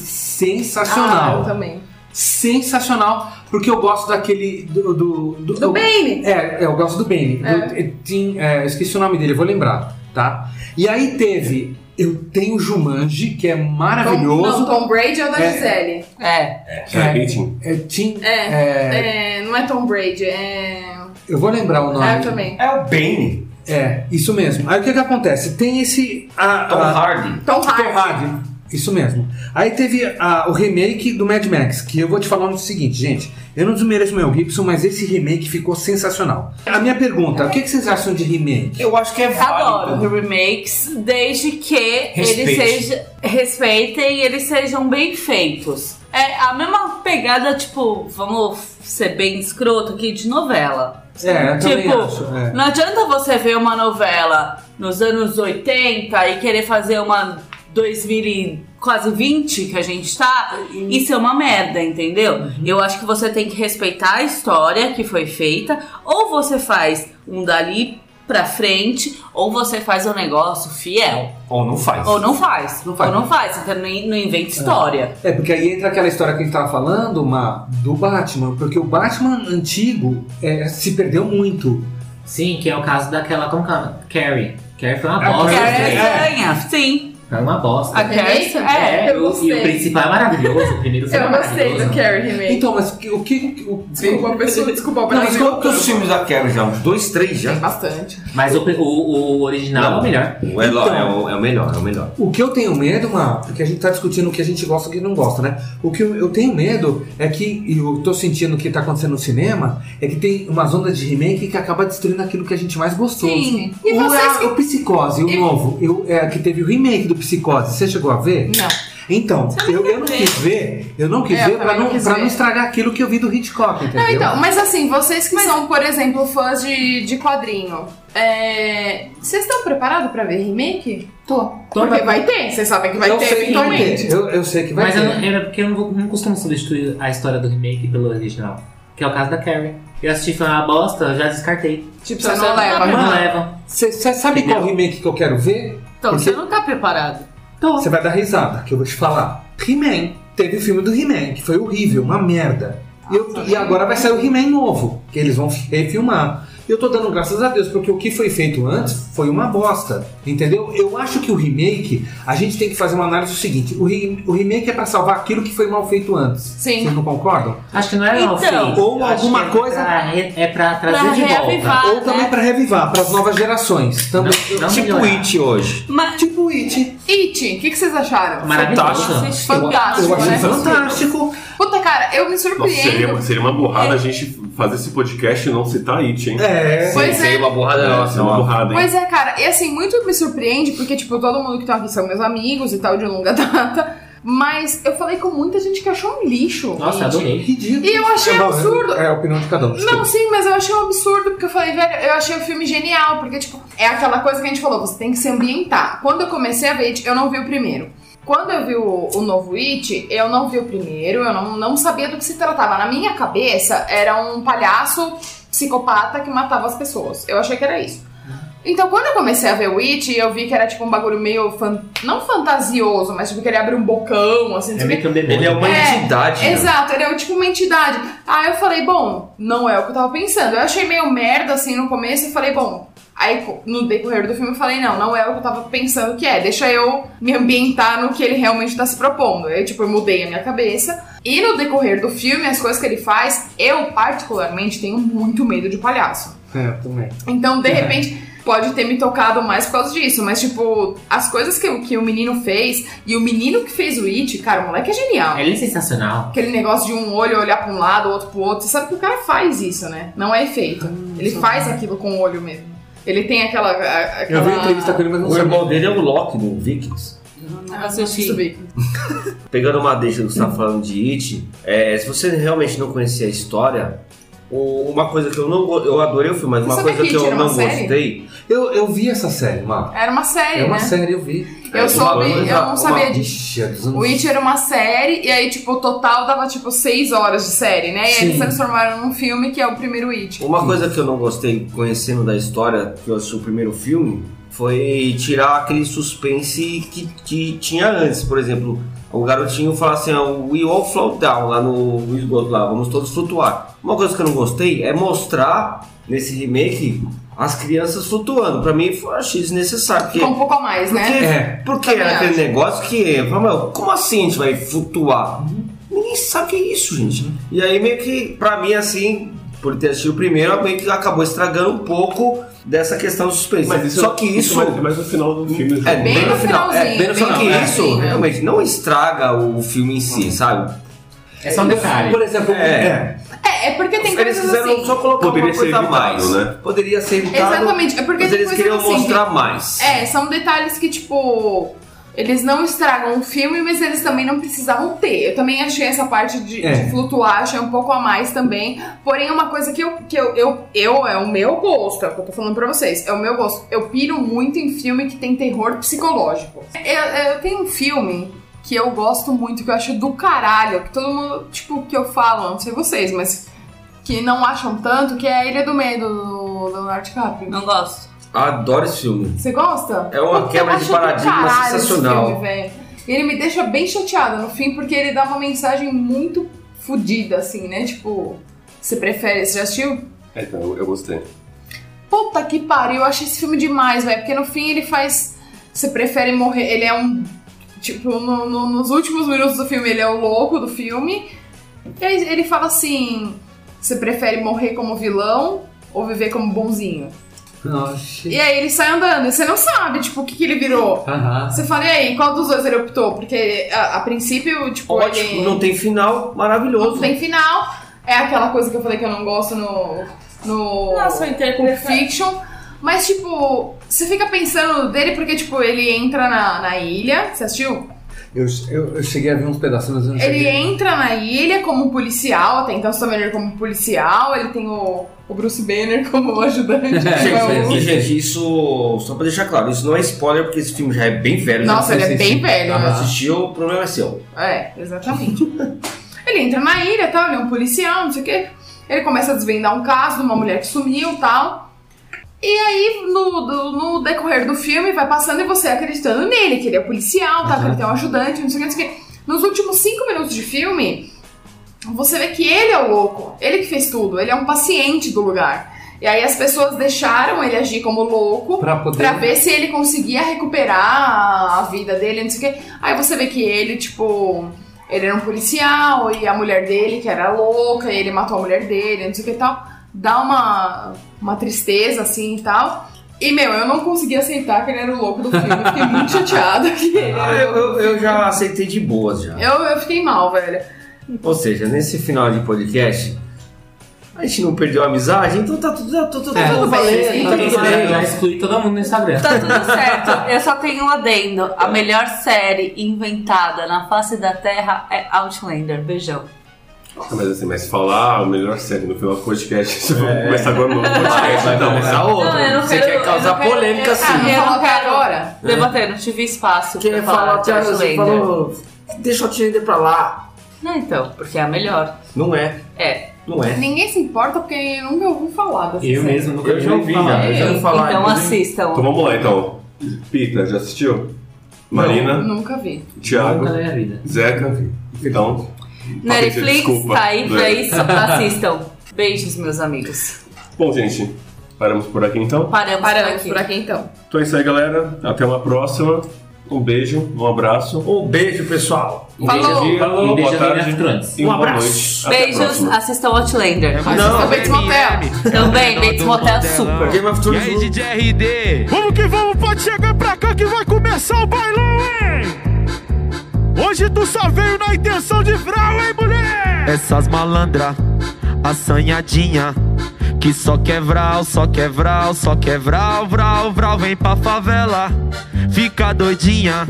S2: Ah, eu
S6: sensacional.
S2: também.
S6: Sensacional, porque eu gosto daquele do... Do, do-
S2: Do Bane.
S6: É, eu gosto do Bane.
S2: É.
S6: Do- eh, Tim- eh, esqueci o nome dele, vou lembrar, tá? E aí teve... Eu tenho Jumanji, que é
S2: Tom, não,
S6: maravilhoso.
S2: Tom Brady é o da
S6: É.
S2: Gisele.
S5: É.
S1: É, Rating.
S6: É, Tim,
S2: É.
S6: eh,
S2: É, não é Tom Brady, é.
S6: Eu vou lembrar o nome.
S2: É, eu também.
S4: É o Bane,
S6: É, isso mesmo. Aí o que que acontece? Tem esse... a-
S4: Tom
S2: Ah.
S6: a-
S4: Hardy.
S2: Tom
S6: Tom
S2: Hardy.
S6: Hardy. Isso mesmo. Aí teve ah, o remake do Mad Max, que eu vou te falar o seguinte, gente. Eu não desmereço o Mel Gibson, mas esse remake ficou sensacional. A minha pergunta, o que, que vocês acham de remake?
S4: Eu acho que é válido.
S5: Adoro remakes, desde que
S4: Respeite.
S5: eles sejam respeitem e eles sejam bem feitos. É a mesma pegada, tipo, vamos ser bem escroto aqui de novela.
S6: É, eu também
S5: Tipo,
S6: acho. é.
S5: Não adianta você ver uma novela nos anos 80 e querer fazer uma 2000 e quase 20 que a gente tá, isso é uma merda, entendeu? Eu acho que você tem que respeitar a história que foi feita, ou você faz um dali pra frente, ou você faz um negócio fiel,
S4: Ou não faz.
S5: ou não faz,
S6: Não faz.
S5: ou não faz, então não não inventa história.
S6: É, porque aí entra aquela história que a gente tava falando, Ma, do Batman. Porque o Batman antigo é, se perdeu muito.
S3: Sim, que é o caso daquela. Como que é? o nome? Carrie. Carrie foi uma
S6: A
S3: bosta.
S5: Porque
S6: Carrie,
S5: é
S6: é.
S5: estranha, sim.
S3: Foi uma bosta.
S5: A Carrie,
S2: Entendeu?
S5: é,
S3: É,
S2: eu
S3: o- e
S2: gostei.
S3: o principal é maravilhoso. O primeiro filme
S2: Eu
S3: é
S2: gostei do
S3: maravilhoso.
S2: Carrie Remake.
S6: Então, mas que- o que. O,
S2: Desculpa, a pessoa, desculpa, o
S4: Não, mas
S2: Brasil.
S4: quantos filmes da Carrie já? Uns dois, três já?
S2: Tem bastante.
S3: Mas o, o- o original
S4: Não.
S3: é o melhor.
S4: O é, lo- é o, é o melhor, é o melhor.
S6: O que eu tenho medo, mano, porque a gente tá discutindo o que a gente gosta e o que não gosta, né? O que eu, eu tenho medo é que, e eu tô sentindo que tá acontecendo no cinema, é que tem umas ondas de remake que acaba destruindo aquilo que a gente mais gostou.
S5: Sim.
S2: E
S6: Ou é
S2: vocês
S6: a- o Psicose, o
S2: e-
S6: novo, eu, é, que teve o remake do Psicose, você chegou a ver?
S2: Não.
S6: Então, eu, eu não
S5: ver.
S6: quis ver, eu não quis
S2: É, eu
S6: ver pra
S2: também
S6: não,
S2: não quis
S6: pra
S2: ver.
S6: não estragar aquilo que eu vi do Hitchcock, entendeu?
S2: Não, então, mas assim, vocês que são, por exemplo, fãs de, de quadrinho, é, vocês estão preparados pra ver remake? Tô. Porque
S3: Tô.
S2: vai ter, vocês sabem que vai
S6: eu
S2: ter
S6: sei que vai
S2: eventualmente.
S6: ter, eu, eu sei que vai
S3: Mas
S6: ter. né?
S3: eu não, é porque eu não, vou- não costumo substituir a história do remake pelo original. Que é o caso da Carrie. Eu assisti foi uma bosta, eu já descartei.
S2: Tipo,
S5: Então
S2: você
S5: você
S2: não
S5: não
S2: leva.
S5: tá
S3: Não
S5: Aham.
S3: levam.
S6: Você você sabe qual remake que eu quero ver?
S5: Então
S6: Porque-
S5: você não tá preparado.
S6: Você vai dar risada, que eu vou te falar. He-Man. Teve o filme do He-Man, que foi horrível, uma merda. E, eu- e agora vai sair o He-Man novo, que eles vão refilmar. E eu tô dando graças a Deus, porque o que foi feito antes foi uma bosta. Entendeu? Eu acho que o remake, a gente tem que fazer uma análise do seguinte: o, re- o remake é pra salvar aquilo que foi mal feito antes.
S2: Sim.
S6: Vocês não concordam?
S3: Acho que não é
S5: Então,
S3: mal feito.
S6: ou
S3: Eu acho
S6: alguma
S3: que é
S6: coisa-
S3: pra re- é pra trazer de volta.
S2: Ah,
S5: reavivar,
S6: Ou também
S5: né?
S6: pra revivar, pras novas gerações. Também.
S3: Não, não
S4: tipo
S3: melhorar.
S4: It hoje.
S5: Mas
S6: Tipo It.
S2: It, o que, que vocês acharam?
S3: Maravilhoso.
S5: Fantástico.
S2: Fantástico,
S6: Eu achei
S2: né?
S6: fantástico.
S2: Puta, cara, eu me
S1: Nossa,
S2: surpreendo.
S1: seria, seria uma
S5: é.
S1: burrada a gente fazer esse podcast e não citar It, hein?
S6: É.
S2: Pois
S4: Sem
S2: é.
S4: uma borrada
S1: Nossa,
S4: nossa.
S1: é uma
S4: Uma...
S1: burrada, hein?
S2: Pois é, cara, e assim, muito me surpreende, porque, tipo, todo mundo que tá aqui são meus amigos e tal, de longa data. Mas eu falei com muita gente que achou um lixo. It.
S3: Nossa, adorei.
S6: Ridículo.
S2: E eu achei
S6: É, bom,
S2: absurdo.
S6: É a opinião de cada um. desculpa.
S2: Não, sim, mas eu achei um absurdo, porque eu falei, velho, eu achei o filme genial, porque, tipo, é aquela coisa que a gente falou, você tem que se ambientar. Quando eu comecei a ver It, eu não vi o primeiro. Quando eu vi o, o novo It, eu não vi o primeiro, eu não, não sabia do que se tratava. Na minha cabeça, era um palhaço psicopata que matava as pessoas. Eu achei que era isso. Então, quando eu comecei a ver o It, eu vi que era tipo um bagulho meio. fan- não fantasioso, mas tipo que ele abre um bocão, assim, não sei o
S3: É
S2: quê.
S3: meio que um demônio.
S4: Ele é uma
S2: É,
S4: entidade. né?
S2: Exato, ele é tipo uma entidade. Aí eu falei, bom, não é o que eu tava pensando. Eu achei meio merda assim no começo e falei, bom. Aí co- no decorrer do filme eu falei, não, não é o que eu tava pensando que é. Deixa eu me ambientar no que ele realmente tá se propondo. Eu, tipo, eu mudei a minha cabeça. E no decorrer do filme, as coisas que ele faz, eu particularmente tenho muito medo de palhaço.
S6: É, também.
S2: Então, de repente. pode ter me tocado mais por causa disso. Mas, tipo, as coisas que, o- que o menino fez e o menino que fez o It, cara, o moleque é genial.
S3: Ele é sensacional.
S2: Aquele negócio de um olho olhar pra um lado, o outro pro outro. Você sabe que o cara faz isso, né? Não é efeito. ele faz aquilo com o olho mesmo. Ele tem aquela. a- aquela...
S6: Eu vi entrevista com ele, mas não
S4: O
S6: sabia.
S4: irmão dele é o Loki no Vikings.
S5: Nunca
S2: Isso,
S5: assisti.
S2: Vic.
S4: Pegando uma deixa do que você tá falando de It, é, se você realmente não conhecia a história, o- uma coisa que eu não go- eu adorei o filme, mas
S2: Você
S4: uma
S2: sabia
S4: coisa
S2: que
S4: que eu
S2: It era
S4: não
S2: uma série?
S4: gostei.
S6: Eu, eu vi essa série, Marco.
S2: Era uma série,
S6: É uma
S2: né?
S6: série, eu vi.
S2: Eu
S4: É,
S2: soube,
S4: uma coisa-
S2: eu não sabia
S6: uma...
S2: disso.
S6: Ixi, é dos anos-
S2: O Witch era uma série, e aí, tipo, o total dava, tipo, 6 horas de série, né? E aí eles
S6: Sim.
S2: transformaram num filme que é o primeiro Witch.
S4: Uma coisa que eu não gostei conhecendo da história, que eu assisti o primeiro filme, foi tirar aquele suspense que, que tinha antes. Por exemplo, o garotinho fala assim, ó, we all float down lá no, no esgoto lá, vamos todos flutuar. Uma coisa que eu não gostei é mostrar nesse remake as crianças flutuando. Pra mim, eu achei desnecessário. Porque
S2: Ficou um pouco a mais, né?
S4: porque,
S6: É.
S4: porque
S2: Também
S4: era aquele
S2: acho.
S4: negócio que. eu falava, "Meu, Como assim a gente vai flutuar? Ninguém sabe o que é isso, gente. E aí meio que, pra mim, assim, por ter assistido o primeiro, meio que acabou estragando um pouco dessa questão do suspense. Só que isso.
S1: mas, mas no final do filme.
S4: É
S1: já-
S4: bem,
S2: Bem
S4: no
S2: no
S4: final. É,
S2: finalzinho,
S4: bem no
S2: bem
S4: final. Só
S2: no
S4: que isso
S2: finalzinho.
S4: realmente não estraga o filme em si, sabe?
S3: É só um detalhe.
S6: Por exemplo,
S4: É.
S6: é.
S2: É, é porque tem
S4: Eles
S2: coisas
S4: quiseram
S2: assim.
S4: só um colocar
S1: Poderia
S4: uma coisa
S1: ser
S4: a
S1: evitado,
S4: mais.
S1: né?
S4: Poderia ser evitado.
S2: Exatamente, é porque
S4: Mas
S2: tem
S4: eles
S2: coisas
S4: queriam
S2: assim.
S4: mostrar mais.
S2: É, são detalhes que, tipo, eles não estragam o filme, mas eles também não precisavam ter. Eu também achei essa parte de,
S6: É.
S2: de flutuar, achei um pouco a mais também. Porém, é uma coisa que eu, que eu, eu, eu- é o meu gosto, é o que eu tô falando pra vocês, é o meu gosto. Eu piro muito em filme que tem terror psicológico. Eu, eu tenho um filme que eu gosto muito, que eu acho do caralho, que todo mundo, tipo, que eu falo, não sei vocês, mas que não acham tanto, que é a Ilha do Medo, do Leonardo DiCaprio.
S5: Não gosto.
S4: Adoro esse filme.
S2: Você gosta?
S4: É uma
S2: Puta,
S4: quebra
S2: eu
S4: de
S2: acho tá do
S4: paradigma
S2: caralho esse
S4: sensacional.
S2: filme, velho. E ele me deixa bem chateada no fim, porque ele dá uma mensagem muito fodida, assim, né? Tipo, você prefere. Você já assistiu?
S1: É, então, eu, eu gostei.
S2: Puta que pariu, eu achei esse filme demais, velho. Porque no fim ele faz. Você prefere morrer. Ele é um. Tipo, no- no- nos últimos minutos do filme, ele é o louco do filme. E aí ele fala assim: você prefere morrer como vilão ou viver como bonzinho?
S6: Nossa.
S2: E aí ele sai andando, e você não sabe, tipo, o que que ele virou.
S6: Aham.
S2: Você fala, e aí, qual dos dois ele optou? Porque a, a princípio, tipo, ele
S4: Ótimo, não tem final, maravilhoso.
S2: não tem final. É aquela coisa que eu falei que eu não gosto no. no
S5: Nossa, é
S2: Pulp
S5: interpretação.
S2: Fiction. Mas, tipo, você fica pensando dele porque, tipo, ele entra na, na ilha. Você assistiu?
S6: Eu, eu, eu cheguei a ver uns pedacinhos, mas eu não
S2: Ele
S6: cheguei.
S2: entra na ilha como policial, até então você ele como policial, ele tem o, o Bruce Banner como ajudante.
S6: É,
S2: que é o-
S4: E, Então, gente, isso, só pra deixar claro, isso não é spoiler, porque esse filme já é bem velho.
S2: Nossa, ele
S4: já
S2: é
S6: sim,
S2: bem
S6: sim.
S2: velho, né?
S6: Aham.
S4: assistiu, o problema é seu.
S2: É, exatamente. ele entra na ilha, tal, ele é um policial, não sei o quê. Ele começa a desvendar um caso de uma mulher que sumiu tal. E aí, no, do- no decorrer do filme, vai passando e você acreditando nele, que ele é policial, tal, que ele tem um ajudante, não sei o que, não sei o que. Nos últimos cinco minutos de filme, você vê que ele é o louco, ele que fez tudo, ele é um paciente do lugar. E aí as pessoas deixaram ele agir como louco
S6: Pra poder.
S2: Pra ver se ele conseguia recuperar a- a vida dele, não sei o quê. Aí você vê que ele, tipo, ele era um policial e a mulher dele, que era louca, e ele matou a mulher dele, não sei o que e tal. Dá uma, uma tristeza assim e tal. E, meu, eu não consegui aceitar que ele era o louco do filme. Eu fiquei muito chateada que ele
S4: Ah,
S2: era.
S4: eu, eu- eu já aceitei de boas já.
S2: Eu, eu fiquei mal, velho.
S4: Ou seja, nesse final de podcast, a gente não perdeu a amizade, então tá tudo, tá tudo,
S3: É.
S4: tudo valendo. Tá
S3: Então,
S4: tudo
S3: eu já
S4: bem.
S3: excluí todo mundo no Instagram.
S5: Tá tudo certo. Eu só tenho um adendo. A melhor série inventada na face da Terra é Outlander. Beijão.
S1: Ah, Mas assim, mas falar a melhor série no final do podcast, isso vai começar agora no novo
S4: Vai,
S1: podcast,
S4: É. vai
S1: então.
S4: começar outro.
S5: Não, eu não
S4: Você
S5: quero- eu
S4: quer
S5: não
S4: causar
S5: quero-
S4: polêmica
S5: eu-
S4: assim.
S5: Ah,
S2: eu
S5: eu
S2: falo
S5: não quero-
S2: agora.
S5: Debater, não tive espaço
S4: Quem
S5: pra
S4: falar
S5: falar de
S4: até você
S5: Outlander.
S4: falou, deixa eu te render pra lá.
S5: Não, então, porque é a melhor.
S4: Não é,
S5: É.
S4: não é.
S2: Ninguém se importa porque eu nunca ouvi falar dessa
S3: Eu
S2: série.
S3: mesmo nunca
S4: Eu já ouvi, já. Eu já ouvi falar.
S5: Então
S4: inclusive.
S5: assistam.
S1: Então vamos lá, então. Pita, já assistiu? Marina,
S2: Nunca vi.
S1: Thiago,
S3: Nunca na minha vida.
S1: Zeca, então. Patrícia,
S5: Netflix
S1: desculpa.
S5: tá aí pra
S1: É.
S5: isso. Assistam. Beijos, meus amigos.
S1: Bom, gente, paramos por aqui então.
S5: Paramos, por
S2: Paramos
S5: aqui.
S2: por aqui então.
S1: Então é isso aí, galera. Até uma próxima. Um beijo, um abraço.
S4: Um beijo, pessoal.
S1: Um
S2: Falou.
S1: bom dia,
S3: Falou.
S1: uma
S3: Um
S1: boa
S3: beijo,
S1: tarde
S3: Aventuras.
S1: e uma
S4: Um
S1: boa
S4: abraço.
S1: noite. Até a
S5: Beijos,
S1: próxima.
S5: assistam Outlander.
S2: Mas
S4: Não.
S2: isso é o Bates Motel.
S5: Também, Bates Motel super.
S4: Game of
S7: E
S4: Thrones.
S7: aí, DJ RD?
S8: Vamos que vamos, pode chegar pra cá que vai começar o bailão, hein? Hoje tu só veio na intenção de vral, hein, mulher?
S7: Essas malandra, assanhadinha. Que só quer vral, só quer vral, só quer vral, vral, vral. Vem pra favela, fica doidinha.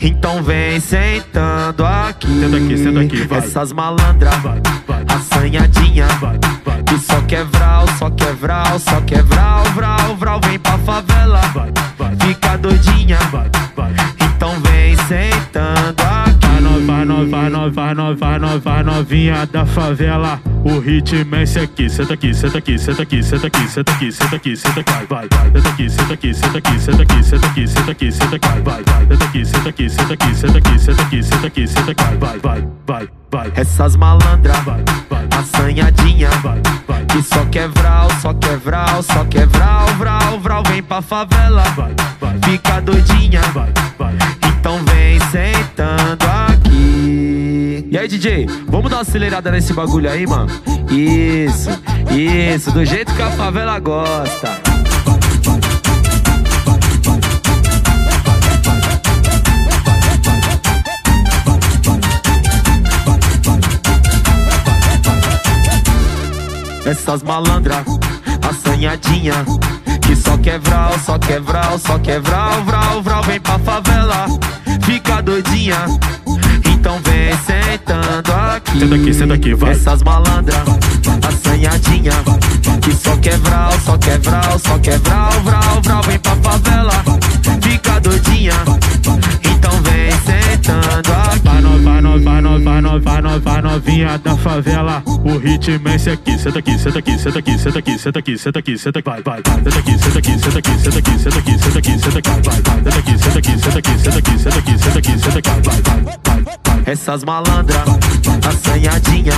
S7: Então vem sentando aqui.
S8: Senta aqui, senta aqui, vai.
S7: Essas malandra, assanhadinha. Que só quer vral, só quer vral, só quer vral, vral, vral. Vem pra favela, fica doidinha. Então vem sentando aqui.
S8: Vai nova, nova, nova, nova, nova, novinha da favela. O ritmo é esse aqui, senta aqui, senta aqui, senta aqui, senta aqui, senta aqui, senta aqui, senta aqui, vai, vai, senta aqui, senta aqui, senta aqui, senta aqui, senta aqui, senta aqui, senta aqui, vai, vai, senta aqui, senta aqui, senta aqui, senta aqui, senta aqui, senta aqui, senta aqui, vai, vai, vai, vai,
S7: Essas malandra,
S8: vai, vai,
S7: assanhadinha.
S8: vai, vai,
S7: Que só quer vral, só quer vral, só quer vral, vral, vral. Vem pra favela,
S8: vai, vai,
S7: fica doidinha.
S8: vai, vai.
S7: Então vem sentando aqui. E aí, DJ, vamos dar uma acelerada nesse bagulho aí, mano? Isso, isso, do jeito que a favela gosta. Essas malandra, assanhadinha Que só quer vral, só quer vral, só quer vral, vral, vral Vem pra favela, fica doidinha Então vem sentando aqui
S8: Senta aqui, senta aqui, vai.
S7: Essas malandra, assanhadinha Que só quer vral, só quer vral, só quer vral, vral, vral Vem pra favela, fica doidinha Então vem sentando aqui
S8: Vai nova, nova, nova, nova, nova, novinha da favela. O ritmo é esse aqui. Senta aqui, senta aqui, senta aqui, senta aqui, senta aqui, senta aqui, senta aqui, vai, vai. Senta aqui, senta aqui, senta aqui, senta aqui, senta aqui, senta aqui, senta aqui, vai, vai. Senta aqui, senta aqui, senta aqui, senta aqui, senta aqui, senta aqui, senta aqui, vai, vai, vai, vai.
S7: Essas malandra, assanhadinha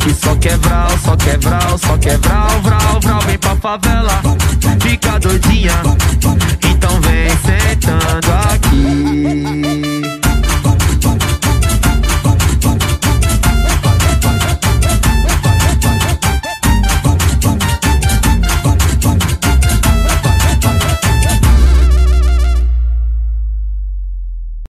S7: Que só quer vral, só quer vral, só quer vral, vral, vral Vem pra favela, fica doidinha Então vem sentando aqui